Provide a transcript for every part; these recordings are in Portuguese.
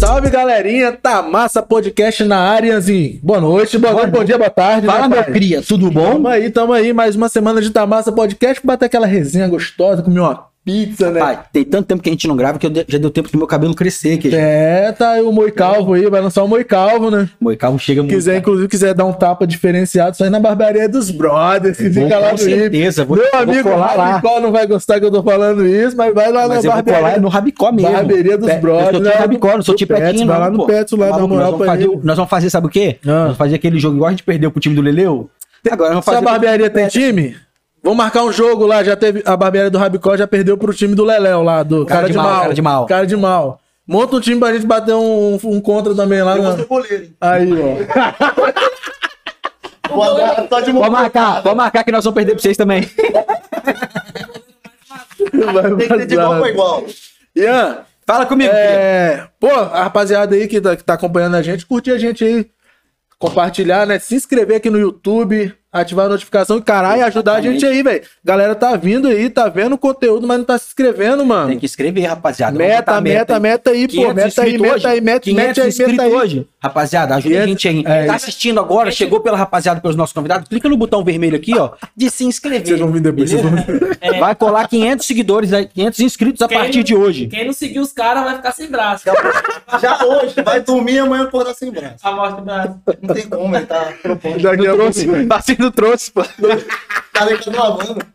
Salve, galerinha! Tá massa podcast na área, Anzinho. Boa noite, boa noite, bom dia, boa tarde. Fala, né, meu pai? cria, tudo bom? Tamo aí, tamo aí. Mais uma semana de Tamassa Podcast. Bater aquela resenha gostosa, comer uma pizza, né? Pai, tem tanto tempo que a gente não grava que eu de- já deu tempo do meu cabelo crescer. Que é. É, tá aí o Moi Calvo aí, vai lançar o Moi Calvo, né? Meu carro chega muito. Quiser, inclusive, quiser dar um tapa diferenciado, só ir na barbearia dos brothers, que Vou- fica lá com no IP. certeza. Vou, Meu vou amigo, colar lá. Rabicó não vai gostar que eu tô falando isso, mas vai lá Mas na eu vou barbearia. colar no Rabicó mesmo. Barbearia dos Pe- Eu brothers, sou né? tipo Rabicó, não sou tipo Pets, Petinho, vai lá não, no pô. Pets lá, dá Maluco, moral nós vamos, pra fazer, ele. o- nós vamos fazer, sabe o quê? Ah. Nós vamos fazer aquele jogo igual a gente perdeu pro time do Leleu. Agora nós Se a vamos fazer. É, barbearia tem time? Vamos marcar um jogo lá, já teve. A barbearia do Rabicó já perdeu pro time do Leléu lá, do cara, de, mal, cara de mal. Cara de mal. Monta um time pra gente bater um, um contra também lá. na- Aí, ó. tá Pode marcar, pode marcar que nós vamos perder pra vocês também. Vai Tem que ser de igual vazar. pra igual. Ian, Fala comigo, cria. é. Pô, a rapaziada aí que tá, que tá acompanhando a gente, curtir a gente aí. Compartilhar, né? Se inscrever aqui no YouTube, ativar a notificação e caralho, ajudar a gente aí, velho. Galera tá vindo aí, tá vendo o conteúdo, mas não tá se inscrevendo, mano. Tem que escrever, rapaziada. Vamos Meta, botar meta, aí. meta aí, pô. 500 Meta aí, inscritos meta hoje. aí, meta, 500 mete aí, meta inscritos aí. hoje. Rapaziada, ajuda a 500 gente aí. é tá isso. assistindo agora, chegou pela rapaziada, pelos nossos convidados, clica no botão vermelho aqui, ó, de se inscrever. Vocês vão vir depois, vocês vão vir. É. Vai colar 500 seguidores, aí, 500 inscritos a Quem partir não- de hoje. Quem não seguir os caras vai ficar sem braço. Já hoje, vai dormir amanhã acordar sem braço. A morte do braço. Não tem como, ele tá propondo. Daqui a pouco- Vacino trouxe, pô. Tá ligado na banda.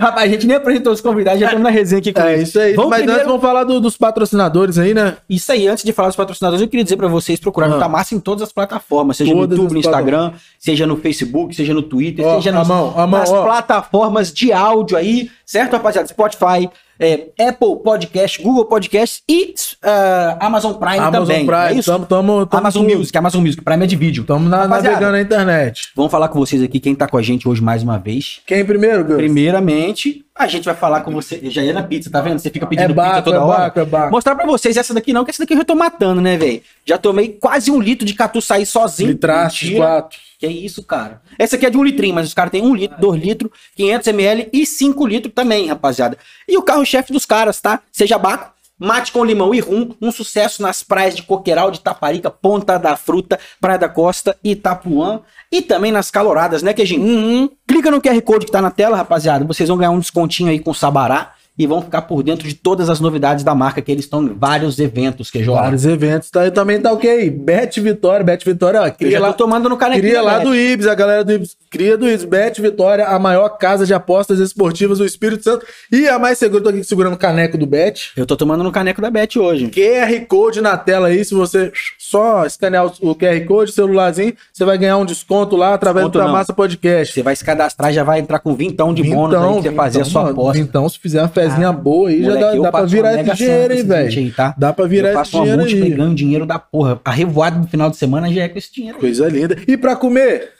Rapaz, a gente nem apresentou os convidados, já estamos na resenha aqui com É eles. isso aí. Vamos Mas antes primeiro- vamos falar do- dos patrocinadores aí, né? Isso aí, antes de falar dos patrocinadores, eu queria dizer pra vocês procurarem Ah. o Tamassa em todas as plataformas, seja Todas no as YouTube, no Instagram, seja no Facebook, seja no Twitter, Ó, seja a nas, mão, a mão, nas ó. plataformas de áudio aí, certo, rapaziada? Spotify, é, Apple Podcast, Google Podcast e ah, Amazon Prime Amazon também. não é Prime, isso? tamo, tamo, tamo Amazon tudo. Music, Amazon Music, Prime é de vídeo. Tamo na, Rapaziada. navegando na internet. Vamos falar com vocês aqui, quem tá com a gente hoje mais uma vez. Quem primeiro, Gus? Primeiramente, a gente vai falar com você. Eu já ia na pizza, tá vendo? Você fica É pedindo pizza baco, toda é hora. baco, é baco. Mostrar pra vocês essa daqui não, que essa daqui eu já tô matando, né, velho? Já tomei quase um litro de catuçaí sozinho. Litraste, Mentira. quatro. Que é isso, cara? Essa aqui é de um litrinho, mas os caras têm um litro, dois litros, 500 ml e cinco litros também, rapaziada. E o carro-chefe dos caras, tá? Seja baco, mate com limão e rum, um sucesso nas praias de Coqueiral, de Taparica, Ponta da Fruta, Praia da Costa, Itapuã e também nas caloradas, né, Queijinho? Clica no QR Code que tá na tela, rapaziada. Vocês vão ganhar um descontinho aí com o Sabará e vão ficar por dentro de todas as novidades da marca, que eles estão em vários eventos, Queijo. Vários eventos. Tá, e também tá ok. Bet Vitória, Bet Vitória, ó. Eu Cria já tô lá, tomando no canequinho. cria lá velho. do Ibs, a galera do Ibs. Cria do Ibs. Bet Vitória, a maior casa de apostas esportivas do Espírito Santo. E a mais segura, tô aqui segurando o caneco do Bet. Eu tô tomando no caneco da Bet hoje. QR Code na tela aí, se você só escanear o o QR Code, celularzinho, você vai ganhar um desconto lá através Desconto do não. Tamassa Podcast. Você vai se cadastrar, já vai entrar com vintão de bônus aí pra você fazer a sua aposta. Ah, Então, se fizer uma fezinha boa aí, já Moleque, dá, eu dá pra faço virar uma esse mega dinheiro aí, santa com esse velho. gente aí, tá? Dá pra virar eu esse faço uma né? dinheiro múltipla e aí. ganho dinheiro da porra. A revoada do final de semana já é com esse dinheiro. aí. Coisa linda. E pra comer?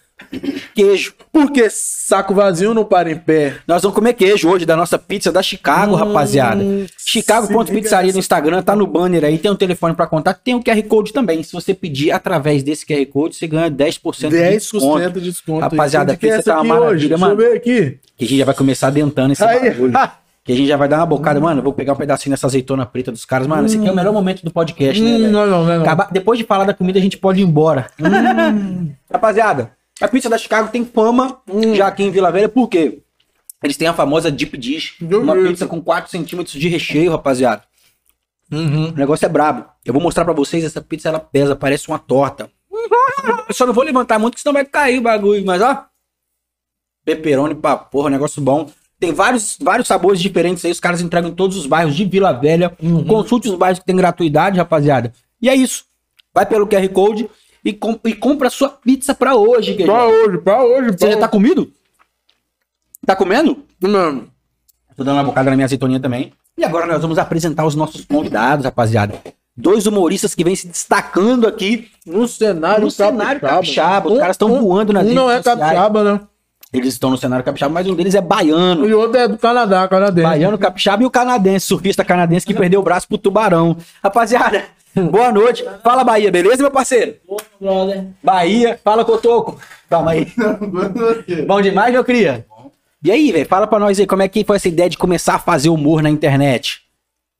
Queijo. Porque saco vazio não para em pé. Nós vamos comer queijo hoje da nossa pizza da Hum, Chicago, rapaziada. Chicago.pizzaria no Instagram, tá no banner aí, tem um telefone pra contato, tem um QR Code também. Se você pedir através desse QR Code, você ganha 10%, de 10% desconto. de desconto. Rapaziada, Quem que é a pizza essa tá uma aqui hoje? maravilha, Deixa eu mano. ver aqui. Que a gente já vai começar adentrando esse Aí. Hum, bagulho. é Que a gente já vai dar uma bocada, mano. eu Vou pegar um pedacinho dessa azeitona preta dos caras. Mano, esse aqui é o melhor momento do podcast, né, Hum, velho? não, não, não, não. Acabar- Depois de falar da comida, a gente pode ir embora. Rapaziada, a pizza da Chicago tem fama já aqui em Vila Velha, por quê? Eles têm a famosa deep dish, Delícia. uma pizza com 4 centímetros de recheio, rapaziada. Uhum. O negócio é brabo. Eu vou mostrar pra vocês, essa pizza ela pesa, parece uma torta. Eu só não vou levantar muito, que senão vai cair o bagulho, mas ó. Peperoni pra porra, negócio bom. Tem vários, vários sabores diferentes aí, os caras entregam em todos os bairros de Vila Velha. Uhum. Consulte os bairros que tem gratuidade, rapaziada. E é isso. Vai pelo QR Code e, com- e compra a sua pizza pra hoje, querido. Pra hoje, pra hoje, pra Você já tá hoje. comido? Tá comendo? Mano, Tô dando uma bocada na minha azeitoninha também. E agora nós vamos apresentar os nossos convidados, rapaziada. Dois humoristas que vêm se destacando aqui No cenário, no cenário capixaba. Os caras estão voando nas Um não é redes sociais. capixaba, né? Eles estão no cenário capixaba, mas um deles é baiano. E o outro é do Canadá, canadense. Baiano, capixaba e o canadense, surfista canadense que perdeu o braço pro tubarão. Rapaziada, boa noite. Fala, Bahia, beleza, meu parceiro? Boa, brother. Bahia, fala, Cotoco. Calma aí. Bom demais, meu cria? E aí, velho, fala pra nós aí como é que foi essa ideia de começar a fazer humor na internet.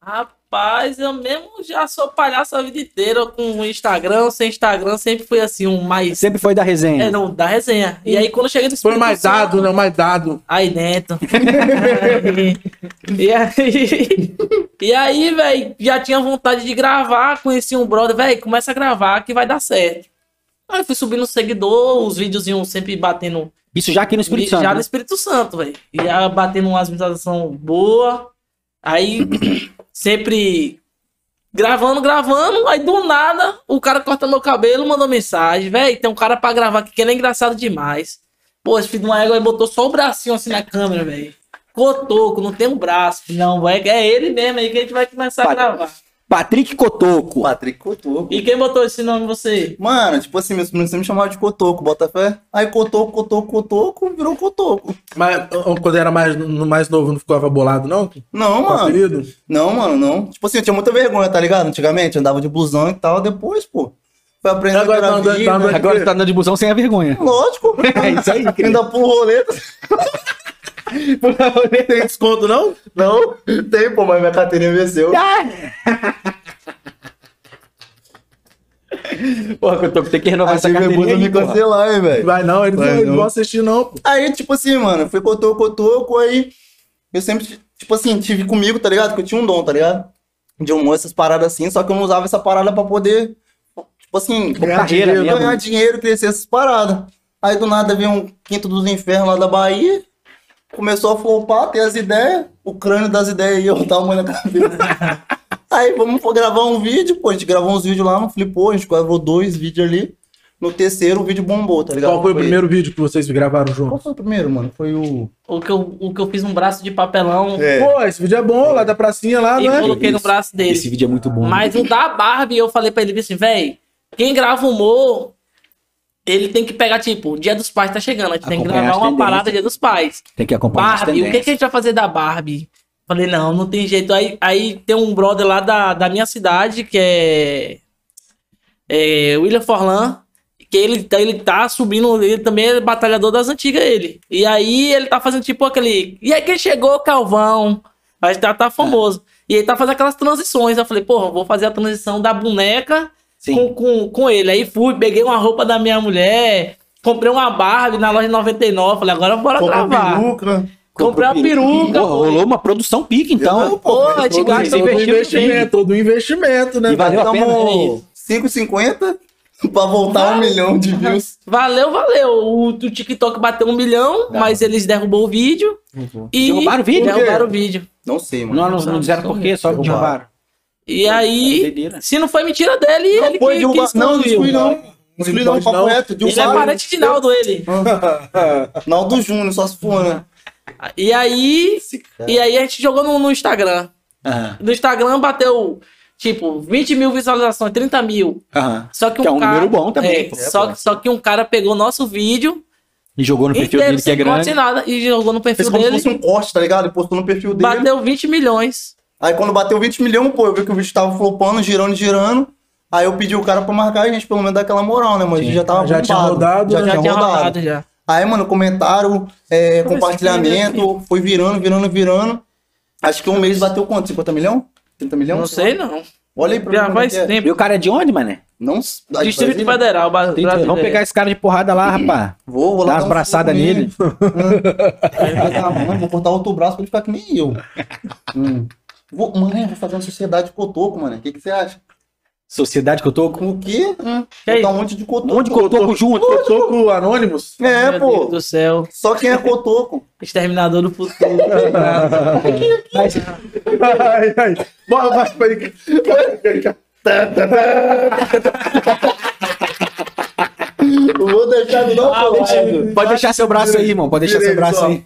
Ah, Rapaz, eu mesmo já sou palhaço a vida inteira com Instagram, sem Instagram, sempre fui assim, um mais. Sempre foi da resenha. É, não, da resenha. E aí quando cheguei no Foi Espírito mais Santo- dado, né? Mais dado. Aí dentro. e aí, e aí velho, já tinha vontade de gravar, conheci um brother, velho, começa a gravar que vai dar certo. Aí fui subindo o seguidor, os videozinhos sempre batendo Isso já aqui no Espírito e- Santo. Já né? no Espírito Santo, velho. Já batendo umas visualizações boa. Aí sempre gravando, gravando. Aí do nada o cara corta meu cabelo, mandou mensagem, velho. Tem um cara pra gravar aqui que ele é engraçado demais. Pô, esse filho de uma égua aí botou só o bracinho assim na câmera, velho. Cotoco, não tem um braço. Não, velho. É ele mesmo aí que a gente vai começar a Pat- gravar. Patrick Cotoco. Patrick Cotoco. E quem botou esse nome em você? Mano, tipo assim, meus primos sempre me chamavam de Cotoco, bota fé. Aí Cotoco, Cotoco, Cotoco, virou Cotoco. Mas ó, quando era mais, no- mais novo, não ficava bolado, não? Com Não, Tá o mano. apelido? Não, mano, não. Tipo assim, eu tinha muita vergonha, tá ligado? Antigamente, andava de blusão e tal, depois, pô. Foi aprendendo Agora a tá andando- virar tá vida. andando- Agora você tá andando de busão sem a vergonha. Lógico. É isso aí, querido. Ainda pro rolê. Tem desconto, não? Não, tem, pô, mas minha carteirinha venceu. Ah, Porra, Cotoco, tem que renovar essa Achei meu carteirinha é bunda aí, me porra. cancelar, hein, velho. Vai não, eles, Vai não, eles não. vão assistir, não. pô. Aí, tipo assim, mano, fui cotoco, cotoco, aí eu sempre, tipo assim, tive comigo, tá ligado? Que eu tinha um dom, tá ligado? De humor, essas paradas assim, só que eu não usava essa parada pra poder, tipo assim, Ganhar carreira dinheiro, mesmo. né? ganhar dinheiro, crescer essas paradas. Aí do nada veio um quinto dos infernos lá da Bahia, começou a flopar, ter as ideias, o crânio das ideias ia dar uma na cabeça. Aí vamos pô, gravar um vídeo, pô, a gente gravou uns vídeos lá, não flipou, a gente gravou dois vídeos ali. No terceiro o vídeo bombou, tá ligado? Qual foi o primeiro vídeo que vocês gravaram Qual junto? foi o primeiro, mano? Foi o. O que eu, o que eu fiz um braço de papelão Pô, esse vídeo é bom, lá da pracinha lá, Ah, e é? né? coloquei no Isso. braço dele. Esse vídeo é muito bom. Mas o da Barbie, eu falei pra ele assim, véi, quem grava humor, ele tem que pegar, tipo, o Dia dos Pais tá chegando, a gente tem que Acompanhar gravar as uma tendências. parada Dia dos Pais. Tem que acompanhar as Barbie, o que, tendências. que a gente vai fazer da Barbie? Falei, não, não tem jeito. Aí, aí tem um brother lá da, da minha cidade, que é, é William Forlan, que ele, tá- ele tá subindo, ele também é batalhador das antigas, ele. E aí ele tá fazendo tipo aquele. E aí quem chegou, Calvão? Aí tá, tá famoso. E ele tá fazendo aquelas transições. Eu falei, porra, vou fazer a transição da boneca Sim. com, com, com ele. Aí fui, peguei uma roupa da minha mulher, comprei uma Barbie na loja de 99. Falei, agora bora Comprou gravar. peruca. Comprei uma peruca. Porra, rolou uma produção pique, então. Não, Pô, velho, a gente todo gasta jeito. Todo investiu no investimento, todo investimento, né? E valeu a pena, é Gastamos isso. 5,50 pra voltar um milhão de views. Valeu, valeu. O, o TikTok bateu um milhão, mas eles derrubou o vídeo. E Uhum. Derrubaram o vídeo? Derrubaram o vídeo. Não sei, mano. Não, não, não disseram por quê, só derrubaram. E aí, Doideira. se não foi mentira dele, ele foi que, de Uba- que Não, não excluiu. exclui não. Exclui não, Ele papo não. reto. De um Ele é Uba- parente de Naldo, ele. Naldo Júnior, só se for, né? E aí, cara. e aí a gente jogou no, no Instagram. Aham, No Instagram bateu, tipo, 20 mil visualizações, 30 mil. aham. Só que, Que é um um cara, número bom também, é, pô. só, que- só que um cara pegou nosso vídeo E jogou no perfil inteiro, dele, que é sem corte, sem grande. nada, e jogou no Fez perfil como se dele. fosse um corte, tá ligado? Ele postou no um perfil dele. Bateu 20 milhões. Aí quando bateu 20 milhões, pô, eu vi que o vídeo tava flopando, girando, girando. Aí eu pedi o cara pra marcar a gente, pelo menos dar aquela moral, né, mano? A gente já tava Já tinha bombado, rodado, já, né? Já tinha rodado. já. Aí, mano, comentário, é, Como compartilhamento, foi virando, virando, virando. Acho que um mês bateu quanto? 50 milhão? 30 milhão? Não sei, não. Olha aí pra Já mim, faz como é que é. E tempo. o cara é de onde, mané? Não, s- da de Distrito Brasília? Federal, Ba- brasileiro. Vamos pegar esse cara de porrada lá, rapá. né? Vou, vou lá. Dá dar umas um braçadas soco nele. Aí eu vou dar a mão, vou cortar outro braço pra ele ficar que nem eu. Hum. Vou, mano, eu vou fazer uma sociedade de cotoco, mano. O que, que você acha? Sociedade que eu tô com. Com o quê? Hum. Que Botar um monte de cotoco. Um monte de cotoco junto. Eu tô com o Anonymous. É, Meu pô. Deus do céu. Só quem é cotoco. Exterminador do futuro. Obrigado. Mas- Ai, ai. Bora, vai, vai. Eu vou deixar de um Ah, não falar. Pode deixar seu braço aí, irmão. Pode deixar seu braço aí.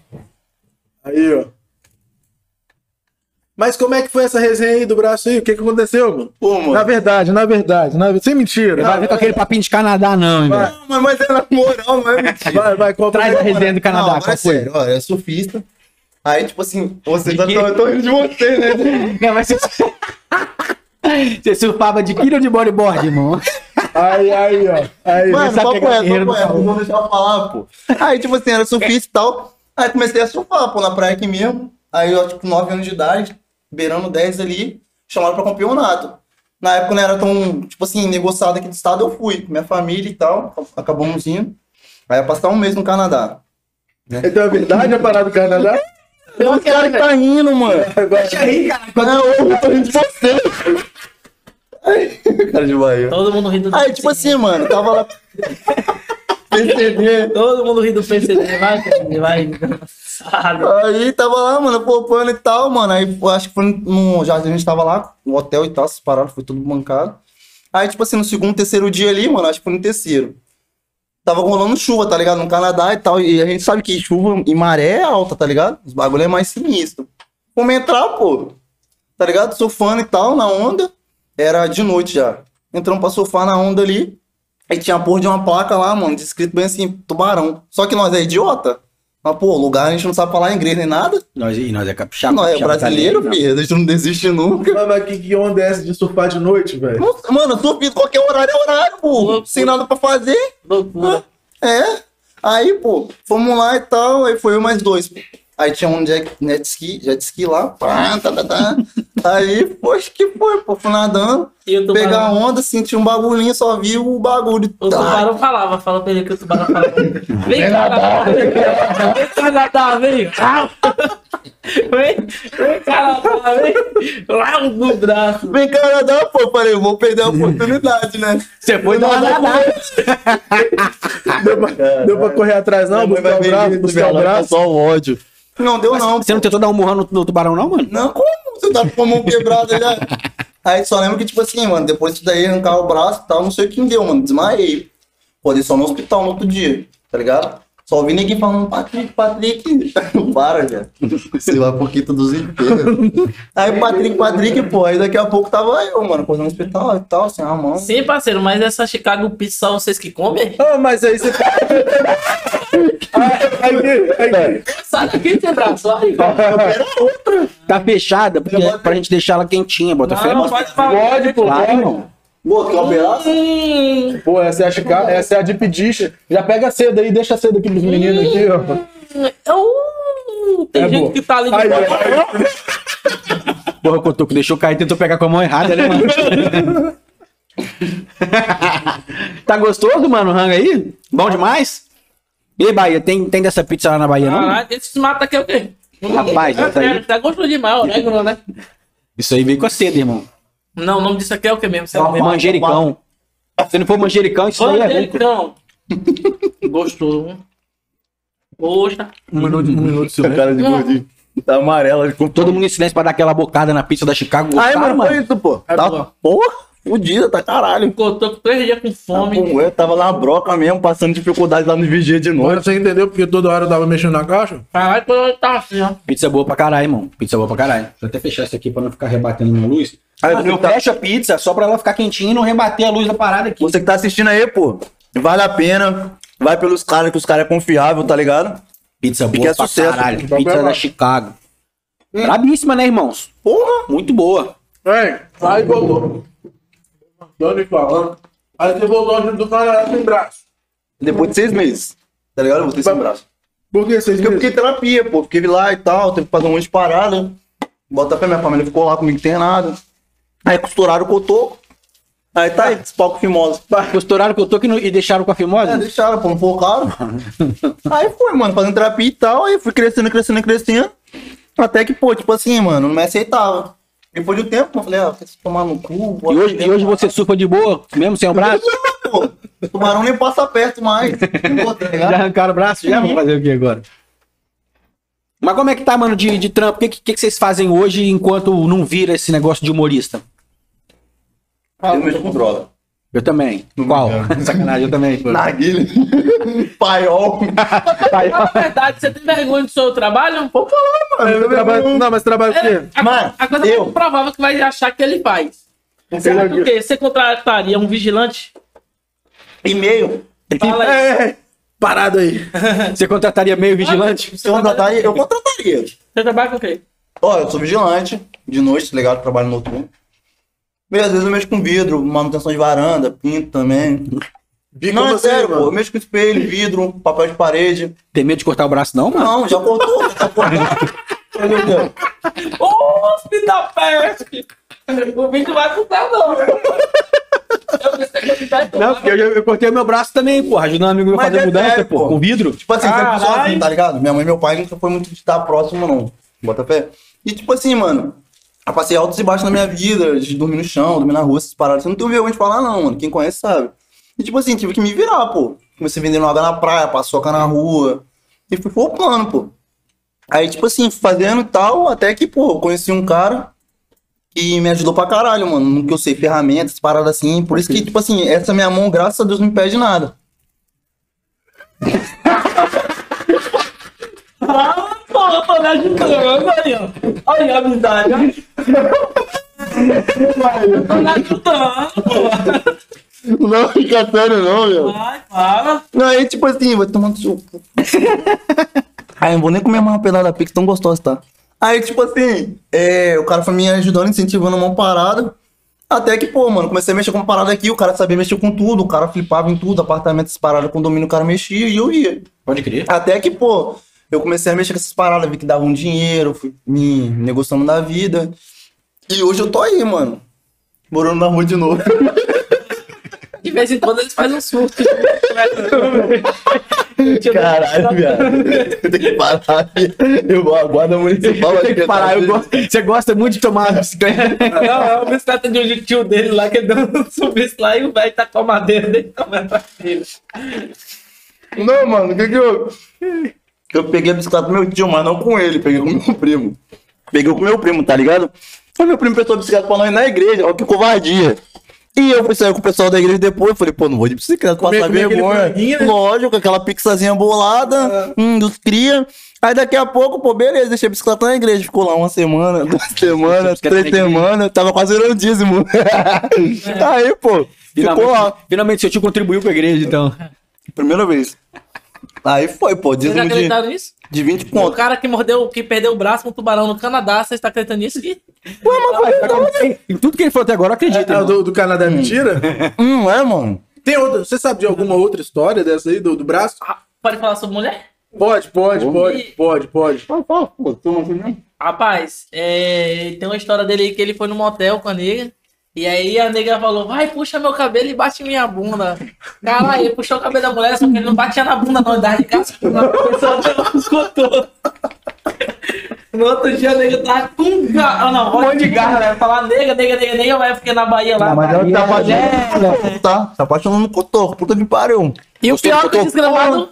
Aí, ó. Mas como é que foi essa resenha aí do braço aí? O que, que aconteceu, mano? Pô, mano. Na verdade, na verdade, na... sem mentira. Não vai vir com aquele papinho de Canadá, não, hein, velho. Não, mas, mas é na moral, não é mentira. Vai, vai, qual Traz a foi? resenha do Não, Canadá, agora qual é foi? sério, ó, é surfista. Aí, tipo assim, você já quê? tô, eu tô rindo de você, né? Não, mas você. Você surfava de quilo de bodyboard, irmão. Aí, aí, ó. Aí. Mano, sabe só que é com essa, guerreiro do só com essa, Paulo. não vou deixar eu falar, pô. Aí, tipo assim, era surfista e tal. Aí comecei a surfar, pô, na praia aqui mesmo. Aí, eu, tipo, 9 anos de idade, beirando 10 ali. chamaram pra campeonato. Na época não era tão, tipo assim, negociado aqui do estado, eu fui, com minha família e tal, acabamos indo. Aí ia passar um mês no Canadá. Então é verdade a parada do Canadá? Não, cara que tá indo, mano. Agora, aí, cara. Não, eu tô rindo de você. Ai, cara de Bahia. Todo mundo rindo do Aí, tipo assim, mano, tava lá. PCD. Todo mundo rindo do PCD, vai, PCD, vai. Engraçado. Aí tava lá, mano, poupando e tal, mano. Aí eu acho que foi no jardim, a gente tava lá, no hotel e tal, se pararam, foi tudo bancado. Aí, tipo assim, no segundo, terceiro dia ali, mano, acho que foi no terceiro. Tava rolando chuva, tá ligado? No Canadá e tal. E a gente sabe que chuva e maré é alta, tá ligado? Os bagulho é mais sinistro. Como entrar, pô? Tá ligado? Surfando e tal, na onda. Era de noite já. Entramos pra surfar na onda ali. Aí tinha a porra de uma placa lá, mano, descrito bem assim, tubarão. Só que nós é idiota. Mas, pô, lugar a gente não sabe falar inglês nem nada. Nós, e nós é capixaba. Nós é capixaba brasileiro, italiano, filho. A gente não desiste nunca. Mano, mas que, que onda é essa de surfar de noite, velho? Nossa, Mano, duvido, qualquer horário é horário, pô. Sem nada pra fazer. Loucura. É. Aí, pô, fomos lá e tal. Aí foi eu mais dois. Aí tinha um jet, jet ski, jet ski lá. Pá, tá, tá, tá. Aí, poxa, que foi, pô. Fui nadando. E o tubarão, Pegar a onda, senti um bagulhinho, só vi o bagulho. o Tá. tubarão falava, fala pra ele que o tubarão falava. Vem cá, Nadá. Vem cá, Nadá, vem. Au. Vem, vem cá, Nadá, vem. Lá no braço. Vem Canadá, pô. Falei, eu vou perder a oportunidade, né? Você foi dar uma nadada. Deu pra, deu pra correr atrás, não? Minha Buscar o mãe vai braço, ver buscar o ela, braço. Só o ódio. Não deu, não. Você não tentou dar um murrão no, no tubarão, não, mano? Não, como? Você tá com a mão quebrada já. Aí só lembro que, tipo assim, mano, depois disso daí arrancar o braço e tal, não sei o que me deu, mano. Desmaiei. Pô, só no hospital no outro dia, tá ligado? Só ouvi ninguém falando, Patrick, Patrick. Não para, já. Sei lá por que todos inteiros. Aí, Patrick, Patrick, pô. Aí daqui a pouco tava eu, mano, acordando no hospital e tal, sem a mão. Sim, parceiro, mas essa Chicago Pizza são vocês que comem? Ah, mas aí você. Aí, aí, Sai daqui, seu braço. vai. Tá fechada, porque é pra gente deixar ela quentinha, bota fé, Não, mano. faz aí. favor. Tá Pode, pô, Claro, pode. irmão. Pô, é que abraço. Hum, Pô, essa é a, chica... essa é a de pedicha. Já pega a seda aí, deixa a seda aqui pros meninos aqui, ó. hum, tem É gente boa. que tá ali de Aí, boa. ó. Porra, Cotoco, deixou cair, tentou pegar com a mão errada, né, mano? tá gostoso, mano, o rango aí? Bom demais? E aí, Bahia, tem, tem dessa pizza lá na Bahia, não? Caralho, esse mato aqui é o quê? Rapaz, é, essa aí- sério, tá gostoso demais, orégano, né? Isso aí veio com a seda, irmão. Não, o nome disso aqui é o que mesmo? Sei lá mesmo. Manjericão. Se não for manjericão, isso aí é louco. Manjericão. então. Gostoso. hein? Poxa. Um minuto, um minuto de silêncio. Cara de gordinho. Tá amarela, ficou Todo mundo em silêncio pra dar aquela bocada na pizza da Chicago. Aí, Cara, mano, foi isso, pô. É Tá, boa. porra, fudida, tá caralho. Tô com três dias com Tá fome. um- Pô, eu tava na broca mesmo, passando dificuldade lá no vigia de novo. Agora você entendeu porque toda hora eu tava mexendo na caixa? Caralho, quando eu tava assim, ó. Pizza boa pra caralho, irmão. Pizza boa pra caralho. Deixa eu até fechar isso aqui pra não ficar rebatendo na luz. Aí, Ah, viu, eu tá- fecho a pizza só pra ela ficar quentinha e não rebater a luz da parada aqui. Você que tá assistindo aí, pô, vale a pena. Vai pelos caras, que os caras é confiável, tá ligado? Pizza boa que é pra sucesso. caralho. Vamos Pizza lá. da Chicago. Brabíssima, né, irmãos? Porra! Muito boa. Vem, aí voltou. Doni falando. Aí você voltou junto do Canadá sem braço. Depois de seis meses. Tá ligado? Eu voltei sem braço. Por que vocês Porque eu viram? fiquei em terapia, pô. Fiquei lá e tal, teve que fazer um monte de parada. Bota pra minha família ficou lá comigo internada. Aí costuraram o cotoco. Aí tá aí, esse palco fimoso. Costuraram que eu tô aqui no- e deixaram com a É, fimose? deixaram, pô, não focaram. aí foi, mano, fazendo terapia e tal, aí fui crescendo, crescendo, crescendo. Até que, pô, tipo assim, mano, não me aceitava. Depois de um tempo, eu falei, ó, quer se tomar no cu? vou E hoje, e aprender hoje a você surfa de boa, mesmo sem o braço? falar, pô. Tubarão nem passa perto mais. Pô, tá ligado? Já arrancaram o braço? Já vamos fazer o que agora? Mas como é que tá, mano, de, de trampo? O que, que, que vocês fazem hoje enquanto não vira esse negócio de humorista? Eu mexo com droga. Eu também. Qual? Sacanagem, eu também. Narguilha. Paiol. Tá Aí, Na verdade, você tem vergonha do seu trabalho? Pô, É, eu trabalho- Não, mas trabalho o quê? a, Mano, a coisa eu- mais provável que vai achar que ele faz. É, Sabe por quê? Você contrataria um vigilante? E-mail. Fala aí. É, parado aí. Você contrataria meio vigilante? Se eu contrataria, eu contrataria. Você trabalha com o quê? Ó, eu sou vigilante, de noite, tá ligado? Trabalho noturno. E às vezes eu mexo com vidro, manutenção de varanda, pinto também. Vi não, como é você, sério, mano. pô. Eu mexo com espelho, vidro, papel de parede. Tem medo de cortar o braço, não, mano? Não, já né? cortou, já tá cortado. Entendeu? Ô, filho da peste! O bicho vai custar, não. um Não, porque eu, já- eu cortei meu braço também, porra. Ajudando um amigo meu a Mas fazer é mudança, sério, porra. pô. Com vidro. Tipo assim, sempre Caralho. sozinho, tá ligado? Minha mãe e meu pai nunca foi muito de estar próximo, não. Bota fé. E tipo assim, mano, eu passei altos e baixos na minha vida, de dormir no chão, dormir na rua, essas paradas. Eu não tenho vergonha de falar, não, mano. Quem conhece sabe. E tipo assim, tive que me virar, pô. Comecei vendendo água na praia, paçoca na rua. E fui poupando, pô. Aí, tipo assim, fazendo e tal, até que, pô, eu conheci um cara que me ajudou pra caralho, mano. No que eu sei, ferramentas, paradas assim. Por isso que, tipo assim, essa minha mão, graças a Deus, não me pede nada. Ah, pô, eu tô me ajudando aí, ó. Olha a amizade, ó. Eu tô me ajudando, pô. Não, fica sério, não, meu. Vai, para. Não, aí tipo assim, vai tomando seu cu. Ai, eu não vou nem comer mais uma pedaço da pizza tão gostosa, tá? Aí, tipo assim, é, o cara foi me ajudando, incentivando uma parada. Até que, pô, mano, comecei a mexer com uma parada aqui, o cara sabia mexer com tudo, o cara flipava em tudo, apartamento, essas paradas, condomínio, o cara mexia e eu ia. Pode crer. Até que, pô, eu comecei a mexer com essas paradas, vi que dava um dinheiro, fui me negociando da vida. E hoje eu tô aí, mano. Morando na rua de novo. De vez em quando eles fazem um surto. Caralho, viado. Eu tenho que parar. Eu aguardo a municipal. Eu tenho que parar. Eu gosto- Você gosta muito de tomar bicicleta. Não, é o bicicleta de um tio dele lá que ele deu um subiço lá e o velho tá com a madeira dele tomando pra dele. Não, mano, o que que eu... Eu peguei a bicicleta do meu tio, mas não com ele. Peguei com meu primo. Peguei com meu primo, tá ligado? Aí meu primo prestou a bicicleta pra nós na igreja. Olha que covardia. E eu fui sair com o pessoal da igreja depois. eu Falei, pô, não vou de bicicleta Comer- passar comer aquele vergonha. franguinho, né? Lógico, aquela pixazinha bolada, hum, dos cria. Aí daqui a pouco, pô, beleza, deixei a bicicleta na igreja. Ficou lá uma semana, duas semanas, bicicleta na três igreja. semanas. Tava quase virando dízimo. Aí, pô, ficou lá. Finalmente, finalmente seu tio contribuiu pra igreja, então. Primeira vez. Aí foi, pô, Vocês dízimo de, acreditaram nisso? de 20 O conto. cara que mordeu, que perdeu o braço com um tubarão no Canadá, vocês tá acreditando nisso? Gui? Em tudo que ele falou até agora, eu acredito. É, o do, do Canadá é mentira? Hum, é, mano. Tem outra. Você sabe de alguma outra história dessa aí, do, do braço? Ah, Pode falar sobre mulher? Pode, pode, pode, pode, pode. Rapaz, é, tem uma história dele aí que ele foi no motel com a nega. E aí a nega falou, vai, puxa meu cabelo e bate minha bunda. Caralho, ele puxou o cabelo da mulher, só que ele não batia na bunda não, ele dava de cascuda. A pessoa não escutou. No outro dia a nega tava com garra. Não, um monte de garra, né? Falar nega, nega, nega, nega, mas porque na Bahia lá. ela tá apaixonando. Tá, tá apaixonando no cotor, puta que pariu. E o Gostou pior é do que cotor? desgramado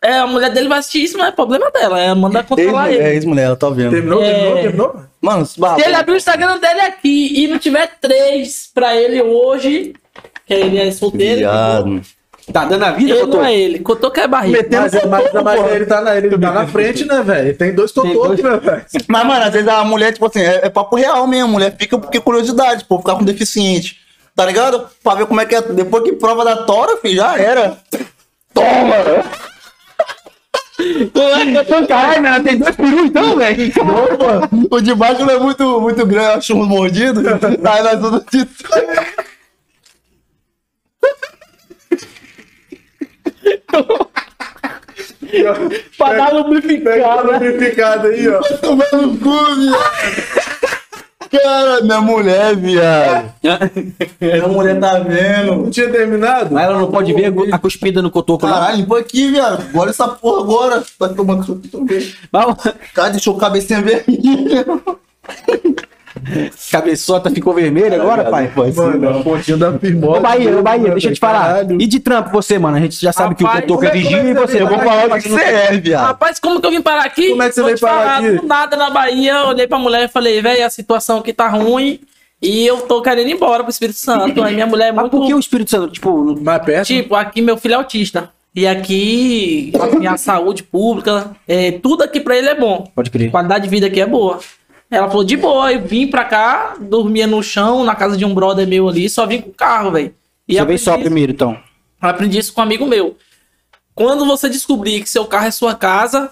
é a mulher dele vai assistir isso, mas é problema dela. É mandar controlar Ex-mulher, ele. ex-mulher, ela tá vendo. Terminou, É. terminou, terminou? Mano, é se barra. Se ele abrir o Instagram dele aqui e não tiver três pra ele hoje, que ele é solteiro, Viado. Tá dando a vida, ele doutor? não é ele. Cotoco é barriga. Meteu Mas, é, mas, mas ele tá na, ele tá na frente, né, velho? Tem dois totôs, né, velho? Mas, mano, às vezes a mulher, tipo assim, é, é papo real mesmo. A mulher fica porque é curiosidade, pô, ficar com deficiente. Tá ligado? Pra ver como é que é. Depois que prova da tora, filho, já era. Toma! Caralho, mas ela tem dois perus então, velho. Opa, o de baixo não é muito, muito grande, eu acho um mordido. Aí nós todos de Pra dar lubrificado. lubrificado aí, ó. tomando cu, viado. Cara, minha mulher, viado. Minha mulher tá vendo. Não tinha terminado? Mas ela não pode ver a cuspida no cotoco, não. Caralho, limpa aqui, viado. Olha essa porra agora. Tá tomando cu também. Mas- Cara, deixou o cabecinha vermelha. Cabeçota ficou vermelha agora, pai? Mano, a pontinha da Ô, firmosa. Bahia, ô, Bahia, deixa eu te falar. Caralho. E de trampo você, mano? A gente já sabe que Rapaz, o cotoco é tá como é- vigia como e é que você. você Eu vou vai- falar Olha o que você é, viado. Rapaz, como que eu vim parar aqui? Como é que você Vou veio te parar falar, aqui? Do nada na Bahia, eu olhei pra mulher e falei, velho, a situação aqui tá ruim e eu tô querendo ir embora pro Espírito Santo. Aí minha mulher é Mas muito... por que o Espírito Santo, tipo, não- Mais perto? Tipo, aqui meu filho é autista. E aqui, assim, a saúde pública, é, tudo aqui pra ele é bom. pode crer? Qualidade de vida aqui é boa. Ela falou, de boa, eu vim pra cá, dormia no chão, na casa de um brother meu ali, só vim com o carro, velho. E Você veio aprendi só isso- primeiro, então. aprendi isso com um amigo meu. Quando você descobrir que seu carro é sua casa,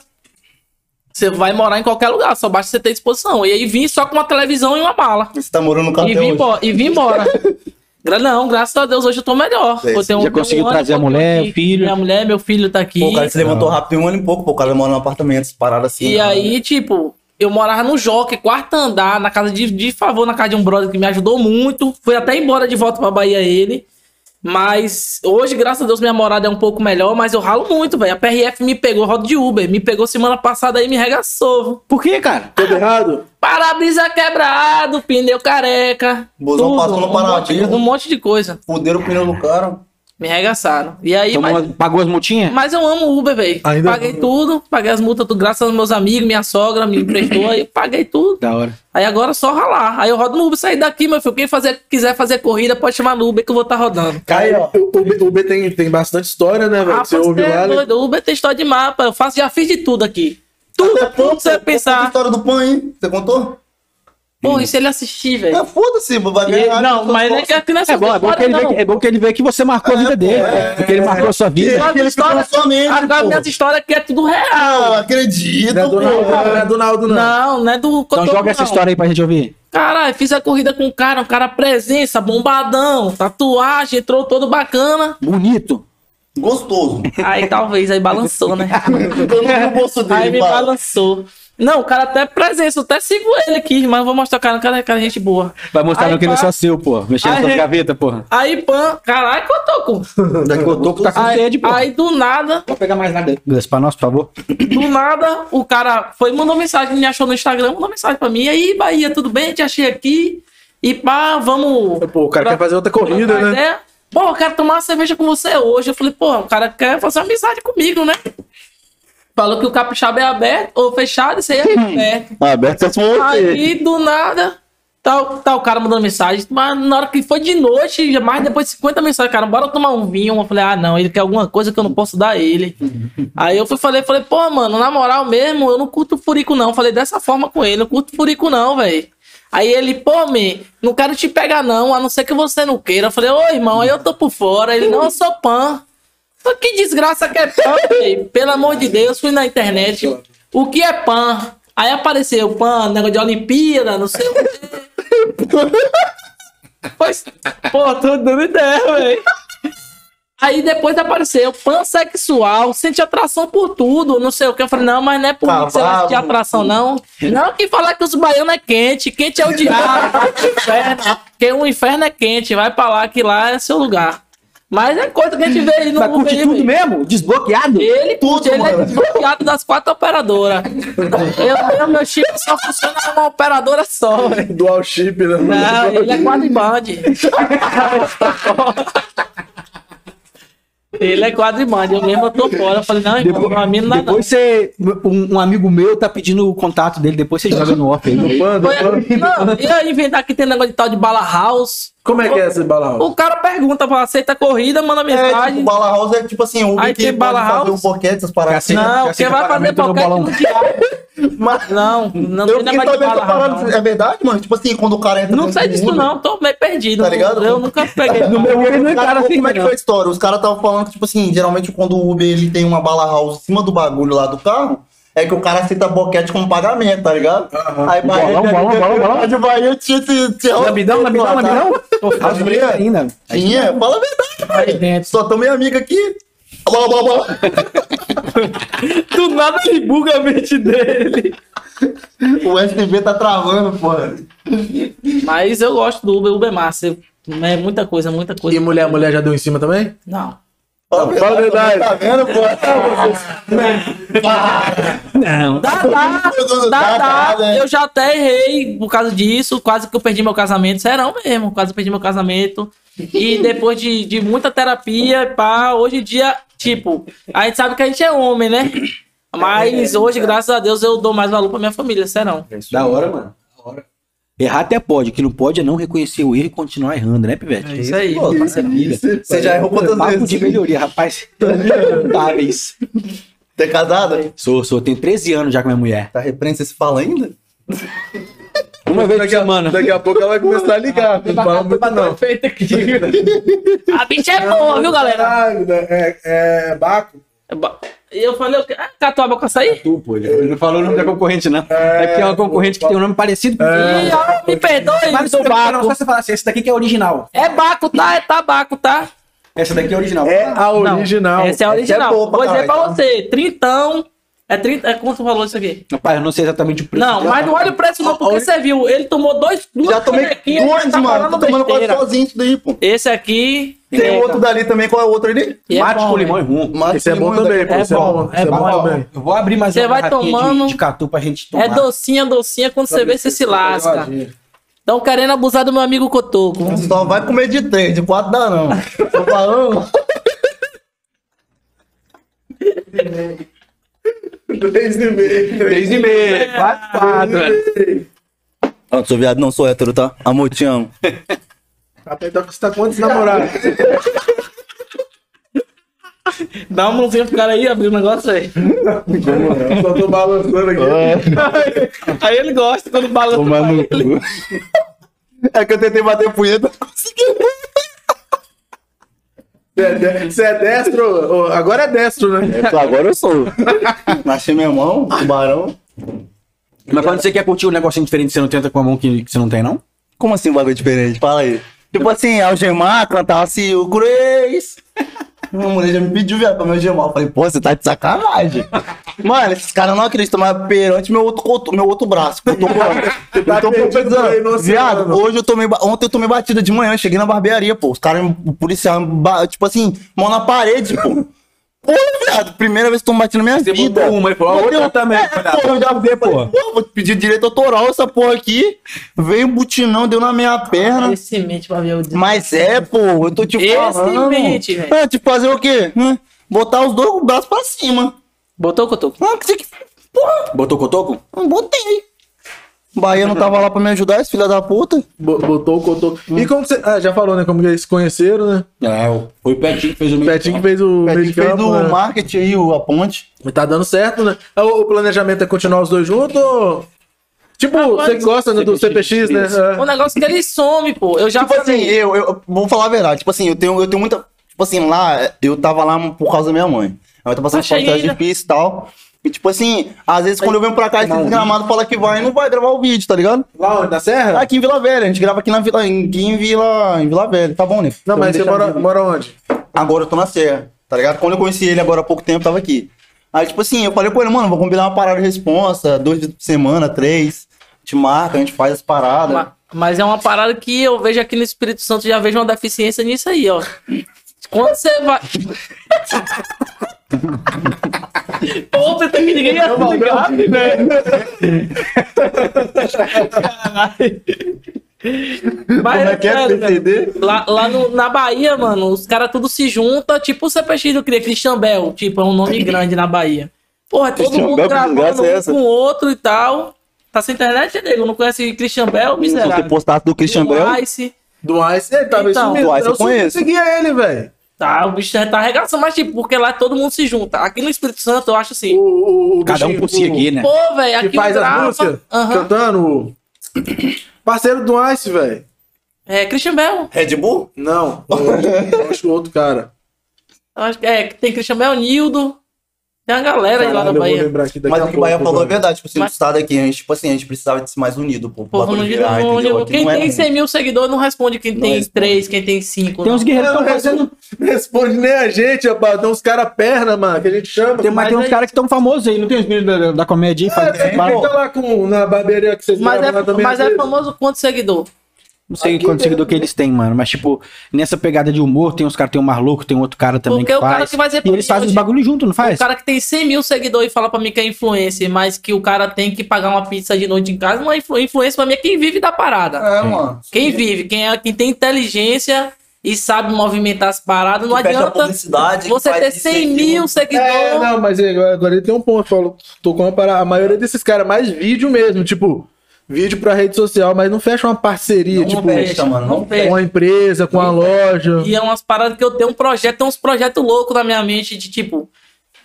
você vai morar em qualquer lugar, só basta você ter disposição. E aí vim sim só com uma televisão e uma mala. Você tá morando no carro E até vim, hoje. embora, e vim embora. Gra- Não, graças a Deus hoje eu tô melhor. É, Eu tenho- já tenho conseguiu ano e trazer a pouco mulher, aqui. o filho? Minha mulher, meu filho tá aqui. Pô, o cara se levantou rápido em um ano e pouco, pô. O cara mora num apartamento, essas paradas assim. E né? aí, tipo, Eu morava no Jockey, quarto andar, na casa de, de favor, na casa de um brother que me ajudou muito. Fui até embora de volta pra Bahia ele. Mas hoje, graças a Deus, minha morada é um pouco melhor, mas eu ralo muito, velho. A PRF me pegou, roda de Uber, me pegou semana passada aí e me regaçou. vô. Por que, cara? Tudo errado? Para-brisa quebrado, pneu careca. Busão tudo, passou no um monte- para-brisa. Um monte de coisa. Fuderam o pneu do cara. Me regaçaram. E aí, Tomou- mas, Pagou as multinhas? mas eu amo o Uber, velho. Ainda Paguei não. tudo, paguei as multas, tudo, graças aos meus amigos, minha sogra me emprestou, aí eu paguei tudo. Da hora. Aí agora é só ralar. Aí eu rodo no Uber, sair daqui, meu filho. Quem fazer, quiser fazer corrida, pode chamar no Uber que eu vou estar rodando. Aí, ó. O Uber, Uber tem, tem bastante história, né, velho? Ah, Você pode ouve é ser, lá, né? doido. O Uber tem história de mapa. Eu faço, já fiz de tudo aqui. Tudo, Até tudo pão, que você pô. Conta a pensar. história do pão aí. Você contou? Pô, e se ele assistir, velho? É, foda-se, vai Ele- ganhar. Não, mas ele é aqui nessa É bom, é bom, que ele vê, que- é bom que ele vê que você marcou a É, vida pô, dele. é. Porque ele marcou a sua vida. As Ele ficou na histórias, sua mente, as pô. minhas histórias aqui é tudo real. Ah, acredito, Não é do Naldo, pô. não. Não é do Naldo, não. Não, não é do Então joga essa história aí pra gente ouvir. Caralho, fiz a corrida com o cara, um cara presença, bombadão, tatuagem, entrou todo bacana. Bonito. Gostoso. Aí talvez, aí balançou, né? Eu não no bolso dele, Aí me pá. balançou. Não, o cara até presença, eu até sigo ele aqui, mas eu vou mostrar o cara, o cara, o cara é gente boa. Vai mostrar Aí, não que ele é pá. só seu, pô. Mexendo nas Aí, suas re- gavetas, porra. Aí, pan, caralho, contou com. é Botou que tá com sede, Aí, pô. aí, do nada, Vou pegar mais nada. Gus, pra nós, por favor. do nada, o cara foi, mandou mensagem, me achou no Instagram, mandou mensagem pra mim. E aí, Bahia, tudo bem? Te achei aqui. E pá, vamos. Pô, o cara pra- quer fazer outra corrida, trocar né? ideia. Pô, eu quero tomar uma cerveja com você hoje. Eu falei, pô, o cara quer fazer uma amizade comigo, né? Falou que o capixaba é aberto ou fechado, isso aí é aberto. Ah, aberto as Aí, do nada, tá, o- tá o cara mandando mensagem. Mas na hora que foi de noite, já mais depois de 50 mensagens, cara, bora tomar um vinho. Eu falei, ah, não, ele quer alguma coisa que eu não posso dar a ele. Aí eu fui, falei, falei, pô, mano, na moral mesmo, eu não curto furico, não. Falei dessa forma com ele, não curto furico, não, velho. Aí ele, pô, me, não quero te pegar, não, a não ser que você não queira. Eu falei, ô irmão, aí eu tô por fora. Ele, não, eu sou pan. Falei, que desgraça que é pan, velho? Pelo amor de Deus, fui na internet. O que é pan? Aí apareceu pan, negócio de Olimpíada, não sei o quê. Pois, pô, tô dando ideia, velho. Aí depois apareceu pansexual, sente atração por tudo, não sei o que. Eu falei, não, mas não é por Tá mim que você vai sentir bravo. atração, não. Não, que falar que os baianos é quente, quente é o diabo, vai pro inferno. Porque o inferno é quente, vai pra lá, que lá é seu lugar. Mas é coisa que a gente vê aí no Mas Uber, curte aí, tudo velho. mesmo? Desbloqueado? Ele, Tudo, curte, ele mano. é desbloqueado das quatro operadoras. Eu, eu, meu chip só funciona uma operadora só, velho. Dual chip, né? Não, ele é quadrimande. ele é quadrimande. Eu mesmo eu tô fora. Eu falei, não, irmão, Depois- pra mim não dá não. Depois você. Um, um amigo meu tá pedindo o contato dele, depois você joga no off aí. Manda, manda. Foi- assim, Não, eu ia inventar que tem negócio de tal de bala house. Como é que é esse balão? O cara pergunta, fala, aceita a corrida, manda É, tipo, mensagem. Bala House é tipo assim, o Aí tem Bala fazer um House. boquete, essas paradas. Cacete. não, já você aceita vai fazer pagamento no boquete balão. no diabo. Mas Não, não eu tem fiquei negócio de sabendo bala essa house. parada. não. É verdade, mano? Tipo assim, quando o cara entra... Não dentro sei do disso Uber, não, tô meio perdido. Tá ligado? Eu nunca peguei. No meu Uber não Cara, encara assim, como é que foi a história? Os caras estavam falando que, tipo assim, geralmente quando o Uber ele tem uma bala house em cima do bagulho lá do carro, é que o cara aceita boquete como pagamento, tá ligado? Aí Bolão, bolão, bolão, bolão. Aí Bahia tinha esse... tinha- Lambidão, lambidão, lá, tá? lambidão? Tô House falando Bahia? ainda. Tinha? Fala a verdade, Tá Aí dentro. só tem minha amiga aqui. Blá, blá, blá. Do nada ele buga a mente dele. O STV tá travando, porra. Mas eu gosto do Uber, Uber é massa. Eu- É muita coisa, muita coisa. E mulher, a mulher já deu em cima também? Não. Fala Fala a verdade. Tá vendo, Tá, porra? Não. Dá, dá, Dá, dá, dá, dá. é. né? Eu já até errei por causa disso, quase que eu perdi meu casamento. Serão mesmo, quase perdi meu casamento. E depois de, de muita terapia, pá, hoje em dia, tipo, a gente sabe que a gente é homem, né? Mas hoje, graças a Deus, eu dou mais valor pra minha família, serão. Da hora, mano. Da hora. Errar até pode, o que não pode é não reconhecer o erro e continuar errando, né, Pivete? É isso aí. Pô, maravilha. Você já errou Pô, quantas papo de vezes? melhoria, rapaz. Incontáveis. Você é casada? Tá, é Sou, sou. Tenho 13 anos já com minha mulher. Tá repreendendo, você se fala ainda? Uma vez por Daqui a, semana. daqui a pouco ela vai começar a ligar. Não fala muito, não. Perfeito aqui. A bicha é boa, viu, galera? Grávida, é, é Baco. E eu falei, o quê? Ah, catuaba com açaí? Tu, pô, ele não falou o nome da concorrente, não. É, porque é uma concorrente que tem um nome parecido com o Ih, ah, me perdoe, Mas seu não baco. só você falar assim, esse daqui que é original. É baco, tá? É tabaco, tá? Essa daqui é original. É a original. Essa é a Essa é original. boa pra Vou dizer caralho, tá? pra você, trintão, É 30. É quanto falou isso aqui? Rapaz, eu não sei exatamente o preço. Não, dela. mas não olha o preço, não, porque você viu. Ele tomou dois. duas Já tomei canequinhas, dois, tá mano. Tô falando tomando quase besteira. sozinho isso daí, pô. Esse aqui. Tem outro dali também. Qual é o outro ali? E é Mate bom, com né? limão e rum. Mate Esse é de bom limão também, pô. daqui. Esse é bom. Esse é bom Ó, também. Eu vou abrir mais Você vai garrafinha tomando- de, de catu pra gente tomar. É docinha, docinha. Quando você vê, você se lasca. Estão querendo abusar do meu amigo Cotoco. Só vai comer de três, de quatro dá não. Tô falando. Três e meio. Três e meio, quase quatro. Eu não Ah, sou viado, não sou hétero, tá? Amor, te amo. Até então você tá com quantos namorados? Dá uma mãozinha pro cara aí, abrir o negócio aí. Só tô balançando aqui. Aí ele gosta quando balança. É que eu tentei bater punheta. Você é de- Você é destro? Ô, Agora é destro, né? Agora eu sou. Nasci minha mão, tubarão. Mas quando você quer curtir um negocinho diferente, você não tenta com a mão que, que você não tem, não? Como assim um bagulho diferente? Fala aí. Tipo assim, algemar, cantasse o Grace. Uma mulher já me pediu, viado, pra me algemar. Eu falei, pô, você tá de sacanagem. Mano, esses caras não acreditam mais perante meu outro, coto- meu outro braço. Eu tô, eu tá tô perdido precisando. aí no oceano. Viado, hoje eu tomei. ba- Ontem eu tomei batida de manhã, cheguei na barbearia, pô. Os caras, me- o policial, me ba- tipo assim, mão na parede, pô. Pô, viado, primeira vez que eu tô batendo na minha Você vida. botou uma e falou, "Ah, a Eu outra tenho- também. É, Olha, pô, eu já vi, pô. pô. Pô, vou pedir direito autoral essa porra aqui. Veio um butinão, deu na minha perna. Esse mente pra ver o Mas é, pô, eu tô te Esse falando. mente, velho. Ah, tipo, fazer o quê? Hã? Botar os dois braços pra cima. Botou o Cotoco? Ah, que você que... Porra, Botou cotoco? não botei. Bahia não tava lá pra me ajudar, esse filho da puta. Bo- Botou o cotoco. E como você. Ah, já falou, né? Como que eles se conheceram, né? É, foi o Petinho que fez o O meio. Petinho que fez o A meio gente de fez campo. o né? marketing aí, o- a ponte. E Tá dando certo, né? O, o planejamento é continuar os dois juntos ou. Tipo, você que gosta né, do CPX, né? O negócio é que ele some, pô. Eu já Tipo assim, falei. eu, eu vou falar a verdade. Tipo assim, eu tenho, eu tenho muita. Tipo assim, lá, eu tava lá por causa da minha mãe. Ela tá passando Acha por ainda. difícil e tal. E tipo assim, às vezes quando eu venho pra cá, esse desgramado fala que vai e não vai gravar o vídeo, tá ligado? Lá onde? Na Serra? Aqui em Vila Velha, a gente grava aqui na Vila, em, em Vila, em Vila Velha, tá bom, né? Não, mas você Então, mora, deixa- mora onde? Agora eu tô na Serra, tá ligado? Quando eu conheci ele agora há pouco tempo, tava aqui. Aí, tipo assim, eu falei com ele, mano, vou combinar uma parada de responsa, dois dias por semana, três. A gente marca, a gente faz as paradas. Ma- Mas é uma parada que eu vejo aqui no Espírito Santo, já vejo uma deficiência nisso aí, ó. Quando você vai. Pô, você tá tem que ninguém ia é é ligar, né? Mas, Como é que é? sério, cara, PCD? né? Lá, lá no- na Bahia, mano, os caras tudo se junta, tipo o CPX do Cria, Christian Bell, tipo, é um nome grande na Bahia. Porra, todo Christian mundo Bell, que gravando desgraça um é essa? com o outro e tal. Tá sem internet, nego? Não conhece Christian Bell? Se você Miserável. postasse do Christian Do Bell, Ice. Do Ice. Ele tava Então, sumido. do Ice eu sumi- conheço. seguia ele, velho. Tá, o bicho já tá arregaçando, mas tipo, porque lá todo mundo se junta. Aqui no Espírito Santo, eu acho assim. O, o, o Cada um bichinho- por si o- aqui, né? Pô, velho, aqui Que faz grava- as músicas Aham. cantando. o- Parceiro do Ice, velho. É, Christian Bell. Red Bull? Não. Eu acho que o outro cara. Eu acho que é, tem Christian Bell, Nildo. Tem uma galera aí lá Caralho, na eu vou Bahia. lembrar aqui daqui Mas a o que o pouco, né? Bahia falou é velho. verdade, tipo assim, Mas- o estado aqui, a gente, tipo assim, a gente precisava de ser mais unido, pô. Porra, bagulho não digo, virar, não, entendeu? digo. Aqui Quem não é tem 100 mil seguidores não responde quem tem responde. 3, quem tem 5. Tem uns guerreiros que Não, estão mas você fazendo. não responde nem a gente, rapaz. Tem uns caras perna, mano, que a gente chama. Tem, mas tem um é uns caras que estão famosos aí, não tem os meninos da, da comédia aí? fazendo Tem, barba? tá lá com, na barbearia que vocês Mas é, gravam lá também, mas às é vezes. famoso quanto seguidor? Não sei Aqui quanto tem- seguidor que eles né? têm, mano. Mas, tipo, nessa pegada de humor, tem uns caras, tem um maluco, tem outro cara também. Porque que o cara faz. que vai ser E eles fazem os hoje- bagulho junto, não O faz? cara que tem 100 mil seguidores e fala pra mim que é influencer, mas que o cara tem que pagar uma pizza de noite em casa, não é influ influencer pra mim, é quem vive da parada. É, mano. Quem vive, quem, é, quem tem inteligência e sabe movimentar as paradas, não Que fecha a adianta publicidade, você que ter faz isso e 100 aquilo. mil seguidores. É, não, mas ele- agora ele tem um ponto. eu Falo, tô com uma parada. A maioria desses caras, mais vídeo mesmo, tipo, vídeo pra rede social, mas não fecha uma parceria, Não tipo, fecha, mano, não com a empresa, com a loja. E é umas paradas que eu tenho um projeto, tem uns projetos loucos na minha mente de tipo,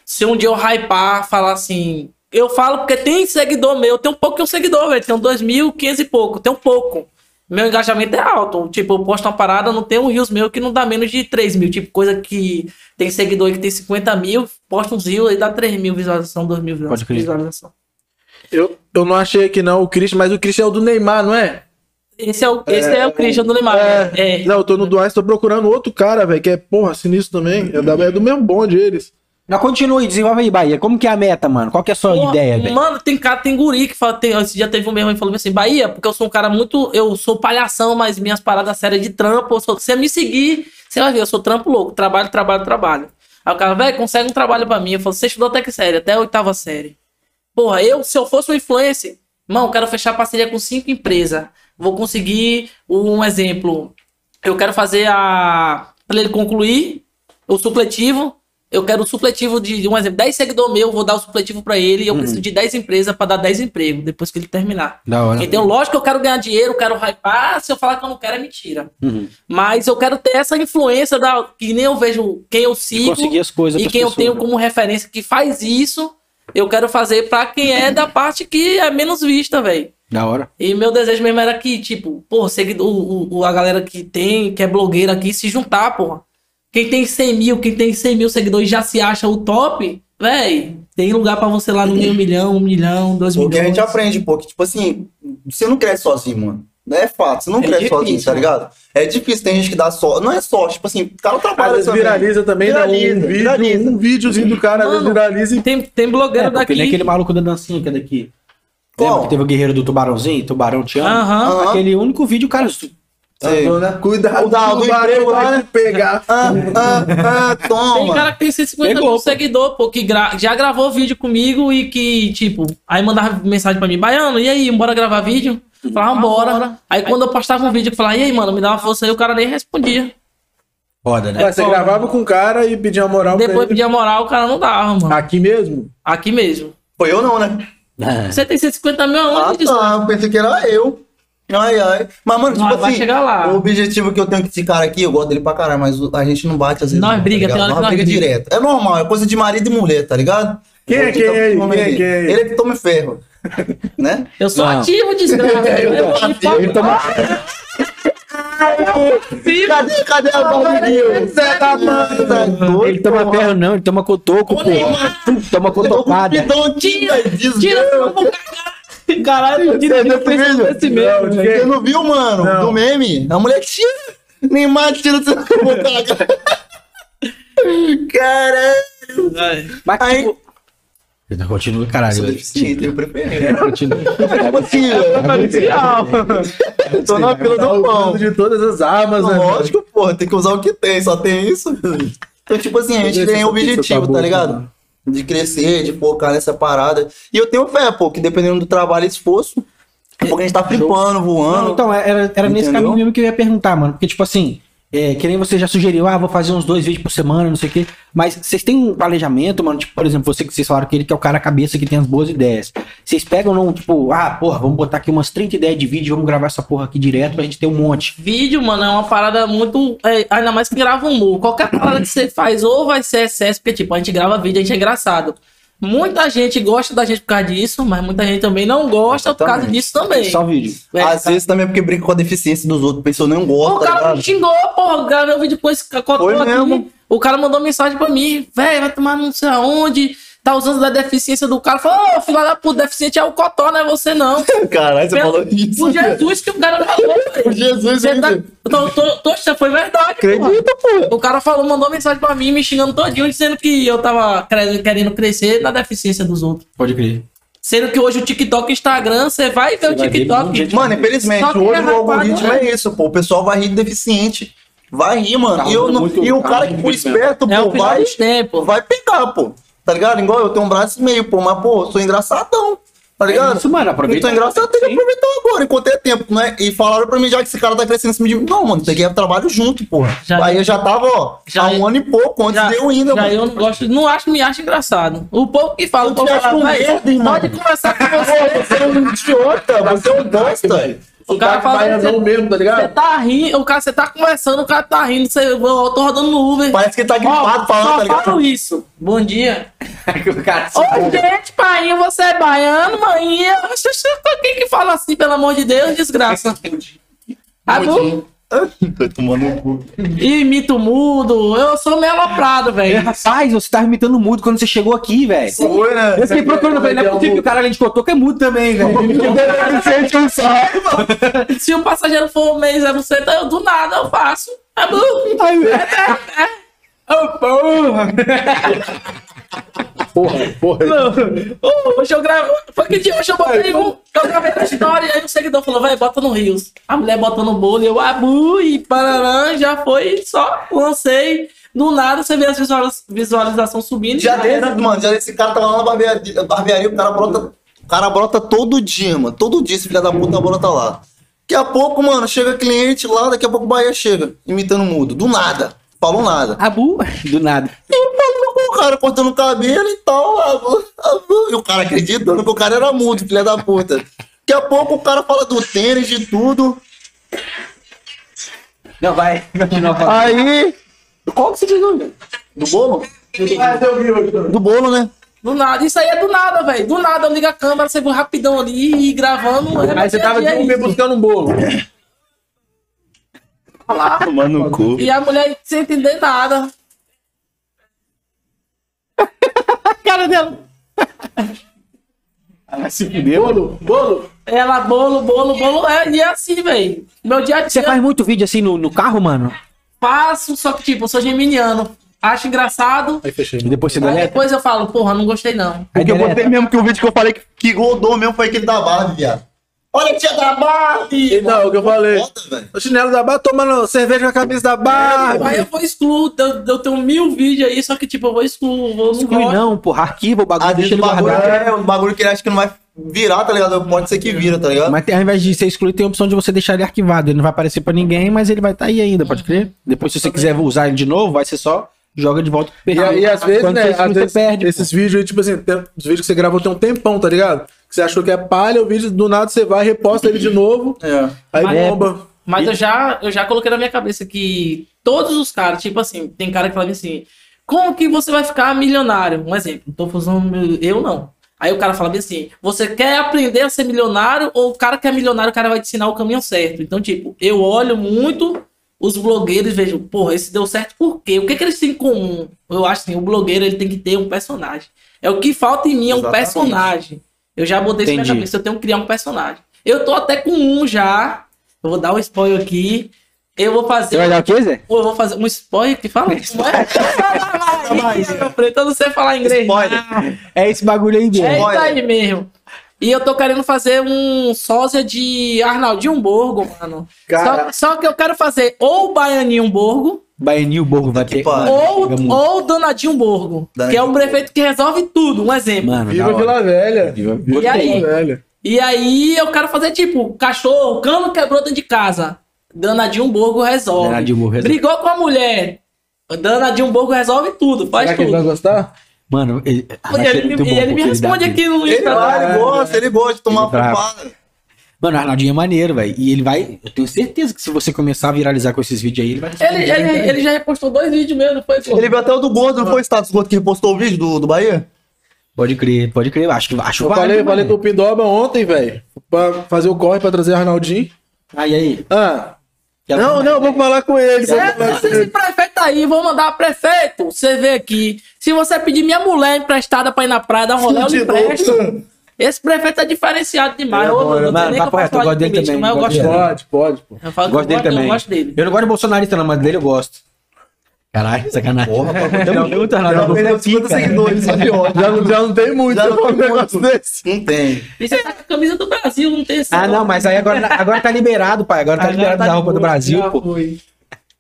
se um dia eu hypar, falar assim. Eu falo porque tem seguidor meu, tem um pouquinho seguidor, velho. Tem um 2.500 e pouco, tem um pouco. Meu engajamento é alto. Tipo, eu posto uma parada, não tem um rios meu que não dá menos de 3 mil. Tipo, coisa que tem seguidor aí que tem 50 mil, posta uns rios aí dá 3 mil visualização, 2 mil Pode crer. visualização. Eu, eu não achei aqui não o Christian, mas o Christian é o do Neymar, não é? Esse é o, esse é, o Christian do Neymar. É, Não, eu tô no Duarte, tô procurando outro cara, velho, que é, porra, sinistro também. É, da, é do mesmo bonde eles. Não, continua aí, desenvolve aí, Bahia. Como que é a meta, mano? Qual que é a sua Porra, ideia, velho? Mano, tem cara, tem guri que fala, tem, esse dia teve um mesmo que falou assim, Bahia, porque eu sou um cara muito, eu sou palhação, mas minhas paradas sérias de trampo, eu sou, se você me seguir, você vai ver, eu sou trampo louco, trabalho, trabalho, trabalho. Aí o cara, velho, consegue um trabalho pra mim. Eu falo, você estudou até que série, até a oitava série. Porra, eu, se eu fosse um influencer, mano, eu quero fechar parceria com cinco empresas. Vou conseguir um exemplo. Eu quero fazer a. Pra ele concluir o supletivo. Eu quero o supletivo de, um exemplo, 10 seguidores meu, eu vou dar o supletivo pra ele. e Uhum. Eu preciso de 10 empresas pra dar 10 empregos depois que ele terminar. Da hora. Então, lógico que eu quero ganhar dinheiro, eu quero hypar. Se eu falar que eu não quero, é mentira. Uhum. Mas eu quero ter essa influência da, que nem eu vejo quem eu E sigo conseguir as coisas e pras quem eu pessoas, tenho né? como referência que faz isso, eu quero fazer pra quem é da parte que é menos vista, velho. Da hora. E meu desejo mesmo era que, tipo, pô, seguido, o, o- a galera que tem, que é blogueira aqui, se juntar, porra. Quem tem 100 mil, quem tem 100 mil seguidores já se acha o top, velho. Tem lugar pra você lá no meio milhão, um milhão, dois Porque a milhões. né? gente aprende, pô, que, tipo assim, você não cresce sozinho, mano. É fato, você não É cresce difícil, sozinho, tá né? mano. ligado? É difícil, tem gente que dá sorte. Não é sorte, tipo assim, o cara Às trabalha vezes também. viraliza também, dá Viraliza, um vídeo, viraliza. um videozinho do cara, às vezes Mano. viraliza e Tem, tem blogueiro É, porque daqui. nem aquele maluco da dancinha que é daqui. Lembra Qual? que teve o guerreiro do tubarãozinho? Tubarão te ama? Aham. Aham. Aquele único vídeo, cara. Sei. dona cuidado O da- do barulho emprego lá, vai né? te pegar. Ah, ah, ah, Tem toma. cara que tem 150 Pegou, mil pô. seguidor, pô, que gra- já gravou vídeo comigo e que, tipo, aí mandava mensagem pra mim, Baiano, e aí, bora gravar vídeo? Eu Falava, "Ah, bora. Aí quando eu postava um vídeo, eu falava, e aí, mano, me dá uma força aí, o cara nem respondia. Foda, né? Ué, você gravava com o cara e pedia uma Tá moral É Depois pra ele. pedia moral, o cara não dava, mano. Aqui mesmo? Aqui mesmo. Foi eu não, né? Você tem 150 mil Ah, aonde? tá, eu pensei que era eu. Ai, ai. Mas, mano, tipo Nós vai assim, chegar lá. o objetivo que eu tenho com esse cara aqui, eu gosto dele pra caralho, mas o- a gente não bate às vezes. Nós não, briga, ligado? tem hora Nós que nós briga briga. direto. É normal, é coisa de marido e mulher, tá ligado? Quem é Eu- quem é ele? eu- Quem é quem é ele? Ele é que toma ferro, né? Eu sou Não. ativo, desgraça. É, Eu Eu tô me ativo. tá pago. Cadê, cadê a barriguinha? Zé da é mãe. Ele toma ferro, não, ele toma cotoco, pô. Toma cotocada. um Tira, Tira desgraça. Caralho, eu tiro Você é viu eu penso vídeo? nesse Não, mesmo. de velho. quem? Você né? não viu, mano? Não. Do meme? A mulher tira. Neymar tira seu Caralho. Mas, Aí- tipo... Continua, caralho. Sim, tem preferência. Continua. Como assim, velho? Eu tô na fila Tá do pão. usando de todas as armas, é né? Lógico, porra, tem que usar o que tem, só tem isso. Então, tipo assim, a gente Deixa tem um essa pizza objetivo, tá tá boa, ligado? mano. De crescer, de focar nessa parada. E eu tenho fé, pô, que dependendo do trabalho e esforço, porque a gente tá flipando, Não, voando. então, era, era nesse Entendeu? caminho mesmo que eu ia perguntar, mano. Porque, tipo assim, é, que nem você já sugeriu, ah, vou fazer uns dois vídeos por semana, não sei o quê. Mas vocês têm um planejamento, mano? Tipo, por exemplo, você que vocês falaram que ele que é o cara cabeça que tem as boas ideias. Vocês pegam, não, tipo, ah, porra, vamos botar aqui umas 30 ideias de vídeo, vamos gravar essa porra aqui direto pra gente ter um monte. Vídeo, mano, é uma parada muito. é, ainda mais que grava humor. Qualquer parada que você faz, ou vai ser excesso, porque, tipo, a gente grava vídeo, a gente é engraçado. Muita gente gosta da gente por causa disso, mas muita gente também não gosta por causa Exatamente. disso também. Só vídeo. É, Às cara, vezes também é porque brinca com a deficiência dos outros, a pessoa não o gosta, tá cara me ligado? xingou, porra. Gravei um vídeo com esse cacotão Foi mesmo. O cara mandou mensagem pra mim, velho, vai tomar não sei aonde. Tá usando da deficiência do cara. Falou, ô, filha da puta, deficiente é o cotó, não é você não. Caralho, você Pelo- falou isso. Por Jesus que o cara falou, velho. Por Jesus, Você ele- tá... tô, tô, tô, foi verdade, Acredita, porra. O cara falou, mandou mensagem pra mim, me xingando todinho, dizendo que eu tava cre- querendo crescer na deficiência dos outros. Pode crer. Sendo que hoje o TikTok e o Instagram, você vai ver Você vai o ver um monte TikTok. de- Mano, Só infelizmente, que hoje é o algoritmo rapaz, é isso, pô. O pessoal vai rir de deficiente. Vai rir, mano. Tá e, eu não- muito- e o tá cara que muito for brincando. esperto, É pô, o final vai, dos tempos. vai pegar, pô. Tá ligado? Igual eu tenho um braço e meio, pô. Mas, pô, eu sou engraçadão. Tá ligado? É isso, mano, aproveita. Então, engraçado, tem que Sim. aproveitar agora, enquanto é tempo, né? E falaram pra mim já que esse cara tá crescendo em cima de mim. Não, mano, tem que ir pro trabalho junto, porra. Já- Aí eu já tava, ó, Já- há um ano e pouco, antes Já, de eu ainda, já mano. eu não gosto, não acho, me acho engraçado. O povo que fala, Eu o povo te acho fala, um "Vai, merda, irmão." pode conversar com você. Pô, você é um idiota, você é um bosta. O cara fala, baianão "Você- mesmo, tá Você ligado? tá rindo, o cara, você tá conversando, o cara tá rindo, você, eu tô rodando no Uber. Parece que ele tá gripado Ó, falando, tá só ligado? falo isso. Bom dia. o cara se Ô, gente, painho, você é baiano, maninha? Oxe, oxe, Quem que fala assim, pelo amor de Deus, desgraça? Ah, bom? Tô tomando um cu. Imito mudo, eu sou meio aloprado, É velho. assim. Rapaz, você tava imitando mudo quando você chegou aqui, velho. é Foi, né? Eu fiquei procurando, eu falei, não é possível que o cara além de cotoco é mudo também, velho. é um Se o passageiro for um mês 07, eu do nada eu É faço. Ah, bom? Aí, Ô, porra! Porra, porra. Não. Ô, Hoje eu gravo. Foi que dia hoje eu botei um. Eu gravei na história. Aí um seguidor falou, vai, bota no Rios. A mulher botou no bolo. Eu abu e parará. Já foi, só lancei. Do nada você vê as visualiza- visualização subindo. Já tem desde, mano, já esse cara tá lá na barbearia, barbearia, o cara brota. O cara brota todo dia, mano. Todo dia esse filho da puta brota lá. Daqui a pouco, mano, chega cliente lá, daqui a pouco o Bahia chega, imitando o mudo. Do nada. Falou nada. Abu, do nada. o cara cortando o cabelo e tal. a- a- a- E o cara acreditando que o cara era mudo, filha da puta. Daqui a pouco o cara fala do tênis, de tudo. Não, vai. Continua falando. Aí. Qual que você diz o nome? Do bolo? Do bolo, né? Do nada. Isso aí é do nada, velho. Do nada eu ligo a câmera, você vai rapidão ali e gravando. Aí você tava de É Uber isso. buscando um bolo. Tomando no cu. Tá E a mulher sem entender nada. Cara dela. Ah, Bolo, bolo. Ela, bolo, bolo, bolo. É, e é assim, velho. Meu dia a dia. Você faz muito vídeo assim no, no carro, mano? Faço, só que tipo, eu sou geminiano. Acho engraçado. Aí fechei. E depois você Aí é? deleta? depois eu falo, porra, não gostei não. Aí Porque eu deleta. botei mesmo que o vídeo que eu falei que, que rodou mesmo foi aquele da Barbie, viado. Olha a tia da Tá Barbie! Então, o que eu falei. Foda, velho. O chinelo da barra tomando cerveja com a camisa da barra. Aí eu vou excluir, eu, eu tenho mil vídeos aí, só que tipo, eu vou excluir, vou Não exclui gosto. não, porra. Arquiva o bagulho, Às deixa vezes Ah, o ele bagulho guardado. é um bagulho que ele acha que não vai virar, tá ligado? Pode ser que vira, tá ligado? Mas tem, ao invés de ser excluído, tem a opção de você deixar ele arquivado. Ele não vai aparecer pra ninguém, mas ele vai estar aí ainda, pode crer? Depois, se você quiser usar ele de novo, vai ser só joga de volta pro E, perfil. e às vezes, Quando né? você Às exclui, vezes, você perde. esses vídeos aí, tipo assim, tem, os vídeos que você gravou tem um tempão, tá ligado? Que você achou que é palha, o vídeo do nada você vai, reposta ele de novo, É. aí É. bomba. Mas eu já, eu já coloquei na minha cabeça que todos os caras, tipo assim, tem cara que fala assim, como que você vai ficar milionário? Um exemplo, não tô usando meu- eu não. Aí o cara fala bem assim, você quer aprender a ser milionário ou o cara que é milionário, o cara vai te ensinar o caminho certo. Então, tipo, eu olho muito os blogueiros e vejo, porra, esse deu certo por quê? O que, que eles têm em comum? Eu acho assim, o blogueiro ele tem que ter um personagem. É o que falta em mim, é um Exatamente. personagem. Eu já botei isso na minha Entendi. cabeça, eu tenho que criar um personagem. Eu tô até com um já. Eu vou dar um spoiler aqui. Eu vou fazer. Você vai dar o quê, Zé? Pô, eu vou fazer um spoiler que fala? Não é? meu preto, eu não sei falar inglês. Spoiler. É esse bagulho aí mesmo. É isso Spoiler. aí mesmo. E eu tô querendo fazer um sósia de Arnaldinho Borgo, mano. Só, Cara. só que eu quero fazer ou Baianinho Borgo Baianinho Borgo vai ter. um- pariu. ou, Chega muito. ou Donadinho Borgo, que é Danadinho o Borgo. prefeito que resolve tudo, um exemplo. Mano, da Viva hora. Vila Velha. Viva- E aí? Vila Velha. E aí eu quero fazer tipo, cachorro, cano quebrou dentro de casa. Danadinho Borgo resolve. Danadinho Borgo resolve. Brigou com a mulher. Danadinho Borgo resolve tudo, faz Será que ele vai tudo. gostar? Mano, ele, vai E ser ele, muito me- bom, e ele me porque dá- responde aqui no Ele vai, né? ele Instagram. gosta, ele gosta de tomar Ele bravo. papada. Mano, o Arnaldinho é maneiro, velho. E ele vai. Eu tenho certeza que se você começar a viralizar com esses vídeos aí, ele vai. Ele, ele, ele já repostou dois vídeos meus, não foi? pô? Ele viu até o do gordo, não foi o status gordo que repostou o vídeo do, do Bahia? Pode crer, pode crer. Acho que acho Eu falei, eu falei com o Pindoba ontem, velho. Pra fazer o corre pra trazer o Arnaldinho. Aí, aí. Ah, não, não, vou falar com ele. vou É, falar com esse ele. prefeito aí, vou mandar prefeito. Você vê aqui. Se você pedir minha mulher emprestada pra ir na praia dar um rolê, eu lhe empresto. Esse prefeito é diferenciado demais. Ô, Dudu, não mano, tem papo nem que eu posso reto, eu falar gosto de dele política, também, mas eu gosto gosto dele. Pode, pode, pô. Eu falo que Gosto eu dele também. Eu gosto dele. Eu não gosto de bolsonarista, não, mas dele eu gosto. Caralho, sacanagem. Porra, tá não, não, É. Já perdeu 50 seguidores, só que ódio. Já, não- já não tem muito, Já já não um tem negócio muito. desse. Não tem. E você tá com a camisa do Brasil, não tem esse- Ah, não, mas aí agora, agora tá liberado, pai. Agora tá Agora liberado tá da de roupa do boa, Brasil, já pô. foi.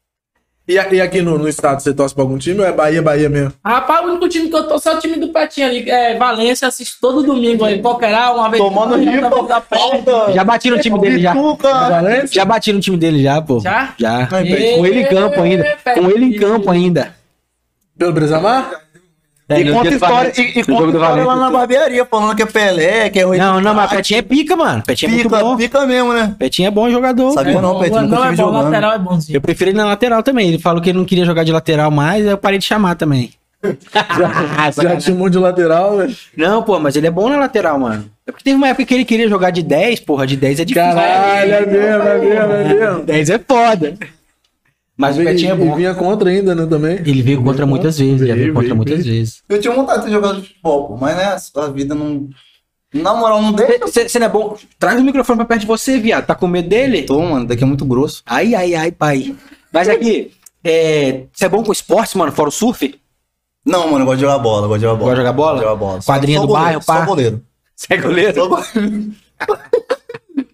E, a- e aqui no, no estado, você torce pra algum time ou é Bahia, Bahia mesmo? Rapaz, o único time que eu tô só o time do Patinho ali. É, Valência, assisto todo domingo aí. Coquerá, uma vez. Tomando por semana, ripa, outra vez da pé. falta. Já bati no time dele, já. Ah, Pituca. É Valência? Já bati no time dele, já, pô. Já? Já. Ah, então. Com ele em campo ainda. Com ele em campo ainda. Pelo Bresamar? É, E no conta dia do história, Valente- e, e no jogo conta do história lá Valente. na barbearia, falando que é Pelé, que é Rui Não, não, mas Petinho é pica, mano. Petinho é muito Pica, bom. pica mesmo, né? Petinho é bom jogador. Sabia cara. não, Petinho, Não nunca é tive bom, o jogando. lateral é bonzinho. Eu prefiro ele na lateral também. Ele falou que ele não queria jogar de lateral mais, eu parei de chamar também. Já Sacanagem. tinha um monte de lateral, velho. não, pô, mas ele é bom na lateral, mano. É porque teve uma época que ele queria jogar de 10, porra. De 10 é difícil. Caralho, é mesmo, é mesmo, é mesmo. 10 é foda. Mas o E- Betinho é E bom. vinha contra ainda, né, também. Ele veio contra muitas vezes, já veio Veio, contra veio, muitas veio. vezes. Eu tinha vontade de ter jogado futebol, pô, mas né, a sua vida não. Na moral, não deixa. Você não é bom? Traz o microfone pra perto de você, viado. Tá com medo dele? Tô, mano, daqui é muito grosso. Ai, ai, ai, pai. Mas aqui, você é, cê é bom com esporte, mano, fora o surf? Não, mano, eu gosto de jogar bola, eu gosto de jogar bola. Gosta de jogar bola? Gosto de jogar bola. Só- Quadrinha só do goleiro, bairro, Só pá. goleiro. Você é goleiro? Só goleiro.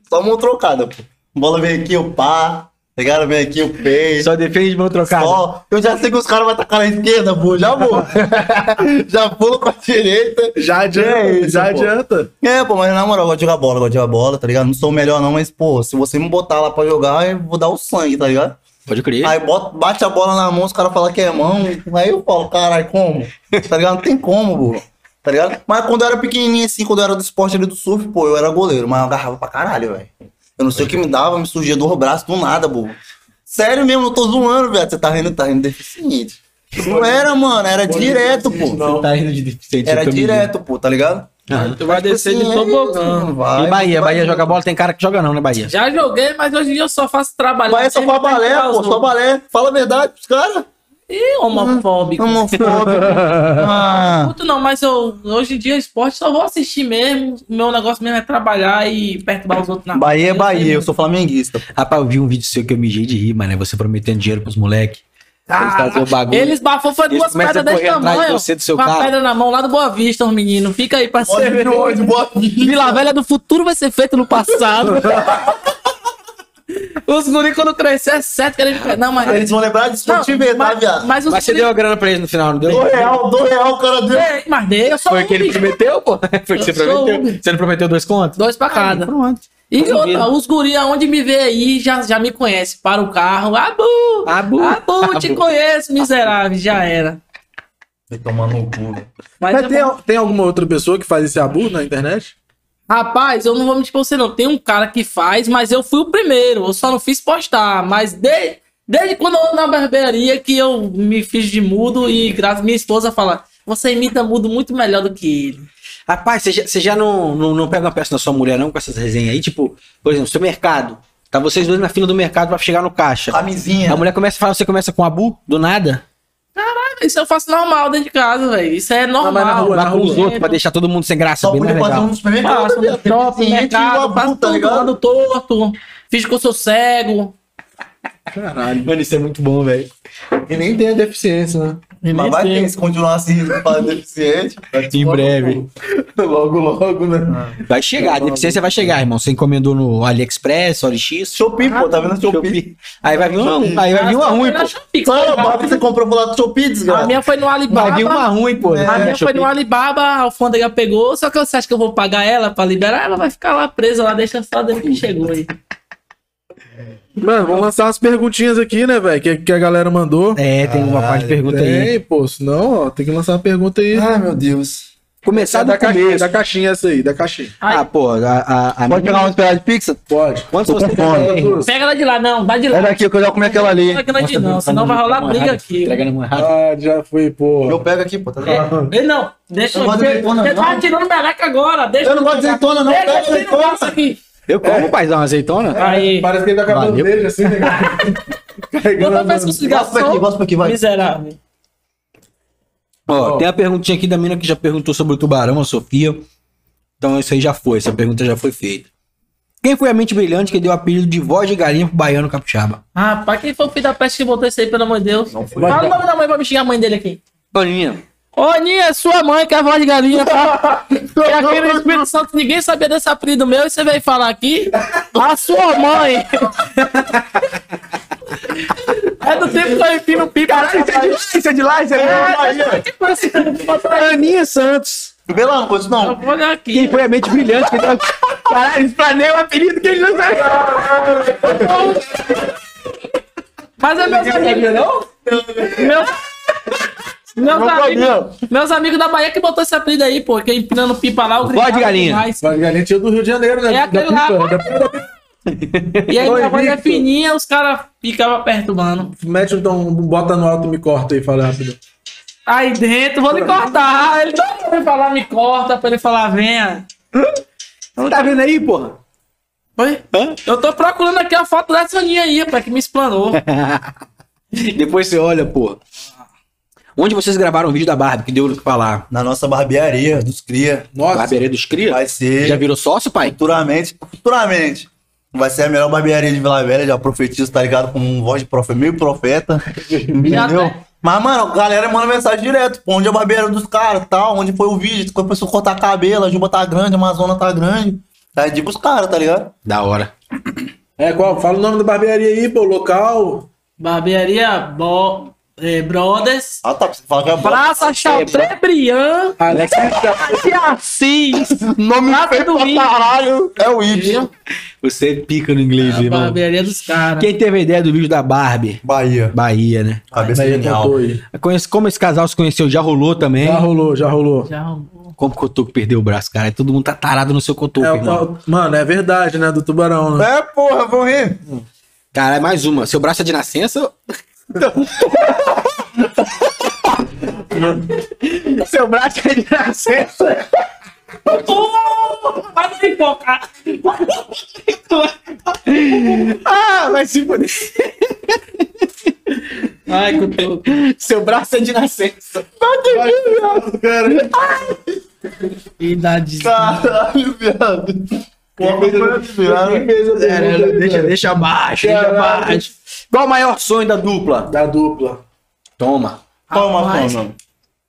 Só mão trocada, pô. Bola vem aqui, o pá. Tá ligado? Vem aqui, o peixe. Só defende de mão trocada. Ó, eu já sei que os caras vão atacar na esquerda, pô. Já vou. já pulo com a direita. Já adianta, É isso, já pô. adianta. É, pô, mas na moral, eu gosto de jogar bola, eu gosto de jogar bola, tá ligado? Não sou o melhor não, mas, pô, se você me botar lá pra jogar, eu vou dar o sangue, tá ligado? Pode crer. Aí bota, bate a bola na mão, os caras falam que é mão. Aí eu falo, caralho, como? Tá ligado? Não tem como, pô. Tá ligado? Mas quando eu era pequenininho, assim, quando eu era do esporte ali do surf, pô, eu era goleiro, mas eu agarrava pra caralho, velho. Eu não sei o que me dava, me surgia do braço do nada, pô. Sério mesmo, eu tô zoando, velho. Você tá rindo, tá rindo deficiente. Não era, mano, era direto, pô. Você tá rindo de deficiente. eu Era tô me direto, pô, tá ligado? Aham. Tu vai descer assim, de é tobogã. E Bahia, Bahia joga bola, tem cara que joga não, né, Bahia? Já joguei, mas hoje em dia eu só faço trabalho. é Bahia é só faz balé, pô, só balé. Fala a verdade pros caras. Ih, Hum, homofóbico. Homofóbico. Ah. Muito não, mas eu, hoje em dia esporte só vou assistir mesmo. Meu negócio mesmo é trabalhar e perturbar os outros na Bahia é Bahia, eu sou flamenguista. Rapaz, eu vi um vídeo seu que eu mijei de rir, mano. é Você prometendo dinheiro pros moleques. Eles fazem o bagulho. Ah, Eles bafou, foi Eles duas começam pedras a correr desse atrás de tamanho. você, do seu uma carro. pedra na mão lá do Boa Vista, os meninos. Fica aí pra ser. Vila Velha do futuro vai ser feito no passado. os guri quando crescer é certo que eles... Não, mas... Eles vão lembrar disso pra não, te inventar, mas, viado. mas os Mas você guri- deu a grana pra eles no final, não deu? Do real, do real, cara deu. É, Mas dei, eu só Foi o que ele prometeu, pô. Foi o que você Eu sou prometeu. Uber. Você não prometeu dois contos? Dois pra cada. Pronto. E Vamos outra, ver. os guri aonde me vê aí já, já me conhece. Para o carro. Abu! Abu! Abu, te Abu. conheço, miserável. Já era. Vai tomar no cu. né? velho. Mas Mas é tem, bom. tem alguma outra pessoa que faz esse abuso na internet? Rapaz, eu não vou me expor você não. Tem um cara que faz, mas eu fui o primeiro. Eu só não fiz postar. Mas de- desde quando eu ando na barbearia que eu me fiz de mudo e graças minha esposa fala: você imita mudo muito melhor do que ele. Rapaz, você já, você já não, não, não pega uma peça na sua mulher, não, com essas resenhas aí? Tipo, por exemplo, seu mercado. Tá vocês dois na fila do mercado pra chegar no caixa. Camisinha. A mulher começa a falar, você começa com abu, do nada. Ah, Isso eu faço normal dentro de casa, velho. Isso é normal. é mas na rua, Vai com os rua. outros pra deixar todo mundo sem graça, Só bem mais podia fazer legal. um supermercado. Faço no viado. shopping, Deficiente e o Ah, mercado, abu, faço tá tudo, ligado? ando torto, fiz com o seu cego. Caralho. Mano, isso é muito bom, velho. E nem tem a deficiência, né? Mas vai ter, se continuar assim, pra deficiente. vai te Em tomar no breve. cu. Logo, logo, né? Ah. Vai chegar, a deficiência vai chegar, irmão. Você encomendou no AliExpress, OLX, Shopee, pô, tá vendo Shopee? Aí vai vir uma, Shopee. aí vai vir É, uma Ah, ruim, pô. Fala, pô. Bob, você comprou por lá do Shopee, A desgraça. minha foi no Vai vir uma Alibaba. ruim, pô. A É, minha Ah, foi Shopee. no Alibaba, a alfândega pegou, só que você acha que eu vou pagar ela pra liberar? Ela vai ficar lá presa, lá deixa só desde que chegou aí. Mano, vamos lançar umas perguntinhas aqui, né, velho? Que, que a galera mandou. É, tem uma parte de pergunta aí. Tem, pô, senão, ó, tem que lançar uma pergunta aí. Ai, meu Deus. Começar Ah, É do da caixinha, começo. da caixinha essa aí, da caixinha. Ah, pô, a, a, a Pode pegar uma esperada de pizza? Pode. Quantos Tô com você fome. tem? Pega ela de lá, não, dá de lá. É daqui que eu já comi aquela ali. Não, que não é de não, senão vai rolar briga aqui. Entrega na mão errada. Ah, já foi, porra. Eu pego aqui, pô, tá É, ligado? ele não, deixa Eu não gosto de eu. azeitona, Você tá não. tirando meleca agora, deixa Eu não gosto de azeitona, não. Pega Pega aqui, não azeitona. passa aqui. Eu como, paizão, azeitona? Aí. Parece que ele tá com a Valeu. bandeja assim, né? Vou Carregando a fazer com os Gosto pra aqui, garçom. gosto pra aqui, vai. Miserável. Ó, Ó. tem a perguntinha aqui da mina que já perguntou sobre o tubarão, a Sofia. Então isso aí já foi, essa pergunta já foi feita. Quem foi a mente brilhante que deu o apelido de voz de galinha pro baiano capixaba? Rapaz, quem foi o filho da peste que botou isso aí, pelo amor de Deus? Não foi. Fala o nome da mãe pra me xingar a mãe dele aqui. Boninha. Ô, Ninha, sua mãe que é a voz de galinha, tá? E aqui no Espírito Santo ninguém sabia desse apelido meu e você veio falar aqui? A sua mãe! é do tempo que eu enfio no pipa. Caralho, Isso é de lá, isso é é Aninha Santos. Vê lá, não conheço não. Eu vou olhar aqui. Quem foi a mente brilhante que deu... Caralho, explanei o é um apelido que ele não sabe. Mas é meus amigos, não? Meus... Meus amigos, meus amigos da Bahia que botou esse apelido aí, pô. Que empinando pipa lá, o Voz de galinha. demais. Mas galinha tinha do Rio de Janeiro, né? É Da aquele lá. pipa, da pipa, da pipa. E aí, Oi, minha voz é Victor. fininha, os caras ficavam perturbando. Mete então, bota no alto e me corta aí, fala rápido. Aí dentro, vou lhe cortar. Ele não vai falar, me corta, pra ele falar, venha. Tá vendo aí, porra? Oi? Eu tô procurando aqui a foto da Soninha aí, pra que me explanou. Depois você olha, porra. Onde vocês gravaram o vídeo da Barbie que deu o que falar? Na nossa barbearia, dos cria. Nossa, Barbearia dos Cria? Vai ser. Já virou sócio, pai? Futuramente, futuramente, vai ser a melhor barbearia de Vila Velha, já profetizo, tá ligado? Com um voz de profeta, meio profeta, Já entendeu? até, Mas, mano, a galera manda mensagem direto. Pô, onde é a barbeira dos caras tal? Onde foi o vídeo? Começou a cortar cabelo, a juba tá grande, a Amazônia tá grande. Aí digo os caras, tá ligado? Da hora. É, qual? Fala o nome da barbearia aí, pô, local. Barbearia Bo... é, Brothers. Ah, tá. Você fala que é bom. Praça Chatrebriand. Alex De Assis. Nome Praça feio do pra Rio. caralho. É o It. Você é pica no inglês, A irmão. barbearia dos caras. Quem teve a ideia do vídeo da Barbie? Bahia. Bahia, né? Cabeça Aí, genial. contou aí. Conhece- Como esse casal se conheceu, já rolou também. Já rolou, já rolou. Já arrumou. Como o Cotoco perdeu o braço, cara? Todo mundo tá tarado no seu Cotoco, É, irmão. o- mano, é verdade, né? Do tubarão, né? É, porra, vão rir. Cara, é mais uma. Seu braço é de nascença? seu braço é de nascença? Oh, Vai pipoca. Ah, mas se fuder. Ai, cutuco. Seu braço é de nascença. Cara, Idade. Caralho, viado. Porra, foi virado. deixa, deixa abaixo, deixa abaixo. Qual o maior sonho da dupla? Da dupla. Toma. Toma, Rapaz. toma.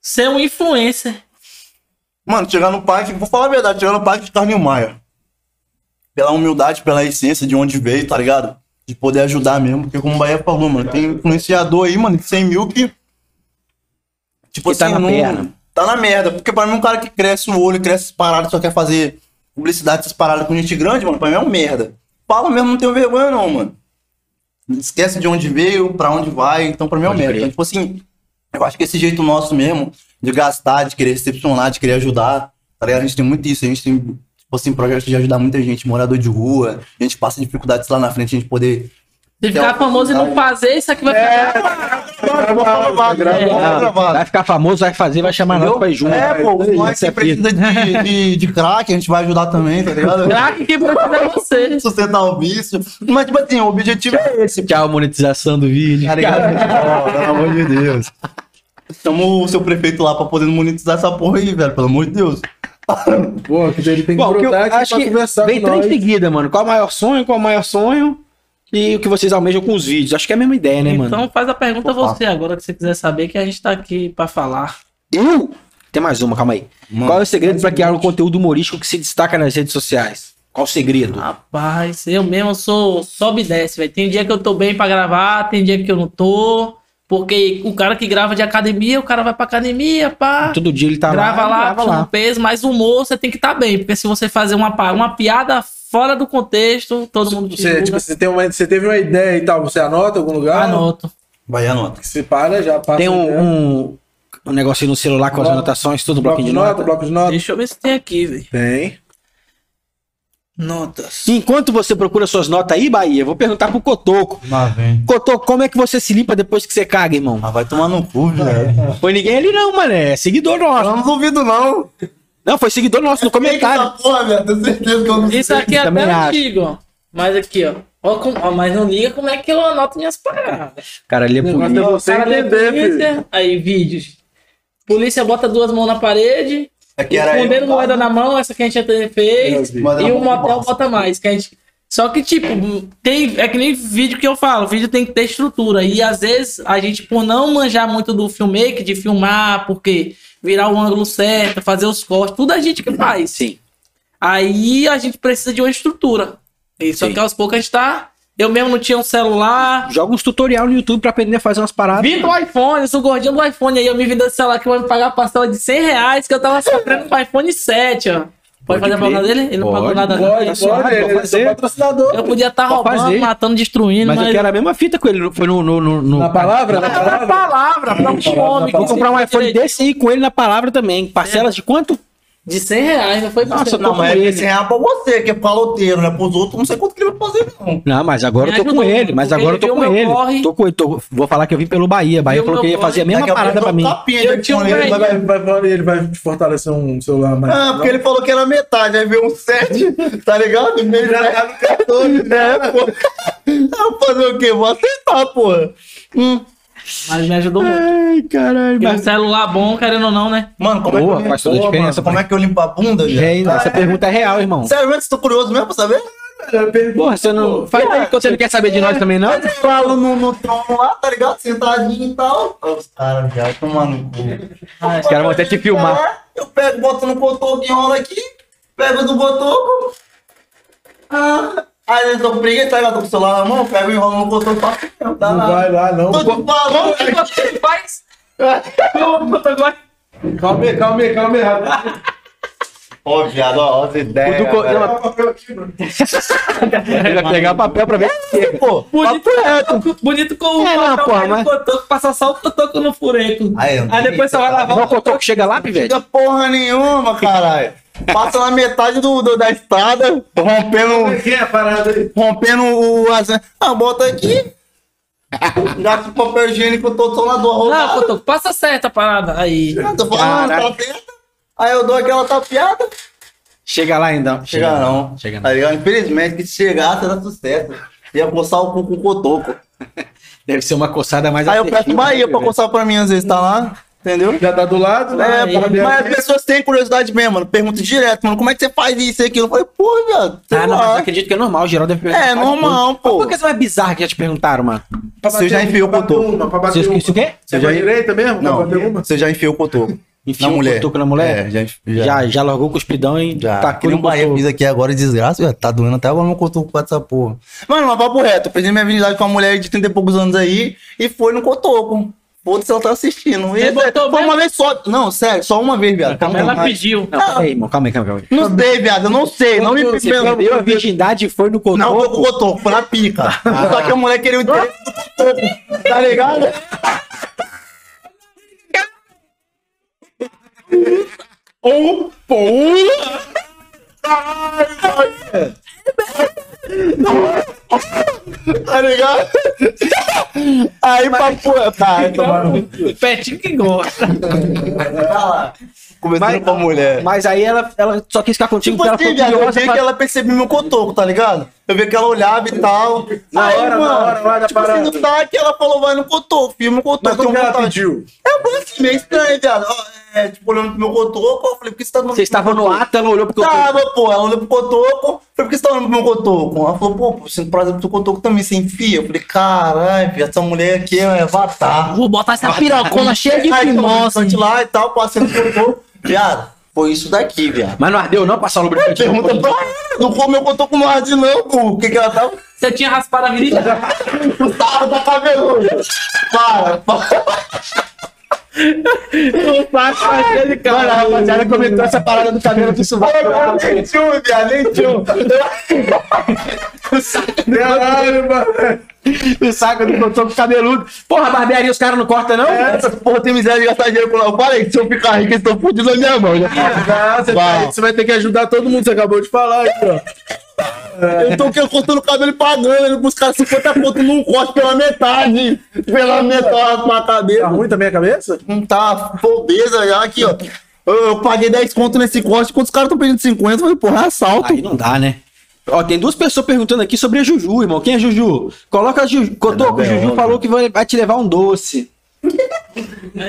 Ser um influencer. Mano, chegar no parque, vou falar a verdade, chegar no parque de Carlinho Maia. Pela humildade, pela essência de onde veio, tá ligado? De poder ajudar mesmo, porque como o Bahia falou, mano, tem influenciador aí, mano, de 100 mil que. Tipo Que tá na não- perna. Tá na merda. Porque pra mim, um cara que cresce o olho, cresce essas paradas, só quer fazer publicidade, essas paradas com gente grande, mano, pra mim é um merda. Fala mesmo, não tenho vergonha, não, mano. Esquece de onde veio, pra onde vai, então pra mim é um Pode merda. crer. Então, tipo assim, eu acho que esse jeito nosso mesmo, de gastar, de querer recepcionar, de querer ajudar, tá ligado? A gente tem muito isso, a gente tem, tipo assim, projeto de ajudar muita gente, morador de rua, a gente passa dificuldades lá na frente, a gente poder. Se ficar Então, famoso e não fazer, isso aqui vai É. ficar. É, tá Tá Ah, vai ficar famoso, vai fazer, vai chamar nós pra ir junto. É, pô, Isso o moleque é que preto. precisa de, de, de crack, a gente vai ajudar também, tá ligado? Craque que precisa é você. Sustentar o vício. Mas, tipo assim, o objetivo é esse, Tchau, monetização do vídeo. Tá ligado? Ó, Pelo amor de Deus. Chama o seu prefeito lá pra poder monetizar essa porra aí, velho. Pelo amor de Deus. Pô, que ele tem que Bom, que eu brotar aqui acho pra que conversar vem com nós. três em seguida, mano. Qual o maior sonho, qual o maior sonho e o que vocês almejam com os vídeos. Acho que é a mesma ideia, né, mano? Então faz a pergunta Opa. você agora que você quiser saber que a gente tá aqui pra falar. Eu? Tem mais uma, calma aí. Qual é o segredo pra criar um conteúdo humorístico que se destaca nas redes sociais? Qual o segredo? Rapaz, eu mesmo sou sobe e desce, velho. Tem dia que eu tô bem pra gravar, tem dia que eu não tô. Porque o cara que grava de academia, o cara vai pra academia, pá. Todo dia ele tá grava lá, grava puxa um lá. peso, mas humor você tem que estar tá bem. Porque se você fazer uma, pa- uma piada fora do contexto, todo mundo te Você, julga. tipo, você, tá- tem uma, você teve uma ideia e tal, você anota em algum lugar? Anoto. Vai, anota. Se para, já passa. Tem ideia. um, um, um negócio aí no celular com as Bloco- anotações, tudo bloco bloquinho de de nota, nota. bloco de nota. Deixa eu ver se tem aqui, velho. Tem. Notas. E Enquanto você procura suas notas aí, Bahia, eu vou perguntar pro Cotoco. Lá vem. Cotoco, como é que você se limpa depois que você caga, irmão? Ah, vai tomar no cu, velho. Ah, Foi ninguém ali não, mano. É seguidor nosso. Eu não duvido, não. Não, foi seguidor nosso no comentário. é Porra, velho. Tenho certeza que eu não Isso aqui é Também até acho. antigo, ó. Mas aqui, ó. Ó, com- ó, Mas não liga como é que eu anoto minhas paradas. Cara, ele é Negócio polícia. é você Cara, entender, filho. polícia- Aí, vídeos. Polícia bota duas mãos na parede, Aqui É era escondendo ele. moeda na mão, essa que a gente já fez. Eu vi. Moeda na E o mão, motel nossa. bota mais. Que a gente... Só que, tipo, tem... é que nem vídeo que eu falo, vídeo tem que ter estrutura. E às vezes a gente, por não manjar muito do filmmaker, de filmar, porque virar o ângulo certo, fazer os cortes, tudo a gente que faz. Sim. Aí a gente precisa de uma estrutura. E só Sim. que aos poucos a gente tá. Eu mesmo não tinha um celular. Joga uns tutorial no YouTube pra aprender a fazer umas paradas. Vim do iPhone, eu sou gordinho do iPhone. Aí eu me vim desse celular que vai me pagar a parcela de 100 reais, que eu tava sofrendo com o iPhone 7, ó. Pode, Pode fazer a propaganda crer. dele? Ele não Pode, pagou nada, não. Pode, Tá pode, suave, ele vou é fazer. seu patrocinador. Eu podia estar Pode roubando, fazer. matando, destruindo, Mas mas. eu quero a mesma fita com ele. Foi no. no, no, no- Na palavra? Na Pra palavra? palavra, pra um homem. Vou comprar um iPhone desse aí com ele na palavra também. Parcelas de quanto? De 100 reais, não foi Nossa, parcela. Não, mas ele. é 100 reais pra você, que é paloteiro, né? Pros outros, não sei quanto que ele vai fazer, não. Não, mas agora eu tô Me com ajudou, ele. Mas porque agora eu ele tô viu com meu ele. corre. Tô com ele. tô- vou falar que eu vim pelo Bahia. Bahia Viu falou que meu ia fazer a corre. mesma Daqui a pouco parada ele dá pra um mim. tapinha de Eu tinha um iPhone, ele Vai, ganho. vai- vai, vai, vai, ele vai te fortalecer um celular mais. Ah, porque ele falou que era metade, aí veio um 7, tá ligado? E ele já tá no 14, né, pô? Eu vou fazer o quê? Vou aceitar, porra. Hum. Mas me ajudou muito. Ai, caralho. Porque um Mas... celular bom, querendo ou não, né? Mano, como Boa, é que eu faz toda a Boa, diferença, né? mano, Como é que eu limpo a bunda, Gente, velho? essa pergunta é real, irmão. Sério, mesmo? Você tá curioso mesmo pra saber? velho. é Pergunta, Porra, você não. Faz aí que você não quer saber de nós também, não? Mas eu falo no, no trono lá, tá ligado? Sentadinho e tal. Aí Os caras já tomando um cu. Ah, É, Os caras vão até te filmar. Eu pego, boto no cotoco, enrola aqui. Pego do botoco. Ah, aí eu tô com preguiça, tá ligado? Tô com o celular na mão, pego, enrolo no cotoco, tá? Não dá Não vai nada. lá, não. Tô te falando, Como que você faz? Como que agora? Calma aí, calma aí, calma aí, rapaz. Ó, viado, ó, as ideias. O do co- velho. não, mas- É. Ele vai pegar papel pra ver. Pô, Bonito, reto. bonito com o É, não, papel, porra, aí no mas- cotoco, passa só o cotoco no fureco. Aí, eu- Aí depois você vai lavar Não contou que chega lá, pivete? Não porra nenhuma, caralho. Passa na metade do, do- da estrada, rompendo, Quem é a parada aí? rompendo o. as- Ah, bota aqui. Gasta o papel higiênico todo só lá do arroz. Não, cotoco, passa certa a parada. Aí. Ah, tô falando, Caraca. tá certo. Aí eu dou aquela tapeada. Chega lá então. Chega não. Chega Tá não. ligado? Infelizmente, que se chegasse era sucesso. Ia coçar o cu com o cotoco. é Deve ser uma coçada mais Aí eu peço assertiva, Bahia né, pra pivete? coçar pra mim às vezes, tá lá? Entendeu? Já tá do lado? É, né? pô, mas as pessoas têm curiosidade mesmo, mano. Pergunto direto, mano, como é que você faz isso e aquilo? Eu falei, pô, viado, sei Ah, não, lá. mas eu acredito que é normal, geral deve perguntar. É, de tudo. normal, pô. Por que você não é bizarro que já te perguntaram, mano? Pra Você bater já uma, enfiou o pra bater cotoco. uma, pra bater Você- uma. isso o quê? Você já direita mesmo? Não, Pra bater uma? você já enfiou o cotoco. Enfiou na o mulher. cotoco na mulher? É, já enfiou. Já, Já. já, largou com os pridão e já. tacou Aquele no Bahia cotoco. fiz Tá aqui agora, desgraça, já tá doendo até agora meu cotoco com essa porra. Mano, mas papo reto, eu perdi minha habilidade com uma mulher de 30 e poucos anos aí e foi no cotoco. Foda-se, ela tá assistindo. E, Você botou foi uma mesmo? Tá vez só. Não, sério, só uma vez, viado. Calma, Ela calma. pediu. Não, peraí, irmão, calma aí, calma aí. calma aí. Não sei, viado, eu não sei. Não me Quando você perdeu a virgindade e foi no cotoco. Não, foi com o cotoco, foi na pica. Ah. Só que a mulher queria o interesse do cotoco, tá ligado? Ou, ou. Tá ligado? Aí, papo. Tá, então, tomando. Petinho que gosta. Começando com a mulher. Mas aí ela, ela só quis ficar um contigo Tipo porque assim, ela viado, foi eu curiosa. vi pra- que ela percebeu meu cotoco, tá ligado? Eu vi que ela olhava e tal. Na Aí, hora, na hora, lá na tipo assim, parada. no taque, ela falou, vai no cotoco, filma o cotoco. Mas como que tem ela vontade. pediu? É bom assim, meio estranho, viado. Ó, É, tipo, olhando pro meu cotoco, eu falei, por que você tá no Vocês estavam no ato, ela olhou pro Tá, cotoco. Tava, pô. Ela olhou pro cotoco. Falei, por que você tá olhando pro meu cotoco? Ela falou, pô, você não prazer pro teu cotoco também, sem fio. Eu falei, caralho, viado, essa mulher aqui é avatar. Vou botar essa pirocona cheia Aí, de tá. tomando fimose. bastante lá e tal, passando pro cotoco. Viado, foi isso daqui, viado. Mas não ardeu não passar o lubrificante? no Pergunta pra cotoco? ela, não comeu cotoco no ar de não, pô. O que que ela tá? tava? Você tinha raspado a virilha? O sarro da cabeluda. Para, para. Mano, a rapaziada comentou essa parada do cabelo do sovaco. Nem tchum, viado, nem tchum. Caralho, mano. O saco do cotoco cabeludo. Porra, barbearia os caras não cortam, não? É, Essa porra tem miséria de gastar dinheiro com ela. Eu falei, se eu ficar rico, eles estão fodidos na minha mão. Ah, você, Vai. tá- você vai ter que ajudar todo mundo, você acabou de falar aí, ó. Eu tô aqui cortando o cabelo e pagando, ele buscar 50 conto num corte pela metade. Pela metade na Tá cabeça. ruim também a cabeça? Não tá pobreza já aqui, ó. Eu, eu paguei 10 conto nesse corte, quando os caras estão pedindo 50, eu falei, porra, é assalto. Aí não dá, né? Ó, tem duas pessoas perguntando aqui sobre a Juju, irmão. Quem é Juju? Coloca a Juju. Cotoco, Anabel, Juju né? falou que vai, vai te levar um doce.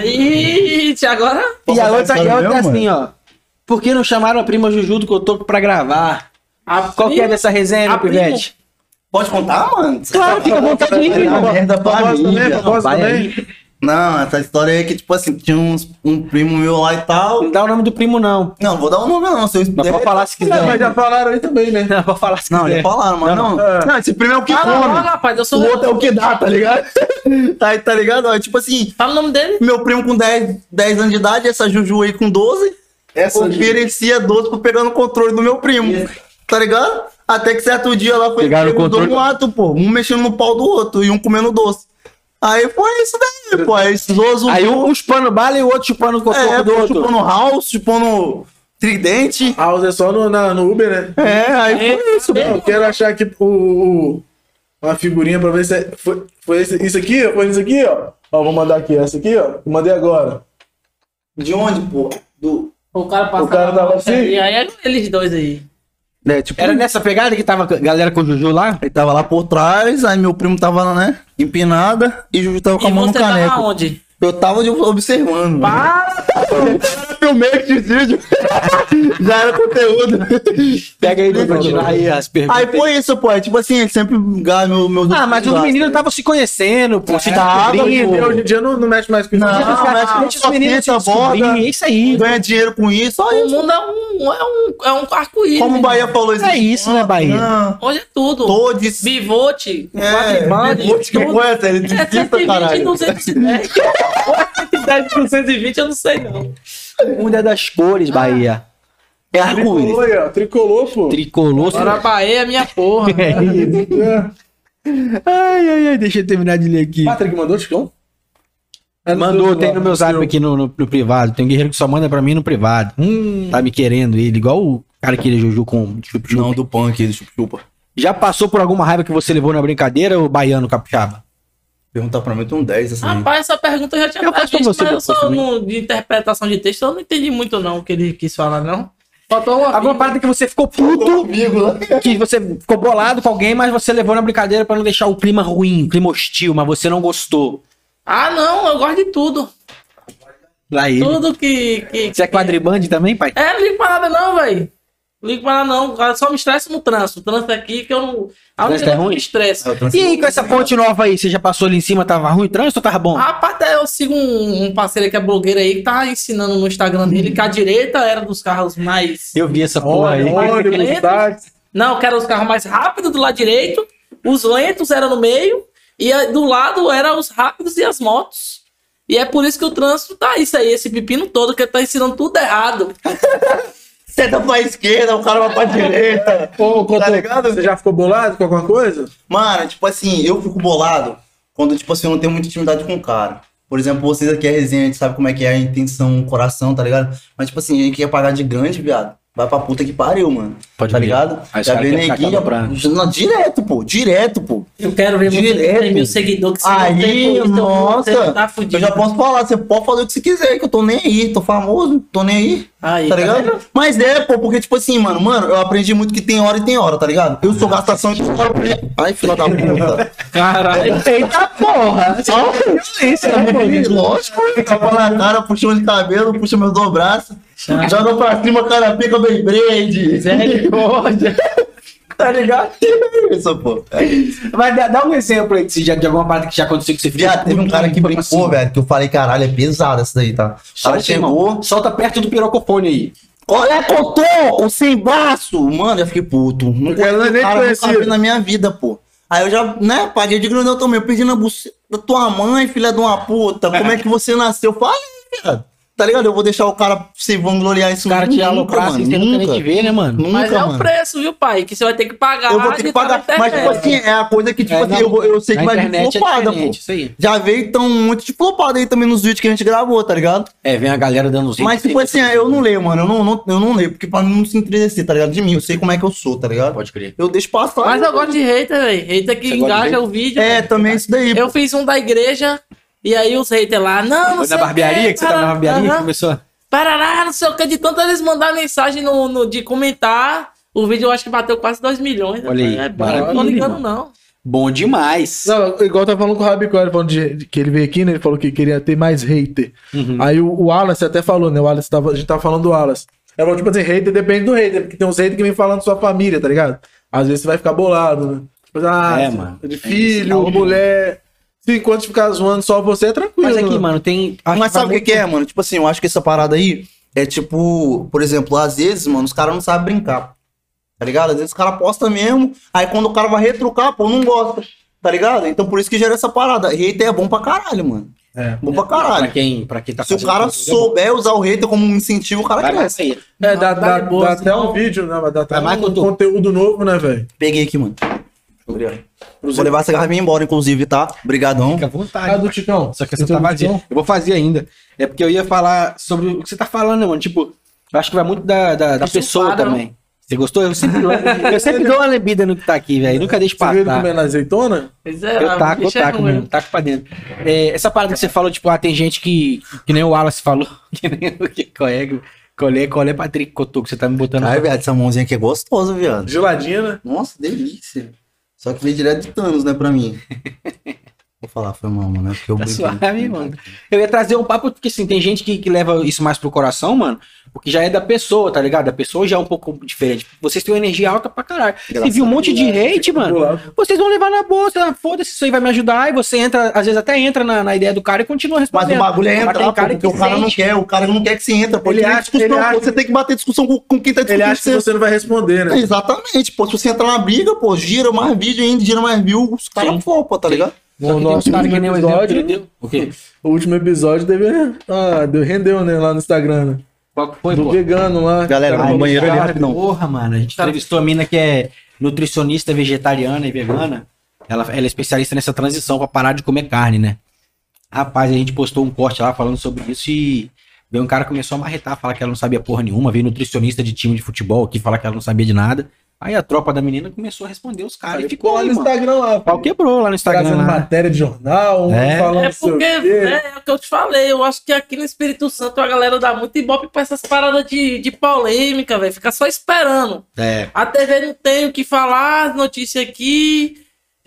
Ixi, agora. E a outra, Anabel, a outra é mano? assim, ó. Por que não chamaram a prima Juju do Cotoco pra gravar? Qual que é dessa resenha, a meu pivete? Pode contar, mano? Claro, fica à vontade aí, Vai dar irmão. merda pra Famosa mim, Tá também, viado. famosa Vai também. Não, essa história aí é que, tipo assim, tinha uns, um primo meu lá e tal. Não dá o nome do primo, não. Não, vou dar o nome não, se eu Não, der- tá, pode falar se É, mas quiser. já falaram aí também, né? Não, pode falar assim. se Não, quiser. já falaram, mas não. não. Não, esse primo é o que Fala, fala, come. rapaz, eu sou. O outro é o que dá, tá ligado? tá, tá ligado? Ó, tipo assim, Fala o nome dele. meu primo com 10, 10 anos de idade, essa Juju aí com 12, Essa oferecia 12 pro pegando o controle do meu primo. Tá ligado? Até que certo dia lá foi Pegaram o pegou controle. dois no ato, pô. Um mexendo no pau do outro e um comendo doce. Aí foi isso daí, pô. Aí esses dois Aí um um chupando bala e o outro chupando o cotoco é, do pô, outro. chupando house, chupando tridente. House é só no, na- no Uber, né? É, aí foi isso, Não, eu quero achar aqui o, o- uma figurinha pra ver se é, foi, foi esse- isso aqui, ó, foi isso aqui, ó. Ó, vou mandar aqui, essa aqui, ó. Mandei agora. De onde, pô? Do... O cara passa. O cara tava assim? E aí é eles dois aí. É, tipo, Era nessa pegada que tava a galera com o Juju lá? ele tava lá por trás, aí meu primo tava, né, empinada, e Juju tava com a E mão no você tava caneco. onde? Eu tava de- observando. Filmei de vídeo. Já era conteúdo. Pega aí, Dudu, tirar aí as perguntas. Aí foi isso, pô. É Tipo assim, ele sempre ganha meu, meu. ah, mas os meninos estavam se conhecendo, pô. Se Tava, pô. Hoje em dia não, não mexe mais com isso. Não. Os caras- mas os meninos se senta, borda. descobriam, é isso aí. Ganha dinheiro com isso. Olha O isso. mundo é um, é um, é um arco-íris. Como o Bahia falou É isso, né, Bahia? Ah, Hoje é tudo. Todes. Bivote. É, Quadrimante, monte que tudo. coisa, ele É 120 desista, e caralho. 210. Ou é 110 e 220, eu não sei não. O mundo é das cores, Bahia. É arco-íris. Tricolor, aí, ó, tricolor, pô. Tricolor. Agora a Bahia é minha porra. É. Ai, ai, ai, deixa eu terminar de ler aqui. Patrick mandou, Chicão? É no Mandou, seu tem no celular, meu zap seu. aqui no, no- no privado. Tem um guerreiro que só manda pra mim no privado. Tá me querendo ele, igual o cara que ele é Juju com chup-chup. Não, do punk, do chupa-chupa. Já passou por alguma raiva que você levou na brincadeira, o baiano capixaba? Perguntar pra mim, tem um 10 assim. Rapaz, essa pergunta eu já tinha Eu faço visto, pra você mas eu depois sou também. no- de interpretação de texto, eu não entendi muito não o que ele quis falar, não. Faltou uma Alguma parada que você ficou puto, que você ficou bolado com alguém, mas você levou na brincadeira pra não deixar o clima ruim, o clima hostil, mas você não gostou. Ah, não, eu gosto de tudo. Lá ele. Tudo que... que Você é quadribande também, pai? É, não ligo pra nada não, velho. Ligo pra nada não. Eu Só me estresse no trânsito. O trânsito aqui que eu não... A única Trânsito é coisa que ruim? me estressa. É, o trânsito- E aí, com essa ponte nova aí, você já passou ali em cima, tava ruim o trânsito ou tava bom? Rapaz, até eu sigo um, um parceiro que é blogueiro aí que tá ensinando no Instagram dele que a direita era dos carros mais. Eu vi essa porra aí. Olha, Tá ônibus, táxi. Não, que era os carros mais rápidos do lado direito, os lentos eram no meio, e aí do lado eram os rápidos e as motos. E é por isso que o trânsito tá isso aí, esse pepino todo, que ele tá ensinando tudo errado. Senta tá pra esquerda, o cara vai pra direita. Tá Ô, Cotô, ligado? você já ficou bolado com alguma coisa? Mano, tipo assim, eu fico bolado quando, tipo assim, eu não tenho muita intimidade com o cara. Por exemplo, vocês aqui é resenha, a gente sabe como é que é a intenção, o coração, tá ligado? Mas, tipo assim, a gente quer pagar de grande, viado. Vai pra puta que pariu, mano. Pode tá ver. ligado? Aí os Já cara vê quer ficar neguinho. comprando. já- Não, direto, pô. Direto, pô. Eu quero ver você Direto. que tem mil seguidores que se não tem Aí, isso, eu vou- nossa. você tá eu fudido. já posso falar, você pode falar o que você quiser, que eu tô nem aí, tô famoso, tô nem aí. Aí, tá tá ligado? vendo? Mas é, pô, porque, tipo assim, mano, mano, eu aprendi muito que tem hora e tem hora, tá ligado? Eu sou gastação e tem hora. Ai, filha da puta. Caralho. Eita porra! Só violência, né, pô? Lógico, tapa na cara, puxa o cabelo, puxa meus dois braços, Ah. joga pra cima, cara, pica bem braid. é Misericórdia. Tá ligado? é Isso, pô. Mas dá, dá um exemplo aí de, de alguma parte que já aconteceu que você fez. Tipo assim, Viado, teve um cara que brincou, velho, que eu falei, caralho, é pesado essa daí, tá? O cara chegou, Solta perto do pirocofone aí. Olha, Cotô, o sem braço. Mano, eu fiquei puto. Não Porque ela nem cara, nunca conhecia. vi na minha vida, pô. Aí eu já, né, paguei de grandão também. Eu pedi na buceta da tua mãe, filha de uma puta. Como é que você nasceu? Fala, viado. Tá ligado? Eu vou deixar o cara se vangloriar isso O cara te aloprar sem você nunca nem te ver, né, mano? Nunca, Mas é o mano. preço, viu, pai? Que você vai ter que pagar. Eu vou ter de que tá na pagar. Mas, tipo internet. assim, é a coisa que, tipo É, assim, não, eu, vou- eu sei na que vai vir internet é flopada, diferente, pô. isso aí. Já veio, então, um monte de flopada aí também nos vídeos que a gente gravou, tá ligado? É, vem a galera dando os Mas, tipo assim, eu não leio, mano. Eu não, não- eu não leio, porque pra não se entristecer, tá ligado? De mim, eu sei como é que eu sou, tá ligado? Pode crer. Eu deixo passar. Mas eu gosto de hater, velho. Hater que Você gosta de engaja hater? o vídeo. É, também isso daí. Eu fiz um da igreja, e aí os haters lá, não, não Foi sei na o barbearia que você tava na parará, barbearia que aham, começou. a- Parará, não sei o que, de tanto eles mandaram mensagem no, no- de comentar, o vídeo eu acho que bateu quase 2 milhões. Olha aí, É bom, eu não tô maravilha, ligando mano. não. Bom demais. Não, igual eu tava falando com o Rabicó, ele falando de- de- que ele veio aqui, né? Ele falou que queria ter mais hater. Uhum. Aí o, o Wallace até falou, né? O Wallace tava, a gente tava falando do Wallace. Ela falou, tipo assim, hater depende do hater, porque tem uns haters que vem falando sua família, tá ligado? Às vezes você vai ficar bolado, né? Tipo, assim, ah, É, mano. de Tem filho, que se mulher. Se enquanto ficar zoando só você, é tranquilo. Mas aqui, né? mano, tem. acho Mas sabe o que, vai que é, mano? Tipo assim, eu acho que essa parada aí é tipo, por exemplo, às vezes, mano, os caras não sabem brincar. Tá ligado? Às vezes os caras postam mesmo, aí quando o cara vai retrucar, pô, não gosta. Tá ligado? Então por isso que gera essa parada. Hater é bom pra caralho, mano. É. Bom pra Pra caralho. quem, pra quem tá Se o fazendo cara conteúdo, é bom. souber usar o hater como um incentivo, o cara Vai cresce. mais aí. É, dá, Não, dá- tá de boa, dá até senão- um vídeo, né? Dá até Vai mais, um Cotô. conteúdo novo, né, velho? Peguei aqui, mano. Obrigado. Vou levar essa garrafinha embora, inclusive, tá? Obrigadão. Fica à Ah, vontade. do Ticão. Só que essa Esse é tá do vazia. Ticão? Eu vou fazer ainda. É porque eu ia falar sobre o que você tá falando, mano. Tipo, eu acho que vai muito da, da, da Tá pessoa chupada, também. Você gostou? Eu sempre, dou- eu sempre dou uma lambida no que tá aqui, velho. Nunca deixo Você viu é- ele passar. comendo azeitona? Pois é, Eu a taco, eu bicha é taco ruim. mesmo. Taco pra dentro. É, essa parada que você falou, tipo, ah, tem gente que. Que nem o Wallace falou. Que nem o que colega. Colé, colé, Patrick Cotô, que você tá me Ah, botando. Ai, viado, essa mãozinha aqui é gostosa, viado. Geladinha, né? Nossa, delícia. Só que veio direto de Thanos, né, pra mim. Vou falar, foi mal, mano. É porque eu Tá brinquei. suave, mano. Eu ia trazer um papo, porque assim, tem gente que, que leva isso mais pro coração, mano, porque já é da pessoa, tá ligado? A pessoa já é um pouco diferente. Vocês têm uma energia alta pra caralho. Você viu um monte de hate, mano, vocês vão levar na bolsa, foda-se, isso aí vai me ajudar, e você entra, às vezes até entra na, na ideia do cara e continua Mas respondendo. o bagulho é entrar, Tá tem pô, cara porque que o cara não sente. quer, o cara não quer que você entra, pô. Ele Ele tem acha- discussão, ele pô, acha- Você tem que bater discussão com, com quem tá Ele discutindo. acha que com você não vai responder, né? Exatamente, pô. Se você entrar na briga, pô, gira mais vídeo ainda, gira mais view, os Sim. caras flopam, tá ligado? Só que No tem uns nosso caras último que nem o exemplo né? que ele episódio, deu. O quê? o último episódio teve. Ah, deu, rendeu, né? Lá no Instagram, né? Qual que foi, Do pô? vegano lá. Galera, Cara, no banheiro ali, Tá cara, rapidão. Porra, mano. A gente entrevistou a mina que é nutricionista vegetariana e vegana. Ela, ela é especialista nessa transição pra parar de comer carne, né? Rapaz, a gente postou um corte lá falando sobre isso e veio um cara começou a marretar, falar que ela não sabia porra nenhuma, veio nutricionista de time de futebol aqui falar que ela não sabia de nada. Aí a tropa da menina começou a responder os caras Ele e ficou lá ali, no mano. é Instagram lá. O pau quebrou lá no Instagram. Trazendo Lá. matéria de jornal, um É. falando É porque não sei o quê. é, é o que eu te falei, eu acho que aqui no Espírito Santo a galera dá muito ibope pra essas paradas de, de polêmica, velho. Fica só esperando. É. A TV não tem o que falar, notícia aqui,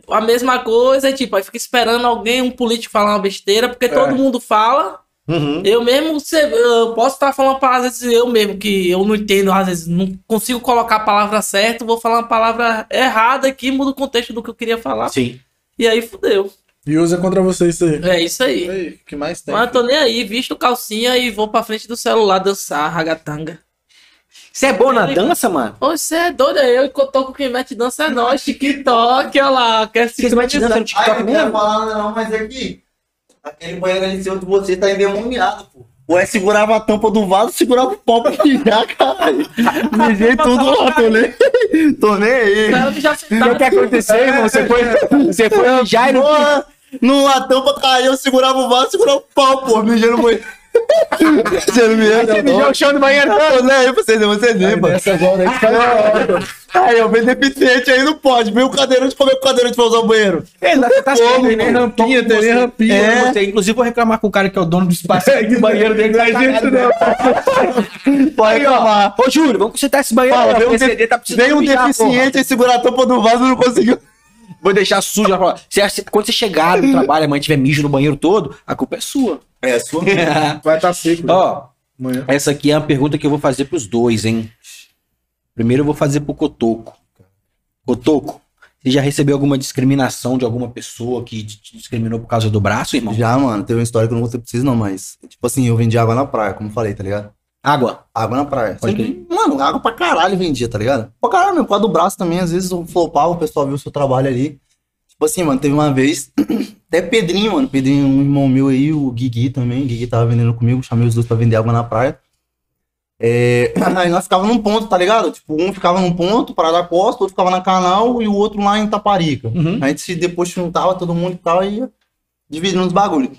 a mesma coisa, tipo, aí fica esperando alguém, um político falar uma besteira, porque todo mundo fala. Eu mesmo, cê- eu posso estar falando palavras, às vezes eu mesmo, que eu não entendo, às vezes não consigo colocar a palavra certa, vou falar uma palavra errada aqui, muda o contexto do que eu queria Ah, falar. Sim. E aí fudeu. E usa contra você isso aí. É isso aí. Aí, O que mais tem? Mas eu tô nem aí, visto calcinha e vou pra frente do celular dançar, ragatanga. Você é bom na dança, mano? Ô, Você é doido, é eu enquanto toco quem mete dança é nós, TikTok, olha lá, é quer se Você mete dança no Aí TikTok não quero mesmo? falar nada não, mas aqui, aquele banheiro ali em cima de você tá endemoniado, pô. Ou é segurava a tampa do vaso, segurava o pau pra mijar, caralho. Mijei tudo lá, tô nem, tô nem aí. Cara, já sentaram. aconteceu, irmão? Você foi, você foi mijar e não Porra, no a tampa caiu, eu segurava o vaso, segurava o pau, pô, mijando o banheiro. Mijando o banheiro. mijou o chão do banheiro. Tô nem aí pra vocês, vocês nem, mano. Essa agora aí que faz a hora. Aí, eu bem deficiente aí, não pode. Veio o cadeirante, como é que o cadeirante vai usar o banheiro? Ei, lá, você tá Como, certo, tem né? rampinha, Então, tem você- rampinha. É. Você- Inclusive, vou reclamar com o cara que é o dono do tá espaço. É, que banheiro dele não existe, não. Pode reclamar. Ô, Júlio, vamos consertar esse banheiro. Fala, aí, ó. veio um, O PCD de- tá precisando veio um mijar, porra. deficiente aí segurar a tampa do vaso não conseguiu. Vou deixar sujo. ela fala, "Você acha- Quando você chegar no trabalho, amanhã tiver mijo no banheiro todo, a culpa é sua. É, sua Vai estar seco. Ó, Amanhã. essa aqui é uma pergunta que eu vou fazer pros dois, hein? Primeiro eu vou fazer pro Cotoco. Cotoco, você já recebeu alguma discriminação de alguma pessoa que te te discriminou por causa do braço, irmão? Já, mano, teve uma história que eu não vou ter preciso, não, mas. Tipo assim, eu vendi água na praia, como eu falei, tá ligado? Água. Água na praia. Pode Sempre- mano, água pra caralho vendia, tá ligado? Pra caralho, meu, por causa do braço também, às vezes eu flopava, o pessoal viu o seu trabalho ali. Tipo assim, mano, teve uma vez, até Pedrinho, mano, Pedrinho, um irmão meu aí, o Guigui também, o Guigui tava vendendo comigo, chamei os dois pra vender água na praia. É, aí nós ficava num ponto, tá ligado? Tipo, um ficava num ponto, Praia da Costa, outro ficava na Canal e o outro lá em Taparica. Uhum. A gente se depois juntava todo mundo e tal e ia dividindo os bagulhos.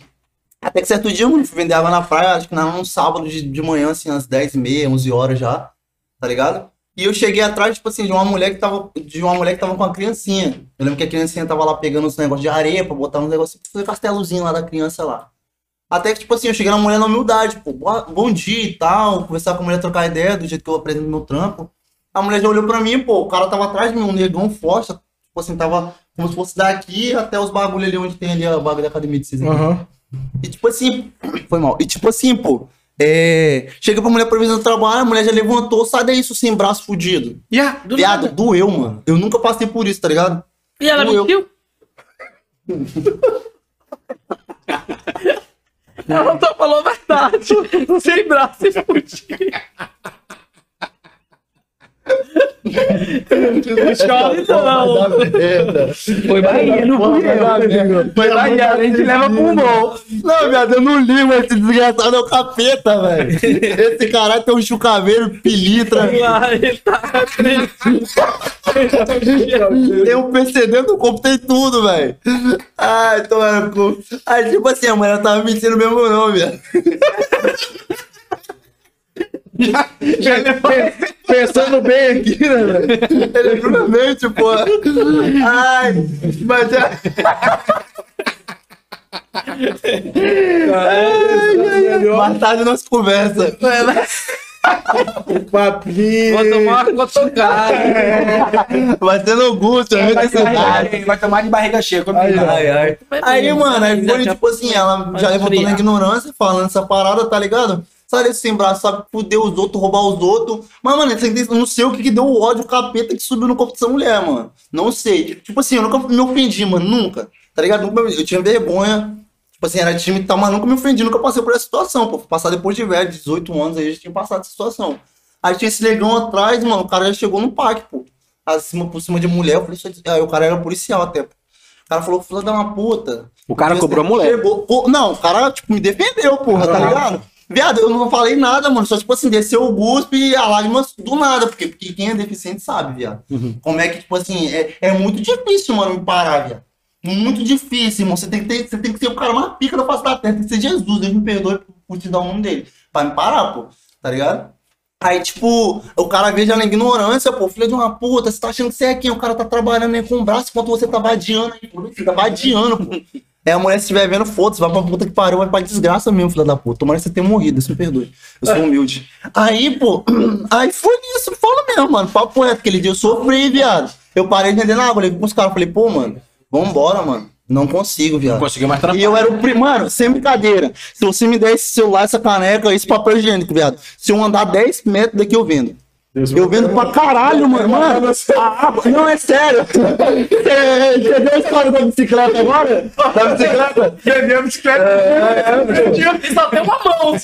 Até que certo dia, mano, fui vender água na praia, acho que na- num sábado de, de manhã, assim, às 10h30, 11 horas já, tá ligado? E eu cheguei atrás, tipo assim, de uma mulher que tava, de uma mulher que tava com uma criancinha. Eu lembro que a criancinha tava lá pegando uns negócios de areia pra botar uns negócios, pra fazer castelozinho lá da criança lá. Até que, tipo assim, eu cheguei na mulher na humildade, pô, boa- bom dia e tal, conversar com a mulher, trocar ideia do jeito que eu apresento meu trampo. A mulher já olhou pra mim, pô, o cara tava atrás de mim, um negão forte, tipo assim, tava como se fosse daqui até os bagulho ali onde tem ali o bagulho da academia de cisne. Aham. E tipo assim, foi mal. E tipo assim, pô, é... chega pra mulher provisando trabalho, a mulher já levantou, sai daí, isso sem braço fudido. Já. Do Viado, nada. doeu, mano. Eu nunca passei por isso, tá ligado? E ela Eu- mentiu? ela só falou a verdade, sem braço e fudido. não. Foi Bahia, não fui Foi a gente leva pulmão. Não, viado, eu não ligo, esse desgraçado é o capeta, velho. Esse caralho tem um chucaveiro, pilitra. Ele tá Tem um PCD, eu comprei tudo, velho. Ai, tomara no cu. Aí, tipo assim, a mulher tava mentindo mesmo não, velho. Pensando bem aqui, né, velho? Ele provavelmente, pô. ah. Ai, mas é. Ai, ai, ai. Mais tarde nós conversa. O papinho. Vou tomar uma cotocada. Vai ter no Augusto, é, Vai, vai, vai, vai tomar de barriga cheia. Como Aí, ó. Ai, ai. Aí, mano, aí foi tipo assim, ela Mas já levantou fria. na ignorância falando essa parada, tá ligado? Sai desse sem braço, sabe fuder os outros, roubar os outros. Mas, mano, você tem- não sei o que, que deu o ódio, o capeta que subiu no corpo dessa mulher, mano. Não sei. Tipo assim, eu nunca me ofendi, mano, nunca. Tá ligado? Nunca me- Eu tinha vergonha. Tipo assim, era time e tal, mas nunca me ofendi, nunca passei por essa situação, pô. Fui Passar depois de velho, 18 anos aí, já tinha passado essa situação. Aí tinha esse negão atrás, mano, o cara já chegou no parque, pô. Acima, por cima de mulher, eu falei, "Isso é- aí o cara era policial até, pô. O cara falou, filha da uma puta. O cara cobrou a mulher. Chegou- pô, não, o cara, tipo, me defendeu, porra, tá ligado? Viado, eu não falei nada, mano. Só, tipo assim, desceu o guspe e a lágrima do nada. Porque, porque quem é deficiente sabe, viado. Uhum. Como é que, tipo assim, é, é muito difícil, mano, me parar, viado. Muito difícil, irmão. Você tem que, ter, você tem que ser o cara mais pica da face da terra. Tem que ser Jesus. Deus me perdoe por- por te dar o nome dele. Pra me parar, pô. Tá ligado? Aí, tipo, o cara veja na ignorância, pô, filho de uma puta, você tá achando que você é quem? O cara tá trabalhando aí com o braço enquanto você tá vadiando aí, pô. Você tá vadiando, pô. É, a mulher se estiver vendo, foda-se, vai pra puta que pariu, vai pra desgraça mesmo, filha da puta. Tomara que você tenha morrido, isso me perdoe. Eu sou humilde. Aí, pô, aí foi isso, fala mesmo, mano. Papo reto, aquele dia eu sofri, viado. Eu parei de entender na água, olhei pros caras, falei, pô, mano, vambora, mano. Não consigo, viado. Conseguiu mais E trampar. eu era o primeiro, mano, sem brincadeira. Então, Se você me der esse celular, essa caneca, esse papel higiênico, viado. Se eu andar 10 metros daqui, eu vendo. Eu vendo pra caralho, mano. mano a água- Não, é sério. Você entendeu a história da bicicleta agora? Da bicicleta? Perdeu a bicicleta. Só tem uma mão.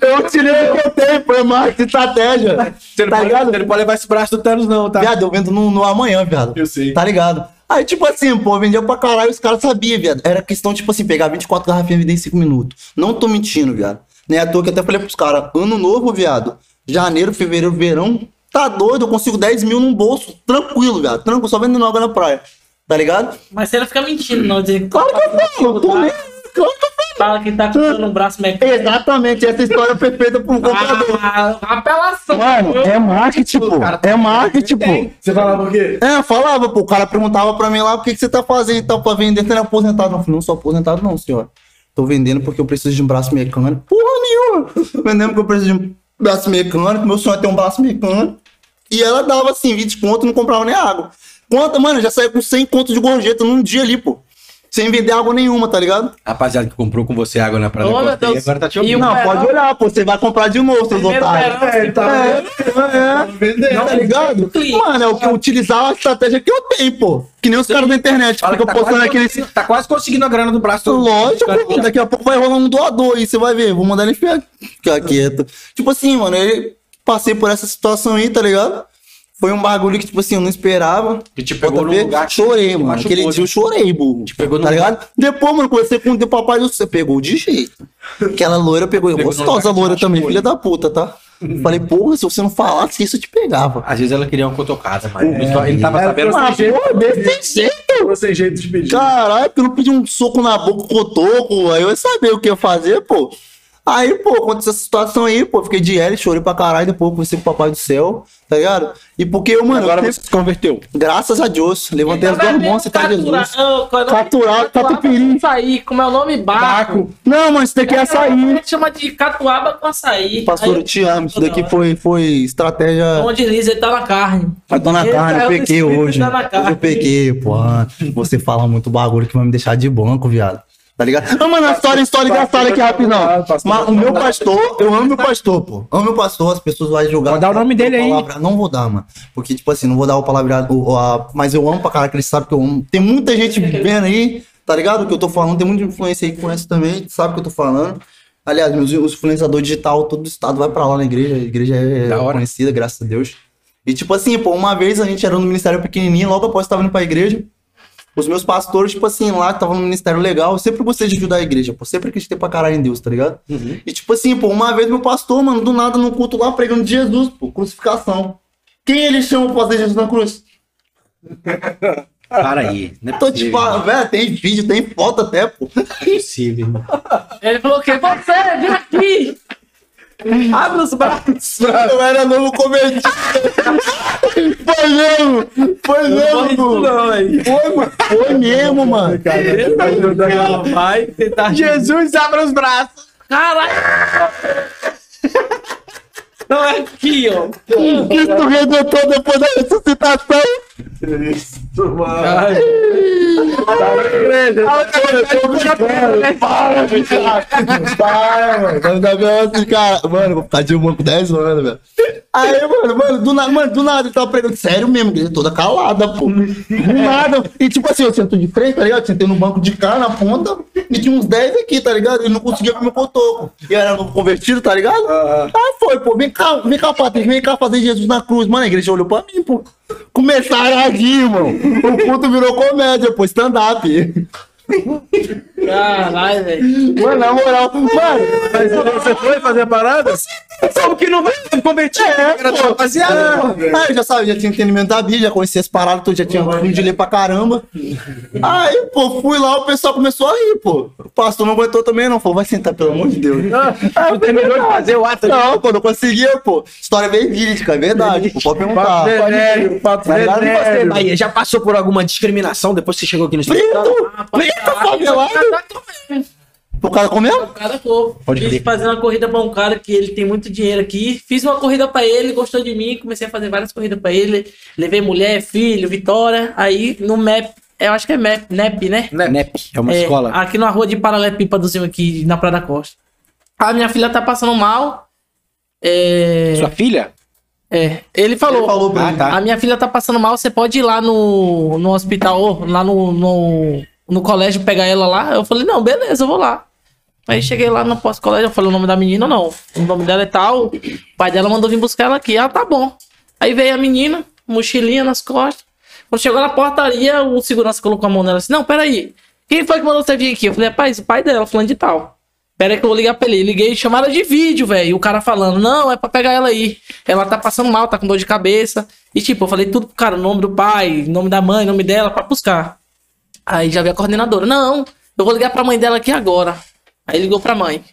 Eu tirei o que eu tenho, foi marketing estratégia. Você não Tá pode- ligado? você não pode levar esse braço do Thanos, não, tá? Viado, eu vendo no, no amanhã, viado. Eu sei. Tá ligado? Aí, tipo assim, pô, vendeu pra caralho, os caras sabiam, viado. Era questão, tipo assim, pegar 24 garrafinhas e vender em 5 minutos. Não tô mentindo, viado. Nem à toa que eu até falei pros caras, ano novo, viado. Janeiro, fevereiro, verão. Tá doido, eu consigo 10 mil num bolso. Tranquilo, viado. Tranquilo, só vendendo água na praia. Tá ligado? Mas você não fica mentindo, não. Dizer, Claro que eu falo, eu tô nem... Claro que eu Fala que tá cortando um braço mecânico. falo. Exatamente, essa história é perfeita pro comprador. Ah, apelação. Mano, é marketing, pô. É marketing, pô. Você falava o quê? É, eu falava, pô, o cara perguntava pra mim lá, o que, que você tá fazendo e tal, pra vender, você não é aposentado. Não, eu falei, não sou aposentado não, senhor. Tô vendendo porque eu preciso de um braço mecânico. Porra nenhuma! Tô vendendo porque eu preciso de um braço mecânico, meu sonho é ter um braço mecânico. E ela dava, assim, 20 conto, não comprava nem água. Quanto, mano, eu já saía com 100 conto de gorjeta num dia ali, pô. Sem vender água nenhuma, tá ligado? Rapaziada que comprou com você água na praia. Ô, da meu Costa, Deus. e Agora tá te E ouvindo. o- Não, Não, pode olhar, pô, você vai comprar de novo, seus Primeiro otários. verão, É, tá É, é. vendendo. Tá ligado? Clique. Mano, é Tá. o que eu utilizar a estratégia que eu tenho, pô. Que nem os caras da internet, Fala que ficam tá postando quase aqueles. conseguindo- Tá quase conseguindo a grana do braço. do- Lógico, do- pô, daqui a pouco vai rolar um doador aí, você vai ver, vou mandar ele ficar, ficar quieto. Tipo assim, mano, eu passei por essa situação aí, tá ligado? Foi um bagulho que, tipo assim, eu não esperava. Que te pegou Outra num vez, lugar que Chorei, te mano. machucou, Aquele né? dia eu chorei, burro. Te pegou num tá ligado? Depois, mano, conversei com o papai do céu. Pegou de jeito. Aquela loira pegou. eu. Pegou num gostosa lugar que te loira também, machucou, né? filha da puta, tá? Falei, porra, se você não falasse isso, eu te pegava. Às vezes ela queria uma cotocada, mas ele só- ele tava É, sabendo. trouxe- Mas, jeito. porra, desse jeito. Tá, Ficou sem jeito de pedir. Caralho, porque eu não pedi um soco na boca, um cotoco, aí eu ia saber o que ia fazer, pô. Aí, pô, aconteceu essa situação aí, pô, fiquei de L, chorei pra caralho, depois eu conversei com o papai do céu, tá ligado? E porque eu, mano, eu sempre- se converteu. graças a Deus, levantei as duas mãos, você tá de luz. Ah, Catuaba, Catuaba, catupiry. Açaí, como é o nome? Baco. Não, mano, isso daqui é açaí. gente chama de catuaba com açaí. Pastor, Aí eu te amo, isso toda daqui hora. foi, foi estratégia Onde diz, ele tá na carne. pra dona Ele carne, eu saiu do peguei espírito e hoje. tá na Hoje carne. eu peguei, pô, ah, você fala muito bagulho que vai me deixar de banco, viado. Tá ligado? Não, mano, a história, a história engraçada aqui rapidão. Mas o meu pastor, eu amo meu pastor, pô. Amo meu pastor, as pessoas vão julgar. Vou dar o nome dele aí. Palavra- Não vou dar, mano. Porque, tipo assim, não vou dar o palavreado. o- o- a- Mas eu amo pra caralho, que eles sabem que eu amo. Tem muita gente vendo aí, tá ligado? O que eu tô falando. Tem muita influência aí que conhece também, sabe o que eu tô falando. Aliás, meus os influenciadores digital, todo o estado vai pra lá na igreja. A igreja é Da hora. conhecida, graças a Deus. E, tipo assim, pô, uma vez a gente era no ministério pequenininho, logo após eu tava indo pra igreja. Os meus pastores, tipo assim, lá que estavam no ministério legal, eu sempre gostei de ajudar a igreja, pô. Sempre acreditei pra caralho em Deus, tá ligado? E tipo assim, pô, uma vez meu pastor, mano, do nada no culto lá pregando de Jesus, pô, crucificação. Quem ele chama pra fazer Jesus na cruz? Para aí. Não é Tô te possível, irmão. falando, velho, tem vídeo, tem foto até, pô. Não é possível, irmão. Ele falou que você, vem aqui. Abre os braços. Eu era novo convertido. Foi mesmo! Foi mesmo! pô. Foi, mano. Foi mesmo, mano. Vai tentar. Jesus, abra os braços. Caralho. Então aqui, ó. Cristo redentor depois da ressuscitação. Isso, mano. Ai, Para, bicho. Para, mano. Quando o Gabriel assim, cara. Mano, vou ficar de uma com 10 anos, velho. Aí, mano, mano, do nada, mano, do nada ele tava pregando. Sério mesmo, igreja toda calada, pô. Do nada. E tipo assim, eu sento de frente, tá ligado? Sentei no banco de cá, na ponta, e tinha uns 10 aqui, tá ligado? E não conseguia ver meu cotoco. E eu era novo convertido, tá ligado? Aí foi, pô. Vem cá, vem cá, Patrick, vem cá fazer Jesus na cruz. Mano, a igreja olhou pra mim, pô. Começaram a rir, irmão. O culto virou comédia, pô, stand-up. Caralho, velho. Mano, na moral, mano, mas você foi fazer a parada? Sabe que não vai convertir. né? É, Era pô. da rapaziada. Ah, eu já sabia, já tinha entendimento da Bíblia, já conhecia as paradas, então já tinha lido de ler pra caramba. Aí, pô, fui lá, o pessoal começou a rir, pô. O pastor não aguentou também, não. Falou, vai sentar, pelo amor de Deus. Não É terminou de fazer o ato. Não, pô, não conseguia, pô. História bem verídica, é verdade. Pô, pode perguntar. Papo venéreo, papo Mas nada me faz venéreo. Bahia, É, já passou por alguma discriminação depois que você chegou aqui no estado? Preto! Preto, Tá favelado! O cara comeu? Cada povo. Pode Fiz crer. fazer uma corrida pra um cara que ele tem muito dinheiro aqui. Fiz uma corrida pra ele, gostou de mim. Comecei a fazer várias corridas pra ele. Levei mulher, filho, Vitória. Aí no MEP, eu acho que é MEP, NEP, né? NEP, é uma É, escola. Aqui na rua de Paralelepípadozinho aqui na Praia da Costa. A minha filha tá passando mal. É. Sua filha? é. Ele falou. Ele falou pra Ah, mim. tá. A minha filha tá passando mal, você pode ir lá no, no hospital, ou lá no, no, no colégio pegar ela lá? Eu falei, não, beleza, eu vou lá. Aí cheguei lá no pós-colégio, eu falei o nome da menina, não. O nome dela é tal. O pai dela mandou vir buscar ela aqui. Ah, tá bom. Aí veio a menina, mochilinha nas costas. Quando chegou na portaria, o segurança colocou a mão nela assim, não, peraí. Quem foi que mandou você vir aqui? Eu falei, rapaz, o pai dela, falando de tal. Pera aí que eu vou ligar pra ele. Liguei, chamaram de vídeo, velho. E o cara falando, não, é pra pegar ela aí. Ela tá passando mal, tá com dor de cabeça. E tipo, eu falei tudo pro cara, o nome do pai, nome da mãe, nome dela, pra buscar. Aí já veio a coordenadora, não, eu vou ligar pra mãe dela aqui agora. Aí ligou pra mãe.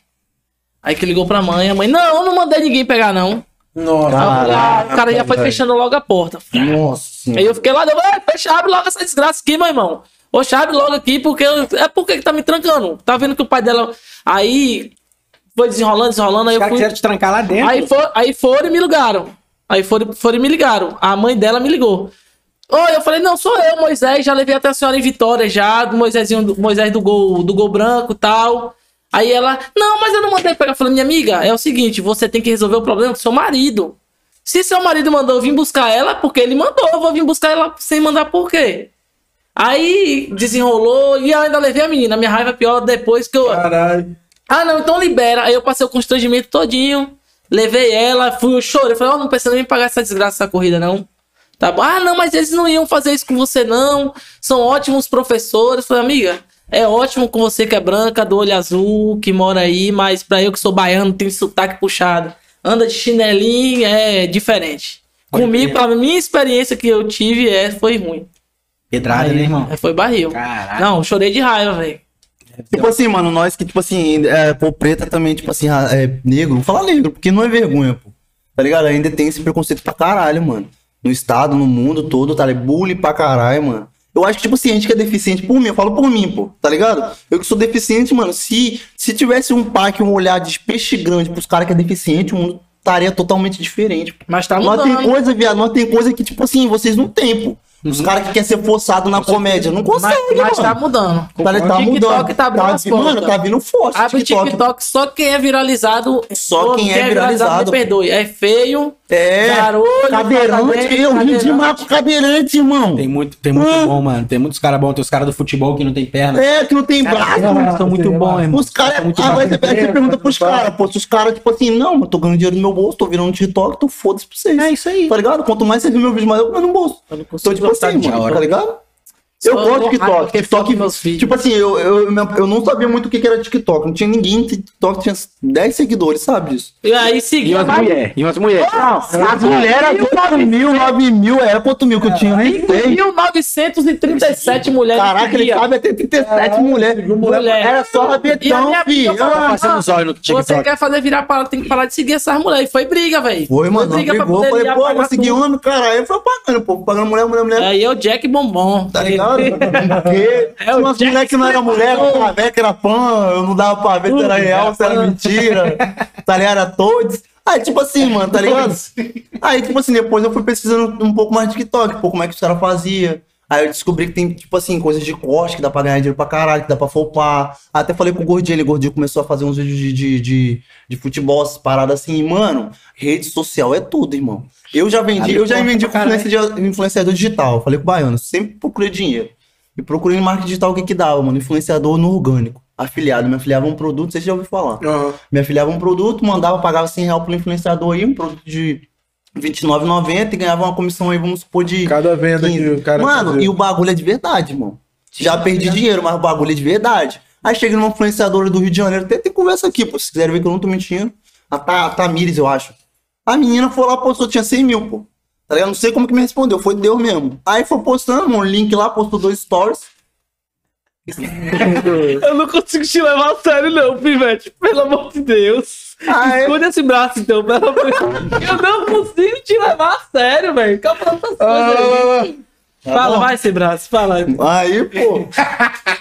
Aí que ligou pra mãe, a mãe, não, eu não mandei ninguém pegar, não. Nossa. Ah, o cara já foi fechando logo a porta. Nossa. Aí eu fiquei lá, eu, "Ei, fecha, abre logo essa desgraça aqui, meu irmão. Oxe, abre logo aqui, porque eu- é porque que tá me trancando. Tá vendo que o pai dela. Aí foi desenrolando, desenrolando, Os aí eu caras fui. quiseram te trancar lá dentro. Aí, for, aí foram e me ligaram. Aí foram, foram e me ligaram. A mãe dela me ligou. Oi, eu falei, não, sou eu, Moisés. Já levei até a senhora em Vitória já, do Moisésinho, do, Moisés do gol, do gol branco e tal. Aí ela, não, mas eu não mandei pegar. Eu falei, minha amiga, é o seguinte, você tem que resolver o problema com seu marido. Se seu marido mandou eu vir buscar ela, porque ele mandou, eu vou vir buscar ela sem mandar por quê? Aí desenrolou e eu ainda levei a menina. Minha raiva é pior depois que eu. Caralho. Ah, não, então libera. Aí eu passei o constrangimento todinho. Levei ela, fui, eu chorei. Falei, ó, não precisa nem pagar essa desgraça, essa corrida, não. Tá bom. Ah, não, mas eles não iam fazer isso com você, não. São ótimos professores. Falei, amiga, é ótimo com você que é branca, do olho azul, que mora aí, mas pra eu que sou baiano, tem sotaque puxado. Anda de chinelinho, é diferente. Comigo, pela minha experiência que eu tive, é, foi ruim. Pedrada, né, irmão? É, foi barril. Caralho. Não, chorei de raiva, velho. Tipo assim, mano, nós que, tipo assim, é, pô, preta também, tipo assim, ra- é, negro, vou falar negro, porque não é vergonha, pô. Tá ligado? Ainda tem esse preconceito pra caralho, mano. No estado, no mundo todo, tá ligado? Bullying pra caralho, mano. Eu acho que, tipo assim, a gente que é deficiente, por mim, eu falo por mim, pô, tá ligado? Eu que sou deficiente, mano, se, se tivesse um pack, um olhar de peixe grande pros caras que é deficiente, o mundo estaria totalmente diferente, pô. Mas tá Nós mudando. Uhum. tem coisa, viado, nós tem coisa que, tipo assim, vocês não tem, pô. Os caras que querem ser forçado na comédia, não mas, consegue, mas mano. tá mudando. Tá, tá TikTok mudando. tá abrindo as vi- mano, portas. tá vindo forte. Abre o TikTok. só quem é viralizado. Só Pô, quem é viralizado, me perdoe. É feio, É. Barulho, cadeirante. cadeirante, Eu ri cadeirante. demais com cadeirante, irmão. Tem muito, tem muito Ah. bom, mano. Tem muitos caras bons. Tem os caras do futebol que não tem perna. É, que não tem braço. Eles são muito bons, irmão. Os caras. São muito Ah, vai bons. você pega e pergunta pros caras, pô. Se os caras, tipo assim, não, mano, tô ganhando dinheiro no meu bolso, tô virando um TikTok, tô foda-se pra vocês. É isso aí. Tá ligado? Quanto mais vocês vê meu vídeo, mais eu ganho no bolso. Eu não consigo Então, tipo assim, de mano, hora. tá ligado? Eu Só gosto de tô raiva TikTok. porque TikTok fica nos meus vídeos. tipo assim, eu, eu, eu não sabia muito o que que era TikTok. Não tinha ninguém no TikTok, tinha 10 seguidores, sabe disso? E aí seguiu. mulheres. E umas mulheres. As mulheres, 9 mil, 9 mil, era quanto mil que eu tinha, eu nem sei. 1937 mulheres. Caraca, ele tá seguia. sabe é até 37 mulheres. Mulher. Era só E a rabetão, minha filho. filha falava, Ah, Passando os olhos no TikTok. Você quer fazer virar para tem que parar de seguir essas mulheres. Foi briga, velho. Foi, mano, briga pra brigou. poder Falei, ir pô, apagar consegui tudo. homem, cara. Aí eu fui pagando, pô, pagando mulher, mulher, mulher. Aí é o Jack Bombom. né? Tá ligado? Porque É tinha o umas Jack mulheres que não era mulher, Stripador. era velha, que era fã, eu não dava pra ver se era real, se era mentira. Tá ligado? Era todos. Aí, tipo assim, mano, tá ligado? Aí, tipo assim, depois eu fui pesquisando um pouco mais de TikTok, pô, como é que os caras faziam. Aí eu descobri que tem, tipo assim, coisas de corte que dá pra ganhar dinheiro pra caralho, que dá pra flopar. Até falei pro Gordinho, ele, Gordinho, começou a fazer uns vídeos de, de, de, de futebol, essas paradas assim. E, mano, rede social é tudo, irmão. Eu já vendi, Abre eu já porta vendi pra caralho. influenciador, influenciador digital. Eu Falei com o Baiano, sempre procurei dinheiro. E procurei no marketing digital o que que dava, mano. Influenciador no orgânico. Afiliado, me afiliava a um produto, vocês já ouviram falar. Me afiliava a um produto, mandava, pagava 100 reais pro influenciador aí, um produto de R$29,90 e ganhava uma comissão aí, vamos supor, de Cada venda que o 15. cara. Mano, fazia. e o bagulho é de verdade, mano. Já perdi dinheiro, mas o bagulho é de verdade. Aí chega numa influenciadora do Rio de Janeiro, até tem conversa aqui, pô. Se quiserem ver que eu não tô mentindo. A, Ta, a Tamires, eu acho. A menina foi lá, postou, tinha 100 mil, pô. Tá ligado? Não sei como que me respondeu, foi Deus mesmo. Aí foi postando um link lá, postou dois stories. Eu não consigo te levar a sério, não, Pivete. Pelo amor de Deus. Ah, é? Esconde esse braço, então, pelo amor de Deus. Eu não consigo te levar a sério, velho. Acabou essas Ah, coisas aí. lá, lá, lá. Tá Fala, bom? vai esse braço, fala. Aí, pô.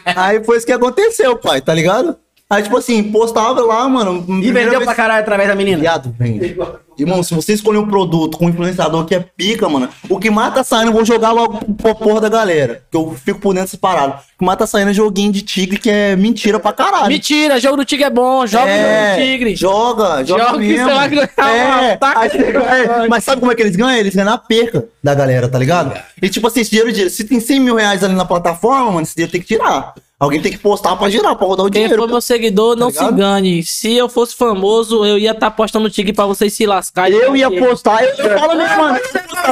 aí foi isso que aconteceu, pai, tá ligado? Aí, tipo assim, postava lá, mano. um E vendeu pra caralho através da menina. Viado, vende. Irmão, se você escolher um produto com um influenciador que é pica, mano, o que mais tá saindo, eu vou jogar logo pro porra da galera. Que eu fico por dentro dessas paradas. O que mais tá saindo é joguinho de tigre que é mentira pra caralho. Mentira, jogo do Tigre é bom, joga É, o jogo do Tigre. Joga, joga. Joga que mesmo. você vai ganhar um é, uma taca aí de você ganha- caralho. Mas sabe como é que eles ganham? Eles ganham na perca da galera, tá ligado? E tipo assim, esse dinheiro, dinheiro, se tem 100 mil reais ali na plataforma, mano, esse dinheiro tem que tirar. Alguém tem que postar pra girar, pra rodar o Quem dinheiro. for meu seguidor, não se Tá ligado? engane. Se eu fosse famoso, eu ia estar postando o Tigre pra vocês se lascarem. Eu ia Porque- postar, eu, eu falo mesmo, mano. Eu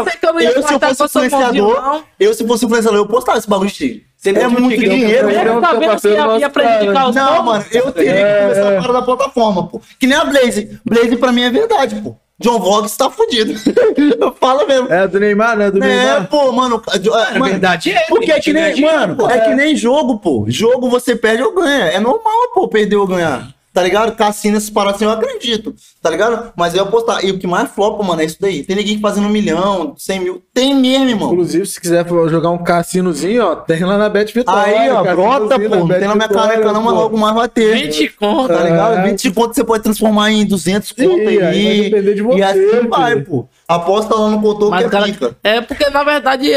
sei que eu não ia Eu, se eu postar fosse com seu bonzinho, influenciador, não. eu, se fosse influenciador, eu postava esse bagulho de tigre. Você é muito dinheiro. eu- Eu eu- tá eu- vendo que eu- ia, ia eu- prejudicar os Não, povos? mano, eu É. teria que começar a parar da plataforma, pô. Que nem a Blaze. Blaze pra mim é verdade, pô. John Vox tá fudido. eu falo mesmo. É do Neymar, né? Do É, Neymar. pô, mano. É verdade é, Porque é que ganha nem, dinheiro, mano, é que nem jogo, pô. Jogo você perde ou ganha. É normal, pô, perder ou ganhar. Tá ligado? Cassino, essas paradas assim, eu acredito. Tá ligado? Mas eu ia apostar. E o que mais flopa, mano, é isso daí. Tem ninguém fazendo um milhão, cem mil. Tem mesmo, irmão. Inclusive, se quiser jogar um cassinozinho, ó, tem lá na Bet Vitória. Aí, ó, cassinozinho brota, pô. Não Bet tem na minha Vitória, caneca, não, mas pô. logo mais vai ter. 20 conto. Tá É. ligado? 20 conto você pode transformar em 200 conto Ih, aí. aí vai depender de você, e assim filho. vai, pô. Aposta lá no contor Mas que o é cara- pica. É porque, na verdade,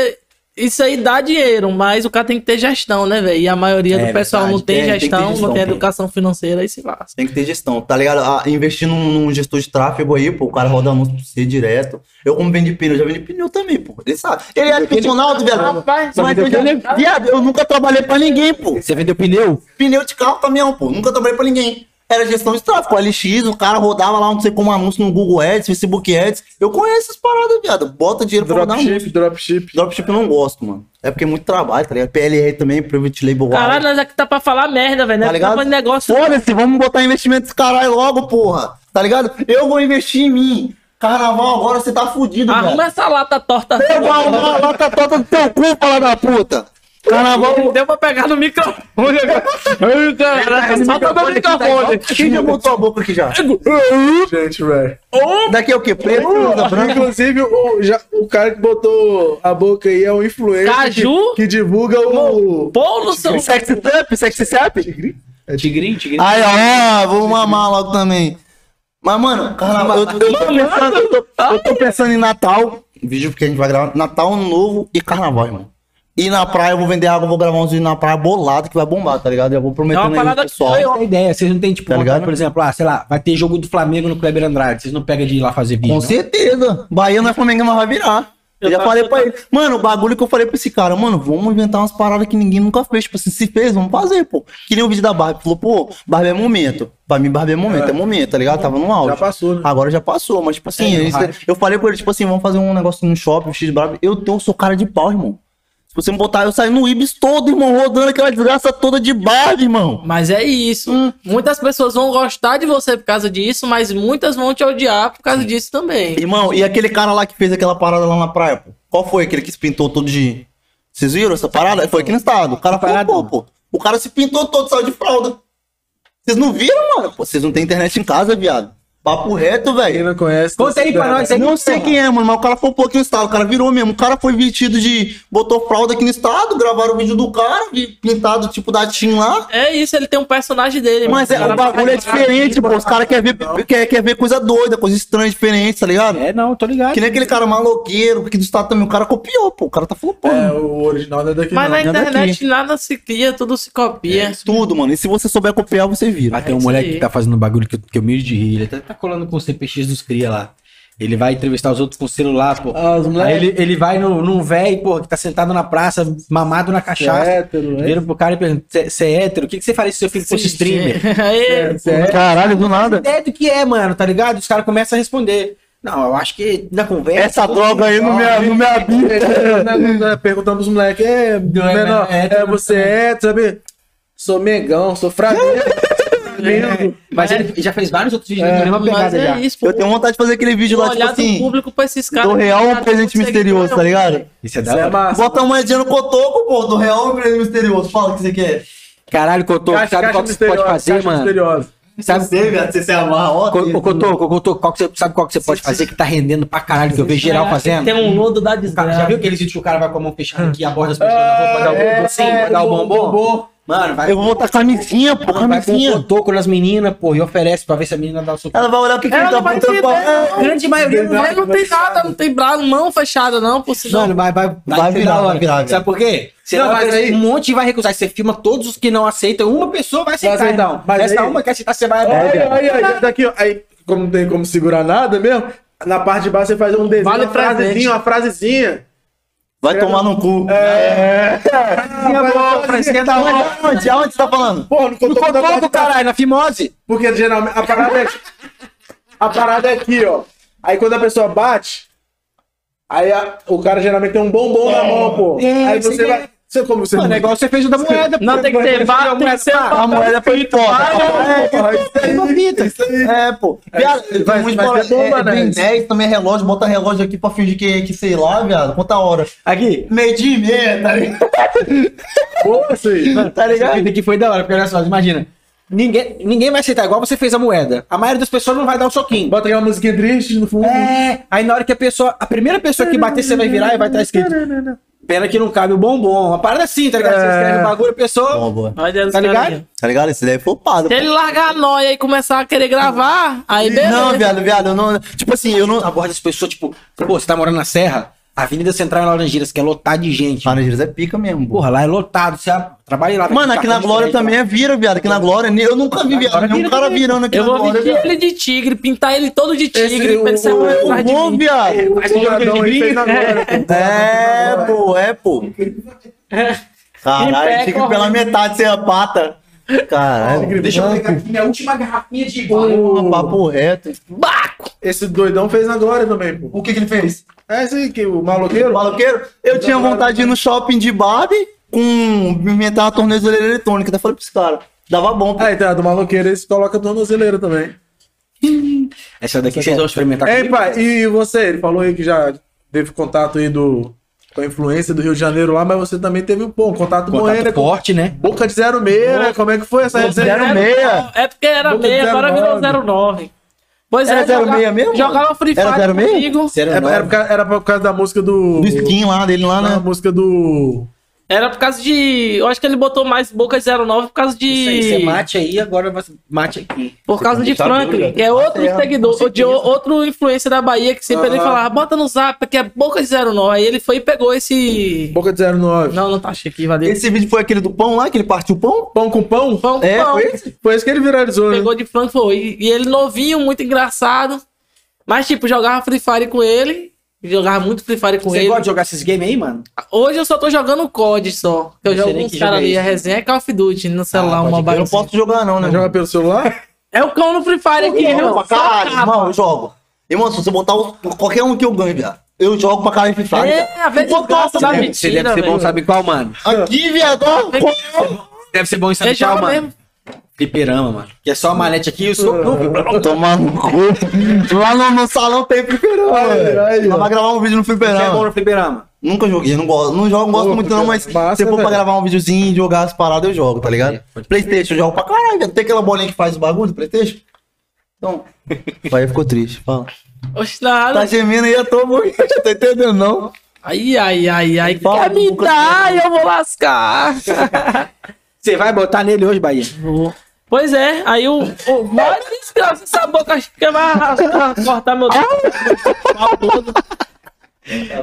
isso aí dá dinheiro, mas o cara tem que ter gestão, né, velho? E a maioria do É pessoal verdade, não tem, tem- tem que ter gestão, não gestão, tem pô. educação financeira, aí se lasca. Tem que ter gestão, tá ligado? Ah, investir num, num gestor de tráfego aí, pô. O cara roda anúncio pra você direto. Eu, como vendi pneu, já vendi pneu também, pô. Ele sabe. Ele é aficionado, velho. Rapaz, mas eu já... Viado, eu nunca trabalhei pra ninguém, pô. Você vendeu pneu? Pneu de carro, caminhão, pô. Nunca trabalhei pra ninguém. Era gestão de tráfego, LX, o cara rodava lá, não sei como, anúncio no Google Ads, Facebook Ads. Eu conheço essas paradas, viado. Bota dinheiro pra rodar um anúncio. Dropship, dropship. Dropship eu não gosto, mano. É porque é muito trabalho, tá ligado? PLR também, Private Label Wire. Caralho, nós aqui tá pra falar merda, velho. tá Não é pra ligado? fazer negócio. Foda-se, vamos botar investimento desse caralho logo, porra. Tá ligado? Eu vou investir em mim. Carnaval agora você tá fudido, Arruma velho. essa lata torta. Eu vou arrumar a lata tota do teu cu, fala da puta. Carnaval... Deu pra pegar no microfone agora. Ai, caralho, solta meu microfone. tá Quem já botou a boca aqui já? Gente, velho. Daqui é o quê? Preto, Ah, cinza, branco? Inclusive, o, já- o cara que botou a boca aí é um influencer Caju? Que, que divulga o. Paulo São Sexy Tup, Sexy Sep? É Tigrinho, tigrinho. Aí, ó, ó, vou mamar logo também. Mas, mano, carnaval, eu, eu tô pensando, eu tô, eu tá? tô pensando em Natal, vídeo que a gente vai gravar, Natal Ano novo e carnaval, irmão. E na praia eu vou vender água, vou gravar uns vídeos na praia bolado que vai bombar, tá ligado? Eu vou É prometendo uma aí pro parada que pessoal. ganha Não tem ideia, vocês não tem tipo, Tá vontade, ligado? por exemplo, ah, sei lá, vai ter jogo do Flamengo no Kleber Andrade, vocês não pegam de ir lá fazer vídeo. Com não? certeza. Bahia não é Flamengo, mas vai virar. Eu, já falei pra ele. Mano, o bagulho que eu falei pra esse cara, mano, vamos inventar umas paradas que ninguém nunca fez. Tipo assim, se fez, vamos fazer, pô. Que nem o vídeo da Barbie. Falou, pô, Barbie é momento. Pra mim, Barbie é momento, é, momento, tá ligado? Tava no áudio. Já passou, né? Agora já passou, mas tipo assim, É, isso- rádio. eu falei com ele, tipo assim, vamos fazer um negócio no shopping, X Barbie. Eu tenho, sou cara de pau, irmão. Se você me botar, eu saio no Ibis todo, irmão, rodando aquela desgraça toda de Barbie, irmão. Mas é isso. Hum. Muitas pessoas vão gostar de você por causa disso, mas muitas vão te odiar por causa disso também. Irmão, e aquele cara lá que fez aquela parada lá na praia, pô? Qual foi aquele que se pintou todo de. Vocês viram essa parada? Foi aqui no estado. O cara Parada, flopou, pô. O cara se pintou todo, saiu de fralda. Vocês não viram, mano? Pô, vocês não têm internet em casa, viado. Papo reto, Quem velho. não conhece. Conta aí pra cidade. nós aí. Não sei quem é, mano, mas o cara flopou aqui no estado. O cara virou mesmo. O cara foi vestido de. Botou fralda aqui no estado, gravaram o vídeo do cara, vi- pintado tipo da Tim lá. É isso, ele tem um personagem dele. Mas é, Cara, o bagulho é diferente, pô. Os caras querem ver, quer, quer ver coisa doida, coisa estranha, diferente, tá ligado? É, não, tô ligado. Que nem aquele cara maloqueiro, que do estado também. O cara copiou, pô. O cara tá flopando. É, o original não é daqui. Mas não. na não é internet nada se cria, tudo se copia. Tudo, mano. E se você souber copiar, você vira. Ah, tem um É moleque isso aí. que tá fazendo um bagulho que, eu- que eu miro de rir. Ele até tá colando com o CPX dos cria lá. Ele vai entrevistar os outros com o celular, pô. Ah, os Aí moleques. ele, ele vai no, num velho, porra, que tá sentado na praça, mamado na cachaça. Hétero, né? Vira pro cara e pergunta: Você é hétero? O que, que você faria se seu filho fosse streamer? Aê, Você é- Caralho, do nada. ideia do que é, mano, tá ligado? Os caras começam a responder. Não, eu acho que na conversa. Essa droga aí não me, não me habita. Nós Perguntamos os moleques, é, menor, é hétero, é, você é, hétero, sabe? Sou megão, sou fragueiro. É. Lindo. Mas ele já fez vários outros vídeos É, na mesma mas pegada é já. isso, pô. Eu tenho vontade de fazer aquele vídeo O lá, tipo olhar do assim. público pra esses caras. Do real Cara, um presente consegue- misterioso, tá ligado? Isso é da Isso é hora. massa. Bota uma moedinha no cotoco, pô. Do real um presente misterioso. Fala o que você quer. Caralho, Cotô, Caixa- sabe caixa qual que você pode misteriosa, fazer, caixa mano? misteriosa. Sabe, Você, viado, você se amarra, ó. Co- Ô, Cotô, ô, Cotô, qual que você, sabe qual que você pode fazer que tá rendendo pra caralho, que eu vejo geral É, fazendo? Tem um lodo da O cara- já desgraça. viu aqueles vídeos que o cara vai com a mão fechada aqui, aborda as pessoas na rua pra dar o docinho, pra dar o é bombom? Mano, vai, Eu vou botar camisinha, pô. vai com o Camisinha. cotoco nas meninas, pô, e oferece pra ver se a menina dá o suco. Ela vai olhar o que que ele tá botando pra- É. grande maioria não Mas não tem nada, não tem braço, mão fechada, não, por sinal. Mano, vai, vai, Vai ser virar, da hora. vai virar, Sabe por quê? Você Não, vai mas oferecer aí- um monte e vai recusar. Você filma todos os que não aceitam, uma pessoa vai aceitar, aceitar, então. mas Essa aí- uma que aceitar, você vai... Olha, olha, olha, olha, daqui, ó. Aí, como não tem como segurar nada mesmo, na parte de baixo você faz um desenho, Vale uma frasezinha, presente. uma frasezinha. Vai tomar no cu. É, boa, fresquinha da hora. Aonde? Aonde você tá falando? Porra, não No contou da parte cotoco, de caralho, na fimose. Porque geralmente a parada é a parada é aqui, ó. Aí quando a pessoa bate, aí a- o cara geralmente tem um bombom na mão, pô. É, aí sei você que vai, é. você como você Mano, é igual você fez o da moeda. pô. Não, tem que ser vá, tem que ser A vá. moeda foi foda. Porra, isso aí, Não pita. isso aí. É, pô. Viado, vai- vai muito ter bola- bomba, é, né? Tem 10, também é relógio, bota relógio aqui pra fingir que, que sei lá, viado. Quanta hora? Aqui. Meio dia e meia, tá ligado? Porra, isso aí. Tá Essa ligado? vida aqui foi da hora, porque olha só, imagina. Ninguém, ninguém vai aceitar, igual você fez a moeda. A maioria das pessoas não vai dar o soquinho. Bota aquela musiquinha triste no fundo. É, aí na hora que a pessoa, a primeira pessoa que bater, você vai virar e vai estar escrito. Pena que não cabe o bombom. Uma parada assim, tá ligado? Você É. escreve o bagulho, a pessoa. boa. Olha Deus, Tá cara, ligado? aqui. Tá ligado? Esse daí é flopado. Se ele largar a nóia e começar a querer gravar, aí beleza. Não, viado, viado, eu não. Tipo assim, eu não. Aborda as pessoas, tipo, pô, você tá morando na Serra? Avenida Central em Laranjeiras, que é lotado de gente. Panageiras é pica mesmo. pô. Porra, lá é lotado, você a- trabalha lá. Mano, aqui na tá? Glória também é vira, viado. Aqui na Glória, eu nunca vi, viado. Agora Nenhum vira cara também. virando aqui Eu na vou Glória. vestir viado. ele de tigre, pintar ele todo de tigre, o- pra ele ser o- um Eu atrás de vou, mim. viado. O jogadão aí fez agora. É, pô, é, pô. Em Caralho, pé, fica correndo. pela metade sem a pata. É. Caralho, Deixa eu pegar aqui minha última garrafinha de um papo reto. Baco! Esse doidão fez na glória também, pô. O que, que ele fez? É esse aí que o maloqueiro. Maloqueiro? Eu tinha vontade de ir no shopping de Barbie com me inventar uma tornozeleira eletrônica. Até falei pros caras. Dava bom, pô. Aí tá, do maloqueiro esse coloca a tornozeleira também. Essa daqui vocês vão experimentar Ei, pai, e você? Ele falou aí que já teve contato aí do, com a influência do Rio de Janeiro lá, mas você também teve um bom contato, com ele, Contato com forte, né? Boca de 06, né? Como é que foi essa resenha? Zero meia. É porque era Boca de meia, agora 09. virou 09. Pois Era é, 06 mesmo? Jogava Free Era Fire 06? comigo. Era, é era, por causa, era por causa da música do. Do skin lá dele lá, A né? música do. Era por causa de. Eu acho que ele botou mais Boca 09 por causa de. Você mate aí, agora você mate aqui. Por causa de Franklin, que é outro Tá certo, seguidor, de o- outro influencer da Bahia, que sempre ele falava, bota no zap, que é boca de 09. Aí ele foi e pegou esse. Boca de 09. Não, não tá achei aqui, valeu. Esse vídeo foi aquele do pão lá, que ele partiu o pão? Pão com pão? Pão, com É, pão. foi esse? Foi isso que ele viralizou, né? Pegou de Franklin foi. E, e ele novinho, muito engraçado. Mas, tipo, jogava Free Fire com ele. Jogava muito Free Fire com Você ele. gosta de jogar esses games aí, mano? Hoje eu só tô jogando COD só. Eu Não sei jogo nem com os que caras jogo é ali. A esse. resenha é Call of Duty no celular, pode uma crer, Ah, Eu bagunça. não posso jogar, não, né? Joga pelo celular? É o cão no Free Fire aqui, Eu jogo irmão. pra Só caralho, acaba. irmão, eu jogo. Irmão, se você botar o- qualquer um que eu ganho, viado. Eu jogo pra caralho Free Fire. É, viado. a vez Eu desgraça topo, da velho. vida. Você Mentira, deve ser bom, velho. sabe qual, mano? Aqui, viado. ó, Deve ser bom em Ele saber qual, joga mano. mesmo. Fliperama, mano. Que é só a malete aqui e o soco. Tomar no cu. Lá no, no salão tem fliperama. Ai, velho. ai, Lá ó. vai gravar um vídeo no Você é bom fliperama. no fliperama. Nunca joguei, não gosto. Não jogo, não gosto Pô, muito não, mas massa, se for pra velho. gravar um videozinho e jogar as paradas, eu jogo, tá ligado? crer, pode Playstation, eu jogo pra caralho. velho. Tem aquela bolinha que faz o bagulho do Playstation? Então, aí ficou triste. Fala. Oxe, nada. Tá gemendo aí, eu tô muito. Não tá entendendo, não. Ai, ai, ai, ai. Fala, Quer me Lucas. dar? Eu vou lascar. Você vai botar nele hoje, Bahia? Pois é, aí o. o mas desgraça essa boca, acho que vai arrastar, cortar Ah, meu tá dedo.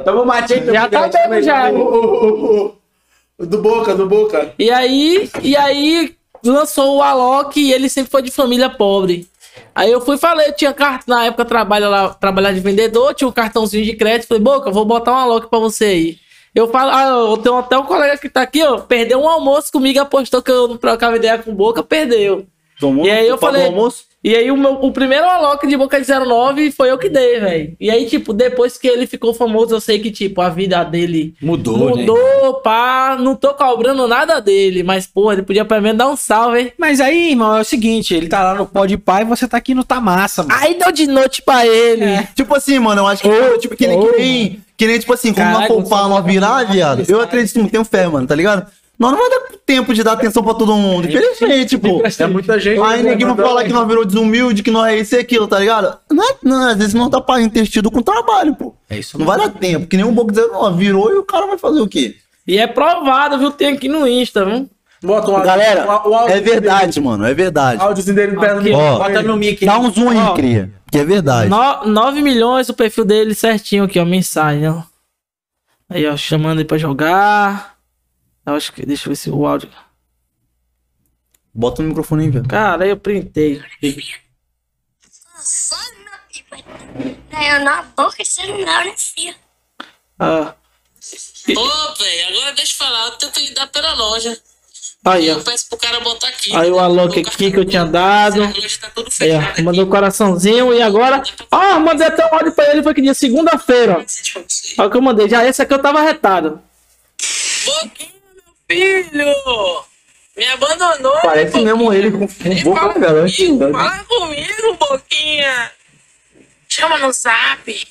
Toma um matinho. Já tá bebo, já. Do Boca, do Boca. E aí, e aí lançou o Alok e ele sempre foi de família pobre. Aí eu fui e falei, eu tinha cartão, na época eu trabalho lá, trabalhar de vendedor, tinha um cartãozinho de crédito, falei, Boca, eu vou botar um Alok pra você aí. Eu falo, ah, eu tenho até um colega que tá aqui, ó, perdeu um almoço comigo, apostou que eu não trocava ideia com Boca, perdeu. Tomou? E aí eu Tu pagou falei- o almoço? E aí o, meu, o primeiro Alok de Boca de 09 foi eu que dei, velho. E aí, tipo, depois que ele ficou famoso, eu sei que, tipo, a vida dele Mudou, né? mudou, pá. Não tô cobrando nada dele, mas, porra, ele podia pelo menos dar um salve, hein? Mas aí, irmão, é o seguinte, ele tá lá no pó de pai e você tá aqui no Tamassa, mano. Aí deu de noite pra ele. Tipo assim, mano, eu acho que. tipo, que nem, que nem, que nem, tipo assim, como Caralho, uma poupar, uma virar, viado. Eu acredito, não tenho fé, mano, tá ligado? Nós não vai dar tempo de dar atenção pra todo mundo. Infelizmente, pô. né? É muita gente. Aí ninguém vai falar que nós virou desumilde, que nós é isso e aquilo, tá ligado? Não, é- não, às vezes não tá pra investido com trabalho, pô. É isso Não vai dar tempo, que nem um pouco dizer, ó, virou e o cara vai fazer o quê? E é provado, viu? Tem aqui no Insta, viu? Bota um Galera, um- um áudio um é verdade, mano, é verdade. áudiozinho dele perto do Ó, microfone. mic. Dá um zoom aí, cria, que é verdade. 9 milhões o perfil dele certinho aqui, ó. Mensagem, ó. Aí, ó, chamando ele pra jogar. Eu acho que. Deixa eu ver se o áudio. Bota no microfone aí, velho. Cara, eu printei. Só na pipa. Eu na boca de celular, né, filho? Ah, Ô, velho, agora deixa eu falar, eu tento lidar pela loja. aí, ó. Eu peço pro cara botar aqui. Aí o Alok aqui que eu tinha dado. A loja tá tudo Aí, fechado Tá ó, mandou um coraçãozinho e agora. Ó, mandei até um áudio pra ele, foi que dia segunda-feira, ó. Ó, o que eu mandei. Já esse aqui eu tava retado. Boquinha, meu filho! Me abandonou! É Parece mesmo ele assim, com Ele com boca, fala né, velho. comigo, fala comigo, Boquinha! Chama no zap!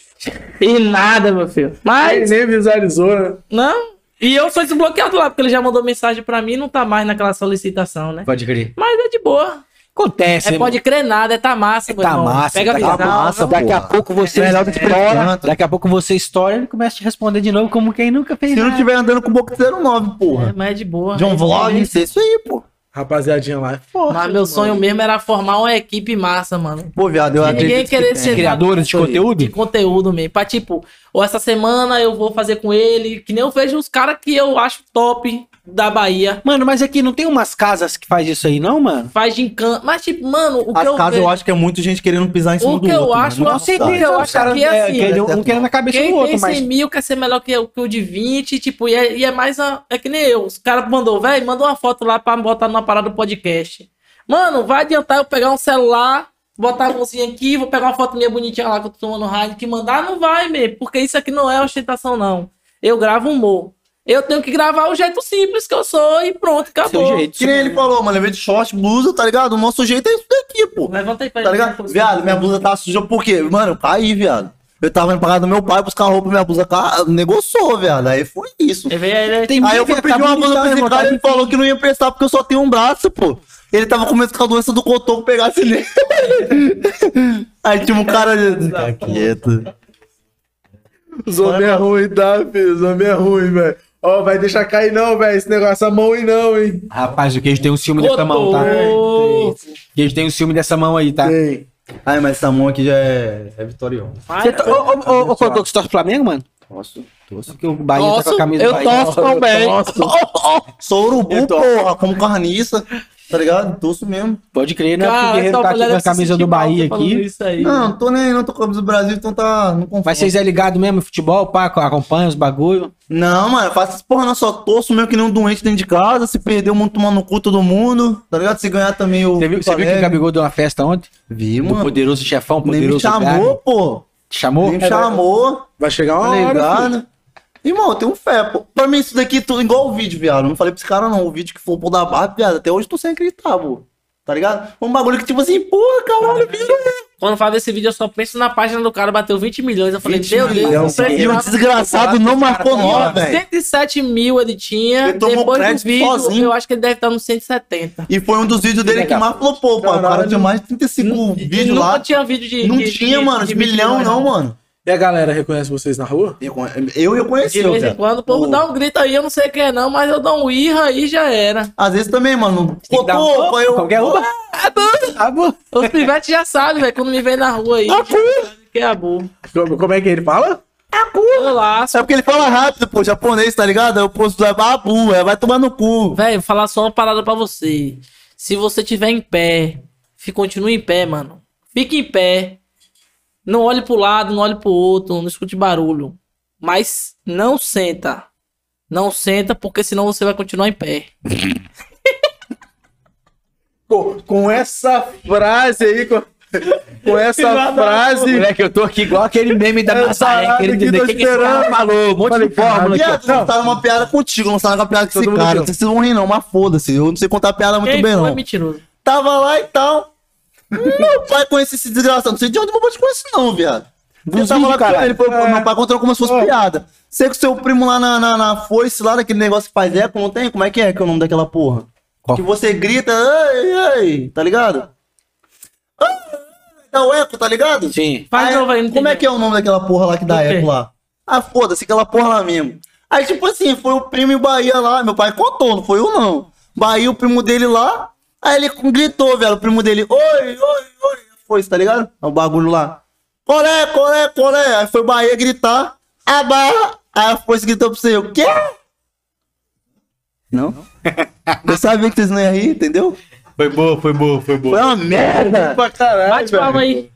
E nada, meu filho. Mas, É. Ele nem visualizou, né? não. E eu sou desbloqueado lá, porque ele já mandou mensagem pra mim não tá mais naquela solicitação, né? Pode crer. Mas é de boa. Acontece, É, pode crer nada, é tá massa, tá meu irmão. Tamassa, tá Pega a visão. Daqui a pouco você Melhor do que estoura, tanto. daqui a pouco você estoura e ele começa a te responder de novo como quem nunca fez Se não nada. tiver andando com boca de 09, É, porra. mas é de boa. De um vlog, isso é isso aí, pô. Rapaziadinha lá. Mas meu sonho mesmo era formar uma equipe massa, mano. Pô, viado, eu Ninguém acredito. querer ser Criadores de de conteúdo? conteúdo mesmo. Pra tipo, ou essa semana eu vou fazer com ele, que nem eu vejo os caras que eu acho top da Bahia. Mano, mas aqui não tem umas casas que faz isso aí, não, mano? Faz de encanto. Mas, tipo, mano, o que As eu casas vejo. eu acho que é muito gente querendo pisar em cima o do que eu outro, mano. acho, eu Nossa, sei que eu acho que é assim. querem- um querendo na cabeça Quem do outro, tem 100 mas. mil quer ser melhor que, o- que o de 20, tipo, e é, e é mais. a- é que nem eu. Os caras mandou, velho, manda uma foto lá pra botar numa parada do podcast. Mano, vai adiantar eu pegar um celular, botar a mãozinha aqui, vou pegar uma foto minha bonitinha lá que eu tô tomando rádio, que mandar não vai mesmo, porque isso aqui não é ostentação, não. Eu gravo humor. Eu tenho que gravar o jeito simples que eu sou e pronto, acabou. Seu um tá jeito. né? Que nem ele falou, mano, evento de short, blusa, tá ligado? O nosso jeito é isso daqui, pô. Levanta aí pra Tá ele. ligado? Viado, minha blusa tá suja por quê? Mano, eu caí, viado. Eu tava indo pra casa do meu pai buscar roupa, minha blusa ca... negociou, viado. Aí foi isso. Ele veio, ele- Tem Aí eu muito fui que pedir tá uma blusa pra esse bonitão, cara, irmão, ele falou que não ia emprestar porque eu só tenho um braço, pô. Ele tava com medo que a doença do cotoco pegasse ele. Aí tinha um cara ali. Tá quieto. Os homens é ruim, tá, filho? Os homens é ruim, velho. Ó, vai deixar cair não, velho. Esse negócio, essa mão aí não, hein? tá- Rapaz, o queijo tem um ciúme dessa mão, tá? Cotou. O queijo tem um ciúme dessa mão aí, tá? Tem. Ai, mas essa mão aqui já é, é vitoriosa. Você tá- Ô, ô, ô, ô, Cotô, que você torce pro Flamengo, mano? Torço, torço. Porque o Bahia tá com a camisa do Bahia. também. Sou urubu, porra, como carniça. Tá ligado? Torço mesmo. Pode crer, né? Porque o Cara, Guerreiro essa tá aqui mulher com a deve se camisa sentir do mal Bahia tá falando aqui. isso aí. Não, não tô nem aí, não tô com a camisa do Brasil, então tá. Não confio. Mas vocês é ligado mesmo em futebol, pá, acompanha os bagulho. Não, mano, eu faço isso, porra, não, só torço mesmo que nem um doente dentro de casa. Se perder, o mundo tomando no cu todo mundo. Tá ligado? Se ganhar também o. Você viu, você viu é? que o Gabigol deu uma festa ontem? Vi, Do mano. poderoso chefão, Nem poderoso me chamou, Gabi. pô. Te chamou? Nem me chamou. Vai chegar Tá uma hora, filho. ligado? Irmão, eu tenho fé, pô. Pra mim, isso daqui tudo igual o vídeo, viado. Não falei pra esse cara, não. O vídeo que foi pô da barba, viado. Até hoje eu tô sem acreditar, pô. Tá ligado? Um bagulho que, tipo assim, porra, caralho, virou. Quando faz esse vídeo, eu só penso na página do cara, bateu 20 milhões. Eu falei, 20 meu milhões, Deus, é cara. E precisava- o desgraçado não marcou nós, velho. 107 mil ele tinha. Ele tomou Depois do crédito vídeo, sozinho. eu acho que ele deve estar nos 170. E foi um dos vídeos dele que mais flopou, pô. O cara tinha mais de 35 E vídeos nunca lá. tinha vídeo de. Não de- tinha, de- mano, de de vídeo milhão de- não, mano. E a galera reconhece vocês na rua? Eu- Eu reconheci, De vez em cara. quando, o povo dá um grito aí, eu não sei quem é não, mas eu dou um irra aí e já era. Às vezes também, mano. que dar um- Cotou, eu. Qualquer roupa. Os pivetes já sabem, velho, quando me vem na rua aí. Que é abu. Como, como é que ele fala? Eu laço. É porque ele fala rápido, pô, japonês, tá ligado? Aí o posto é babu, é, vai tomar no cu. Velho, vou falar só uma parada pra você. Se você tiver em pé, fi- continue em pé, mano. Fique em pé. Não olhe pro lado, não olhe pro outro, não escute barulho. Mas não senta. Não senta, porque senão você vai continuar em pé. Com, com essa frase aí, com, com essa frase. Moleque, eu tô aqui igual aquele meme da É Nazaré, parado querendo que entender tô o que, que esse cara esperando. falou. Um monte Falei, de fórmula aqui. Viado, não tá numa piada contigo, não tá numa piada com Todo esse mundo cara. junto. Não sei se vocês vão rir, não, mas foda-se. Eu não sei contar piada muito Quem bem, foi não. mentiroso? Tava lá e tal. Meu pai conhece esse desgraçado. Não sei de onde meu pai te conhece, não, viado. Eu Dos tava vídeos, lá com caralho. É. ele, foi, meu pai contou como se fosse piada. Você com seu primo lá na, na, na foice, lá naquele negócio que faz eco, não tem? Como é que é que é o nome daquela porra? Qual? Que você grita, ei, ei, tá ligado? Ai, Dá o eco, tá ligado? Sim. Faz Aí, novo aí, não Como é que é o nome daquela porra lá que dá Do quê? eco lá? Ah, foda-se, aquela porra lá mesmo. Aí, tipo assim, foi o primo e o Bahia lá. Meu pai contou, não foi eu não. Bahia, o primo dele lá. Aí ele gritou, velho, o primo dele. Oi, oi, oi. Foi isso, tá ligado? O bagulho lá. é, Colé, colé, colé. Aí foi o Bahia gritar. Aba. Aí foi gritou pra você, o quê? Não? eu sabia que vocês não iam rir, entendeu? Foi boa, foi boa, foi boa. Foi uma merda. Pra caralho, Bate velho. palma aí.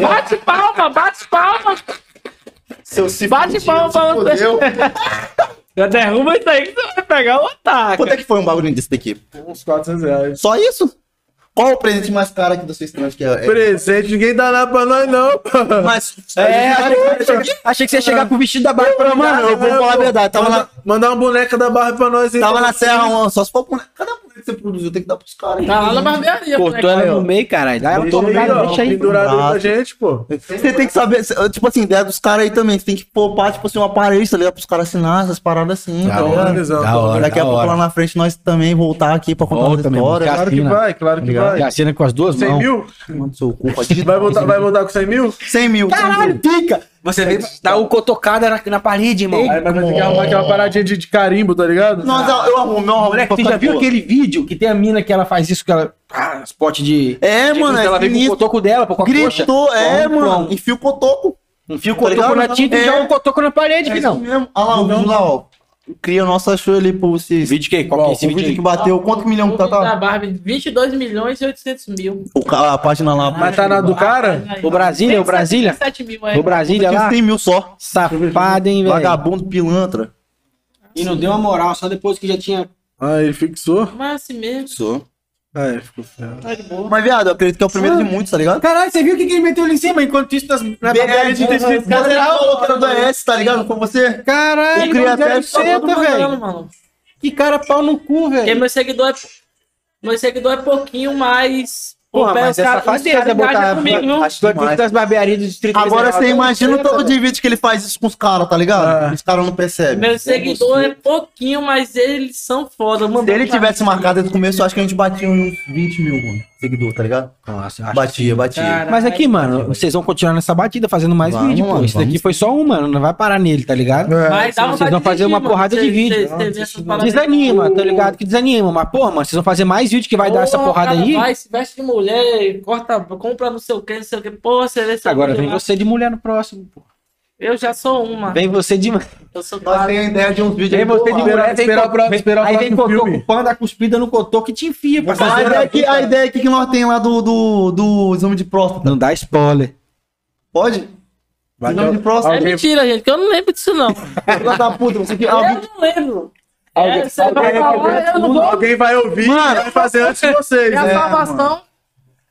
Bate palma, bate palma. Seu se Bate palma pra você. fudeu. Já derruba isso aí que você vai pegar o ataque. Quanto é que foi um bagulho desse daqui? Uns 400 reais. Só isso? Qual o presente mais caro aqui da sua estante que é? é- Presente, ninguém dá nada pra nós, não, pô. Tá Mas. É, achei, achei- achei que você ia chegar com o vestido da barba pra mano, eu vou falar a verdade. Tava Manda- na, Mandar uma boneca da Barbie pra nós então. aí. tava na Pra- Serra, mano, só se for boneca. Cadê a boneca que você produziu? Tem que dar pros caras. Tá lá na barbearia. Cortou moleque. ela no meio, caralho. um Dá ela Deixa tomou aí, ó, deixa aí. pendurado aí pra Braço. gente, pô. Você tem que saber, cê- tipo assim, ideia dos caras aí também. Você tem que poupar, tipo assim, uma parede, tá ligado? Pros caras assinar essas paradas assim, tá Tá ligado? organizando, da tá hora. Daqui a pouco lá na frente nós também voltar aqui pra contar Volta, outra meu irmão, história. cara. Claro que Assina. vai, claro que vai. E assina com as duas 100 mãos. mil? Mano, seu cu, pode Vai voltar, vai voltar com 100 mil? 100 mil. Caralho, pica! Você vê, dá o cotocada na, na parede, irmão. Aí nós vamos ter que arrumar aquela paradinha de, de carimbo, tá ligado? Nós, eu arrumo, meu arrumo. Moleque, pra tu ficar já de viu boa. aquele vídeo que tem a mina que ela faz isso, que ela. Ah, os potes de. É, de mano, coisa, Ela é vem com o sinistro. cotoco dela, com a coxa. Gritou, é, Pão, pão. mano. Enfia o cotoco. Enfia o Tá cotoco ligado? na tinta É. e joga o cotoco na parede, É que isso não. mesmo. Olha lá, o vídeo lá, ó. Cria nossa achou ali pra vocês. Vídeo que? Qual que é Ó, esse o vídeo vídeo que aí? bateu, quanto que milhão O que tá? vídeo da tá? Barbie, 22 milhões e 800 mil. O ca- a página lá. Mas tá na do cara? O Brasília, né, o Brasília. 177 mil, é. O Brasília Tinha lá. 100 mil só. Safado, hein, velho. Vagabundo, pilantra. E não deu uma moral, só depois que já tinha. Ah, ele fixou? Mas assim mesmo, Ah, ele ficou ferrado. tá de boa. Mas, viado, eu acredito que é o primeiro de muitos, tá ligado? Caralho, você viu o que, que ele meteu ali em cima? Enquanto isso, nas. na BR de tecido. Você falou que era do ES, tá ligado? Foi você? Caralho, Eu queria até mano, só senta, velho. mano. Que cara pau no cu, Porque velho. meu seguidor é, meu seguidor é pouquinho, mas... Porra, o pé, mas os é cara- os safadeza cara botar. engajam comigo, viu? Acho que das barbearias do distrito. Agora Federal, você tá imagina o certo, tanto velho. de vídeo que ele faz isso com os caras, tá ligado? Ah. Os caras não percebem. Meu seguidor é pouquinho, mas eles são foda. Se Mandou ele pra- tivesse marcado desde o começo, eu acho que a gente batia uns 20 mil, mano. Seguidor, tá ligado? Nossa, eu acho Batia, batia. Caralho. Mas aqui, mano, vocês vão continuar nessa batida, fazendo mais Vamos, vídeo, pô. mano, Isso daqui vamos. foi só um, mano. Não vai parar nele, tá ligado? É. Mas dá vontade Vocês vão de fazer uma desistir, um mano. porrada de Cê- vídeo. cê- cê vê essas palavras- Desanima, tá ligado? Que desanima. Mas, pô, mano, vocês vão fazer mais vídeo que vai dar essa Porra, porrada cara, aí. Vai, se veste de mulher, corta, compra não sei o que, não sei o que. Porra, você vê seu Agora vídeo vem lá. você de mulher no próximo, pô. Eu já sou uma. Vem você de. Eu sou Nós claro. tem a ideia de uns vídeos Vem você de Esperar- mulher, vem esperar co- o próximo- vem- esperar o Aí vem próximo cotoco, filme. panda cuspida no cotoco e te enfia, pô. A ideia, aqui, a ideia aqui que nós tem lá do, do, do exame de próstata. Não dá spoiler. Pode? Vai exame ter- de próstata. É mentira, gente, que eu não lembro disso, não. Filha da puta, você que. Eu não lembro. É, você vai Alguém- falar, eu não vou. Alguém vai ouvir e vai fazer antes de vocês, Minha né? salvação.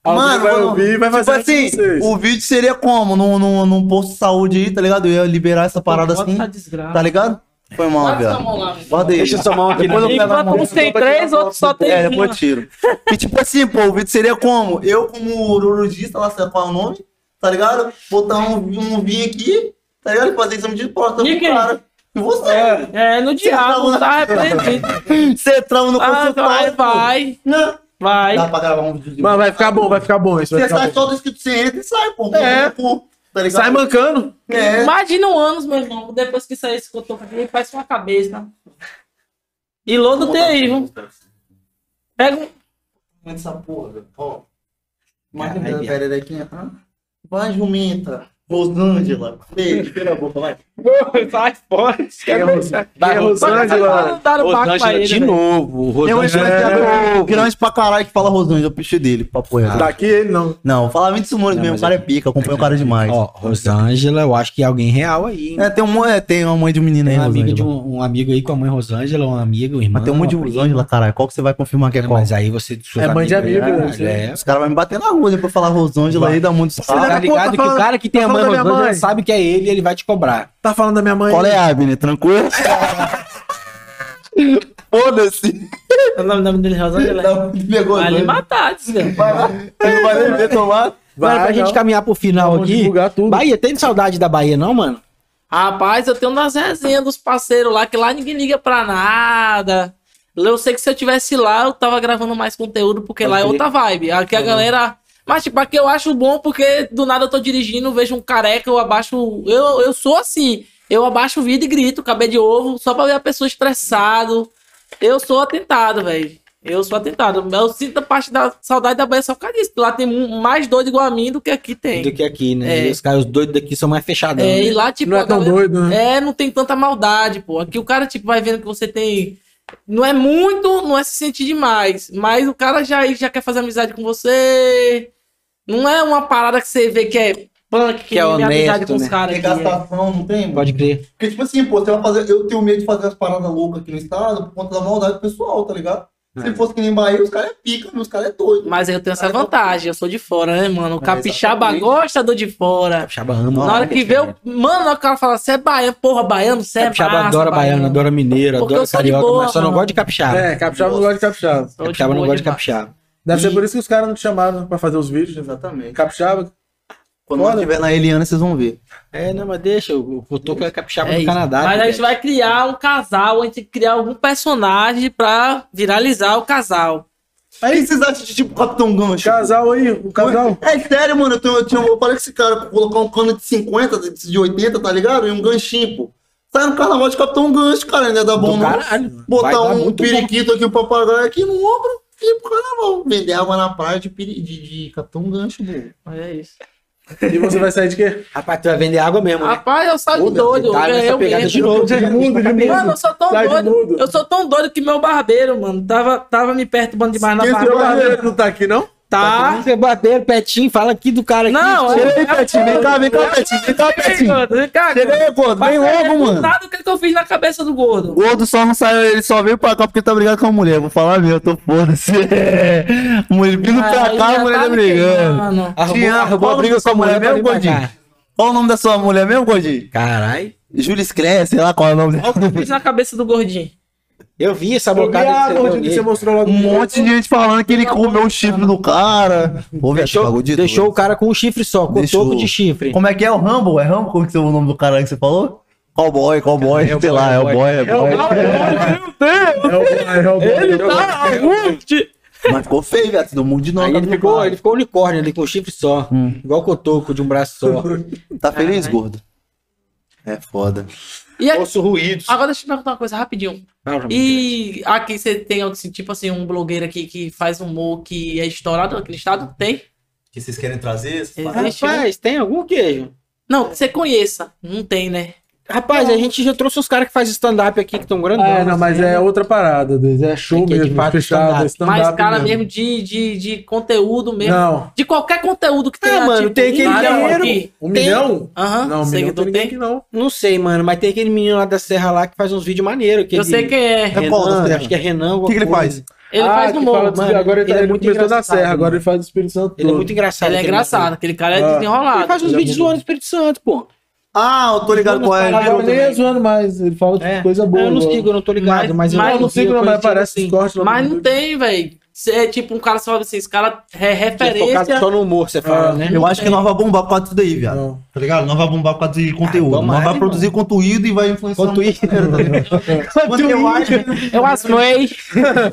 Alguém Mano, vai mano, ouvir e vai Tipo fazer assim, antes de vocês. o vídeo seria como? Num, num, num posto de saúde aí, tá ligado? Eu ia liberar essa parada Bota assim, essa desgraça. tá ligado? Foi mal, Bota a viado. mão lá, meu. Guarda aí. Deixa eu somar um aqui. Depois eu pego a mão. Enquanto um tem três, outro só tem um. É, uma. depois eu tiro. E tipo assim, pô, o vídeo seria como? Eu, como urologista, lá sei qual é o nome, tá ligado? Botar um, um vinho aqui, tá ligado? E Fazer exame de próstata E pro quem? cara. E você? É, no diabo, não- tá arrependido. Você trava no Ah, vai, consultório, pô. vai, Não. vai. Dá pra gravar um vídeo de Mano, vai ficar bom, vai ficar bom isso. Vai Você ficar sai bom. todo escrito, você entra e sai, pô. É. Pô, Tá ligado? Sai mancando. É. Imagina um anos, meu irmão, depois que sair esse cotoco aqui, faz uma cabeça. E lodo tem aí, viu? Pega um. Muito é essa porra, velho. ó. Caralho, Imagina a viado. pererequinha. hã? Vai, Jumenta. Rosângela. Beijo, pela boca, vai. Sai fora. Vai, um Rosângela. Mandaram paco pra Rosângela ele. de velho. novo. Tem um Rosângela de influenciador novo. grande pra caralho que fala Rosângela, eu pichei dele, papo reto. Tá aqui ele não. Não, fala 20 Ah. sumores Não, mesmo, mas o cara é- é pica, acompanha o cara demais. Ó, Rosângela, eu acho que é alguém real aí, hein? É, tem, um, é, tem uma mãe de um menino aí, Tem uma amiga Rosângela. de um, um amigo aí com a mãe Rosângela, um amigo, um irmão. Mas tem um monte de uma prima. Rosângela, caralho. Qual que você vai confirmar que é Não, qual? Mas aí você. suas É mãe de amigas, amigo, né? assim. É. Os caras vão me bater na rua depois falar Rosângela aí, dá muito Você Tá leva sarro. conta, ligado que o falando- cara que tem tá a mãe falando da minha Rosângela mãe. sabe que é ele, ele vai te cobrar. Tá falando da minha mãe. Qual é, Abner? Tranquilo? Foda-se. O nome, o nome dele é Rosângela. Não, Pegou Vai lhe dois. matar, desgraça. Vai lá. Ele vai nem ver tomar. Vai, Mano, é pra gente não. caminhar pro final Vamos aqui. divulgar tudo. Bahia, tem saudade da Bahia, não, mano? Rapaz, eu tenho umas resenhas dos parceiros lá, que lá ninguém liga pra nada. Eu sei que se eu tivesse lá, eu tava gravando mais conteúdo, porque Pode lá é crer. outra vibe. Aqui a galera. Mas, tipo, aqui eu acho bom porque do nada eu tô dirigindo, vejo um careca, eu abaixo. Eu, eu sou assim. Eu abaixo o vidro e grito, cabelo de ovo, só pra ver a pessoa estressado. Eu sou atentado, velho. Eu sou atentado. Eu sinto a parte da saudade da Bahia só por causa disso. Lá tem um- mais doido igual a mim do que aqui tem. Do que aqui, né? É. E os caras os doidos daqui são mais né? fechados. É, e lá, tipo, não a é tão galera- doido, né? é, não tem tanta maldade, pô. Aqui o cara, tipo, vai vendo que você tem. Não é muito, não é se sentir demais. Mas o cara já, já quer fazer amizade com você. Não é uma parada que você vê que é punk, que, Que é nem minha amizade honesto, com os né? caras. Tem aqui, é. gastação, não tem? mano? Pode crer. Porque, tipo assim, pô, você vai fazer. Eu tenho medo de fazer as paradas loucas aqui no estado por conta da maldade pessoal, tá ligado? Se fosse que nem Bahia, os caras é pica, né? os caras é doido. Mas eu tenho essa vantagem, eu sou de fora, né, mano? O É, capixaba exatamente. gosta do de fora. Capixaba ama. Na hora ama que vê, o... mano, na hora que o cara fala, você é baiano, porra, baiano, você é Capixaba massa, adora baiana, adora mineira, Porque eu adora sou de carioca, boa, mas só não mano. gosta de capixaba. É, capixaba não gosta de capixaba. Sou de Capixaba não boa gosta de demais. capixaba. Deve ser por isso que os caras não te chamaram pra fazer os vídeos. né, Exatamente. Capixaba. Quando eu estiver na Eliana, vocês vão ver. É, não, mas deixa, o Cotoco é capixaba É do isso. Canadá. Mas né, a gente vai criar um casal, a gente criar algum personagem pra viralizar o casal. Aí vocês acham de tipo Capitão Gancho? Casal aí, o casal. É sério, mano. Eu, tenho, eu, tinha, eu falei com esse cara pra colocar um cano de 50, de 80, tá ligado? E um ganchinho, pô. Sai no carnaval de Capitão Gancho, cara. Ainda dá velho? bom, Do não. caralho. Vai Botar dar um muito periquito aqui, um papagaio aqui no ombro e ir pro carnaval. Vender água na praia de, peri- de, de Capitão Gancho, mano. Mas é isso. E você vai sair de quê? bom. Rapaz, tu vai vender água mesmo, né? Rapaz, eu saio de Ah, doido. Tá eu- um nessa eu pegada mesmo. de novo. De mundo, de mundo. Mano, eu sou tão Sai de doido. mudo. Eu sou tão doido que meu barbeiro, mano, tava, tava me perturbando demais Tá na Esse barbeira. barbeiro não tá aqui, não? Tá. Você bater, Petinho, fala aqui do cara aqui. Não, Tira eu- aí, Petinho, vem cá, vem cá, Petinho, vem cá, Ei, Petinho. gordo, Vem cá, Chega gordo. aí, gordo. Vem Mas é logo, do mano. nada o que, que eu fiz na cabeça do gordo. Gordo só não saiu, ele só veio pra cá porque tá brigado com a mulher. Vou falar mesmo, eu tô foda-se. Mulher vindo pra Aí cá, já a mulher tá tá me é. brigando. queimando. Tinha- Arrumou a qual briga o com a nome mulher mesmo, da mulher mesmo, Gordinho? Qual o nome da sua mulher mesmo, Gordinho? Caralho. Júlia Scré, sei lá qual é o nome Olha o que eu dela. fiz na cabeça do gordinho. Eu vi essa Eu vi a bocada que gordinha você que deu você nele. mostrou logo. Um monte de gente falando que ele comeu o chifre do cara. Pô, velho, Deixou, pagou de deixou o tudo. cara com o chifre só, com o Deixou. toco de chifre. Como é que é o Rambo? É Rambo? Como que é o nome do cara que você falou? Cowboy, cowboy, sei lá, é o boy, é É boy. o- é o- Mas ficou feio, velho, todo mundo de novo. tá Aí ele ficou, ele ficou unicórnio ali com o chifre só. Hum. Igual cotoco de um braço só. Tá né? feliz, gordo? É foda. E aqui, Ouço ruídos. Ah, agora deixa eu te perguntar uma coisa rapidinho. E aqui você tem assim, tipo assim, um blogueiro aqui que faz humor que é estourado naquele estado? Tem? que vocês querem trazer? essas paradas? Existe? né? Rapaz, tem algum queijo? Não, que você conheça. Não tem, né? Rapaz, a gente já trouxe os caras que fazem stand-up aqui, que estão grandão. É, não, mas é outra parada, Deus. É show Aqui é de mesmo, fato fechado, stand-up. stand-up. Mas cara mesmo, de, de, de conteúdo mesmo. Não. De qualquer conteúdo que Ah, tenha. mano, tem aquele milhão dinheiro. aqui. Um milhão? Aham, Não, um milhão seguidor tem tem. ninguém aqui, não. Não sei, mano, mas tem aquele menino lá da Serra lá que faz uns vídeos maneiros. Eu sei quem é. Renan, É qual da Serra? acho que é Renan. O alguma que, que ele coisa. faz? Ele Ah, faz que humor. fala dos- mano. Agora ele, tá, Ele é ele muito começou na engraçado, Serra, agora mano. ele faz o Espírito Santo Ele é todo. muito engraçado. Ele é aquele engraçado. menino. Aquele cara é Ah. Ele desenrolado. faz uns Ele é vídeos muito- zoando o Espírito Santo, pô. Ah, eu tô ligado Vamos qual é. parar Agora também. nem é zoando mais, ele fala de É. coisa boa. eu não agora. sigo, eu não tô ligado, mas, Mas- eu mas Eu não sigo, não, mas parece assim, assim, corte lá no Mas não YouTube. tem, velho. É tipo um cara só fala assim, esse cara é Você é focado referência. É. só no humor, você fala, né? Eu acho que é nós vamos bombar por causa disso daí, viado. Não. Tá ligado? Nós vamos bombar por causa de conteúdo. vamos nós aí, vamos produzir conteúdo e vai influenciar. Quanto isso. Conteúdo. É o Asney.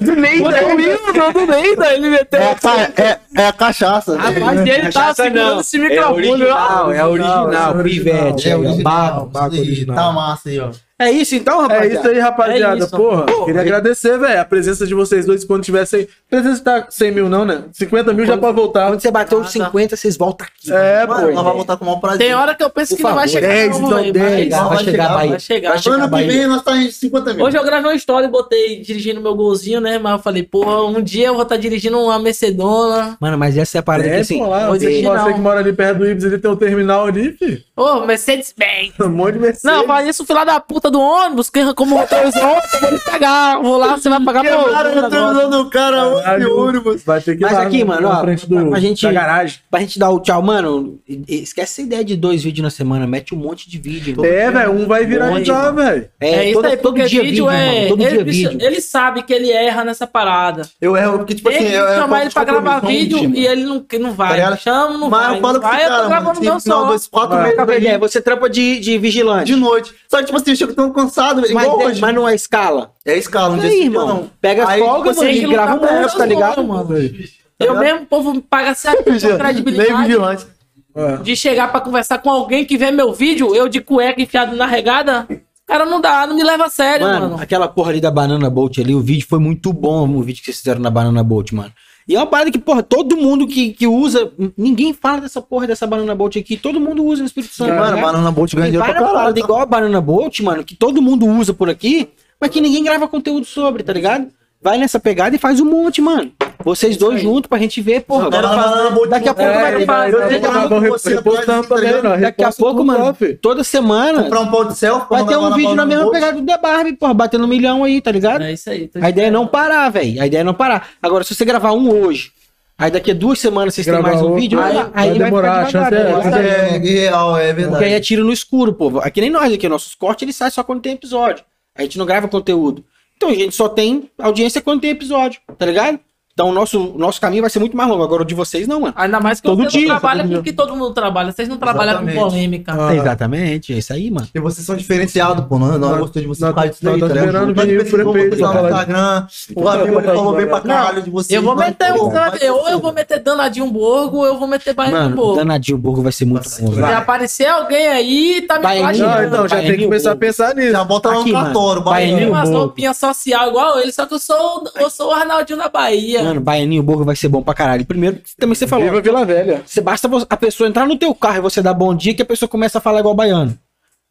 Do Neida. É o Wilson do Neida. Ele meteu. É, a ca- é, é a cachaça. né? velho. Rapaz, ele tá segurando esse microfone. ó. é original, pivete. É aí, ó. original. Baco original. Tá massa aí, ó. É isso então, É rapaziada? isso aí, rapaziada. É isso. Porra, Pô, queria é- agradecer, velho, a presença de vocês dois quando tivesse aí. Presença tá 100 mil, não, né? 50 mil já pode voltar. Quando você bateu os Ah, tá. 50, vocês voltam aqui. É, Mano, nós né? vamos pô. voltar com o maior prazer. Tem hora que eu penso Por que não vai favor, chegar. 10, não, então véi, 10. mas- vai chegar, Bahia. vai chegar. Ano que Bahia. vem nós tá em 50 mil. Hoje eu gravei uma história e botei dirigindo meu golzinho, né? Mas eu falei, porra, um dia eu vou estar dirigindo uma Mercedona. Mano, mas essa é a parada que assim. pô, lá, você hoje não. que mora ali perto do Ibis, ele tem um terminal ali, fi. Ô, Mercedes-Benz. Um monte de Mercedes. Não, mas isso, filha da puta do ônibus, que como motorista ônibus, vou lhe pegar. Vou lá, você vai pagar meu. Quebraram o terminal do cara, um Caralho. o ônibus. Vai ter que ir Mas lá aqui, na- mano, na ó, frente do, a gente- da garagem. Pra gente dar o tchau, mano, e- e- esquece essa ideia de dois vídeos na semana, mete um monte de vídeo. todo É, dia. velho, um vai viralizar, velho. É isso todo- aí, todo porque dia vídeo, é. mano, todo ele, dia bicho, vídeo. ele sabe que ele erra nessa parada. Eu erro, porque, tipo assim, Tem que eu chamar ele pra gravar compromisso, vídeo mano. e ele não, que não Tá vai. ligado? não chama, não Mas vai. eu falo não pro vai, eu tô cara, gravando mano, meu se não, só. dois, quatro Vai. meses Qual que é a aí, ideia? Você trampa de, de vigilante. de noite. Só que, tipo assim, eu chego tão cansado, velho, mas, igual de- hoje. mas não é escala. É escala, um Isso dia aí, seguinte, irmão. não. Pega Aí, folga, tipo mano, assim, e que grava um não tá monte, tá bom, ligado? mano. Velho. tá Eu mesmo, o povo me paga Tipo, certo Meio credibilidade vigilante. É. de chegar pra conversar com alguém que vê meu vídeo, eu de cueca enfiado na regada. Cara, não dá, não me leva a sério, Mano, mano. aquela porra ali da Banana Bolt ali, o vídeo foi muito bom, o vídeo que vocês fizeram na Banana Bolt, mano. E é uma parada que, porra, todo mundo que, que usa, n- ninguém fala dessa porra dessa Banana Bolt aqui, todo mundo usa no Espírito Santo. Mano, né? Banana Bolt ganha Tem dinheiro pra várias caralho. tá? paradas igual a Banana Bolt, mano, que todo mundo usa por aqui, mas que ninguém grava conteúdo sobre, tá ligado? Vai nessa pegada e faz um monte, mano. Vocês dois juntos pra gente ver, porra. quero Banana fazer- Bolt, Daqui a pouco É, vai tá vai, vai, vai, fazer. vai, vão você atrás repostando do também, Instagram, não. Daqui a reposta pouco, tudo lá, mano, fi. toda semana Comprar um pau de selfie. vai ter um mandar vídeo na Banana mesma Bolt. pegada do The Barbie, porra, batendo um milhão aí, tá ligado? É isso aí. A tô ideia é esperando. não parar, velho. A ideia é não parar. Agora, se você gravar um hoje, aí daqui a duas semanas vocês têm Gravar mais um outro, vídeo, vai- aí, vai aí vai demorar, ficar a chance devagar, é- tá a ligado? chance É, real, é Porque aí é verdade. tiro no escuro, povo. Aqui nem nós aqui, nossos cortes eles saem só quando tem episódio. A gente não grava conteúdo. Então a gente só tem audiência quando tem episódio, tá ligado? Então o nosso, o nosso caminho vai ser muito mais longo. Agora o de vocês não, mano. Ainda mais que Todo você dia, não trabalha todo com dia. o que todo mundo trabalha. Vocês não trabalham com Exatamente. polêmica. Ah. Exatamente, é isso aí, mano. E vocês são diferenciados, pô. Nós, nós gostamos de vocês nós- por causa disso daí, nós tá ligado? esperando Nós vir o precisamos prefeito vocês lá no falar. Instagram. O Rabinho falou bem pra caralho de vocês. eu vou mas, meter, pô, você vai ver, ou eu vou meter danadinho borgo, ou eu vou meter baiano Mano, o borgo. Danadinho Borgo vai ser muito bom, Se velho. aparecer alguém aí, tá me Baianinho. Não, né? plagiando. então, já Vai, tem que Nil, começar a pô. pensar nisso. Já bota lá Aqui, no mano. cartório, Eu é Baianinho. um Bahia. tenho umas Borgo. roupinhas social igual ele, só que eu sou, eu sou o Arnaldinho da Bahia. Mano, Baianinho Borgo vai ser bom pra caralho. Primeiro, também você falou. Viva Vila Velha. Você basta vo- a pessoa entrar no teu carro e você dar bom dia que a pessoa começa a falar igual baiano.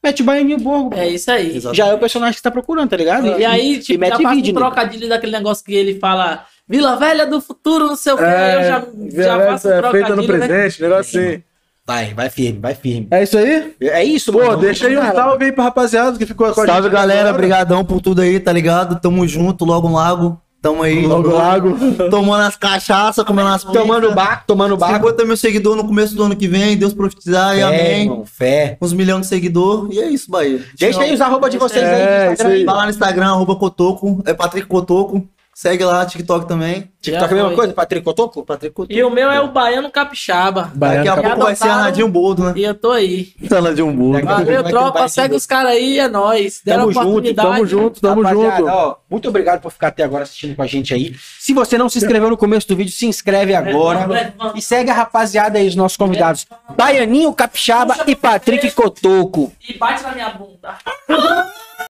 Mete baianinho borgo. é isso aí. Já é o personagem que tá procurando, tá ligado? E aí, tipo, mete já faço vídeo, um né? trocadilho daquele negócio que ele fala Vila Velha do futuro, não sei o que, É, eu já, É, Vila já Velha faço um é feita no trocadilho, né? presente, negócio assim. Vai, vai firme, vai firme. É isso aí? É isso, Pô, deixa aí um salve aí pra rapaziada que ficou com a gente. Salve, até galera. agora. Obrigadão por tudo aí, tá ligado? Tamo junto, logo um lago. Tamo aí. Logo lago. Tomando as cachaças, comendo as É. Tomando pizzas. barco, tomando barco. 50 mil seguidores no começo do ano que vem. Deus profetizar e Fé, amém. É, irmão, fé. Uns milhões de seguidores. E é isso, Bahia. Deixa aí os arroba de vocês É, aí. do isso Instagram. aí. Vai lá no Instagram, arroba Cotoco. É Patrick Cotoco. Segue lá, TikTok também. TikTok é a mesma coisa, Patrick Cotoco? Patrick Cotoco. E o meu é o Baiano Capixaba. Daqui a Baiano, pouco vai ser adotaram- Arnadinho Boldo, né? E eu tô aí. Arnadinho Boldo. Vai ter Valeu, um tropa. baianinho Segue borgo. os caras aí, é nóis. Deram Tamo junto, oportunidade. tamo junto, tamo Rapaziada, junto. ó, muito obrigado por ficar até agora assistindo com a gente aí. Se você não se inscreveu no começo do vídeo, se inscreve É, agora. E segue a rapaziada aí, os nossos convidados. Baianinho Capixaba e Patrick Cotoco. E bate na minha bunda.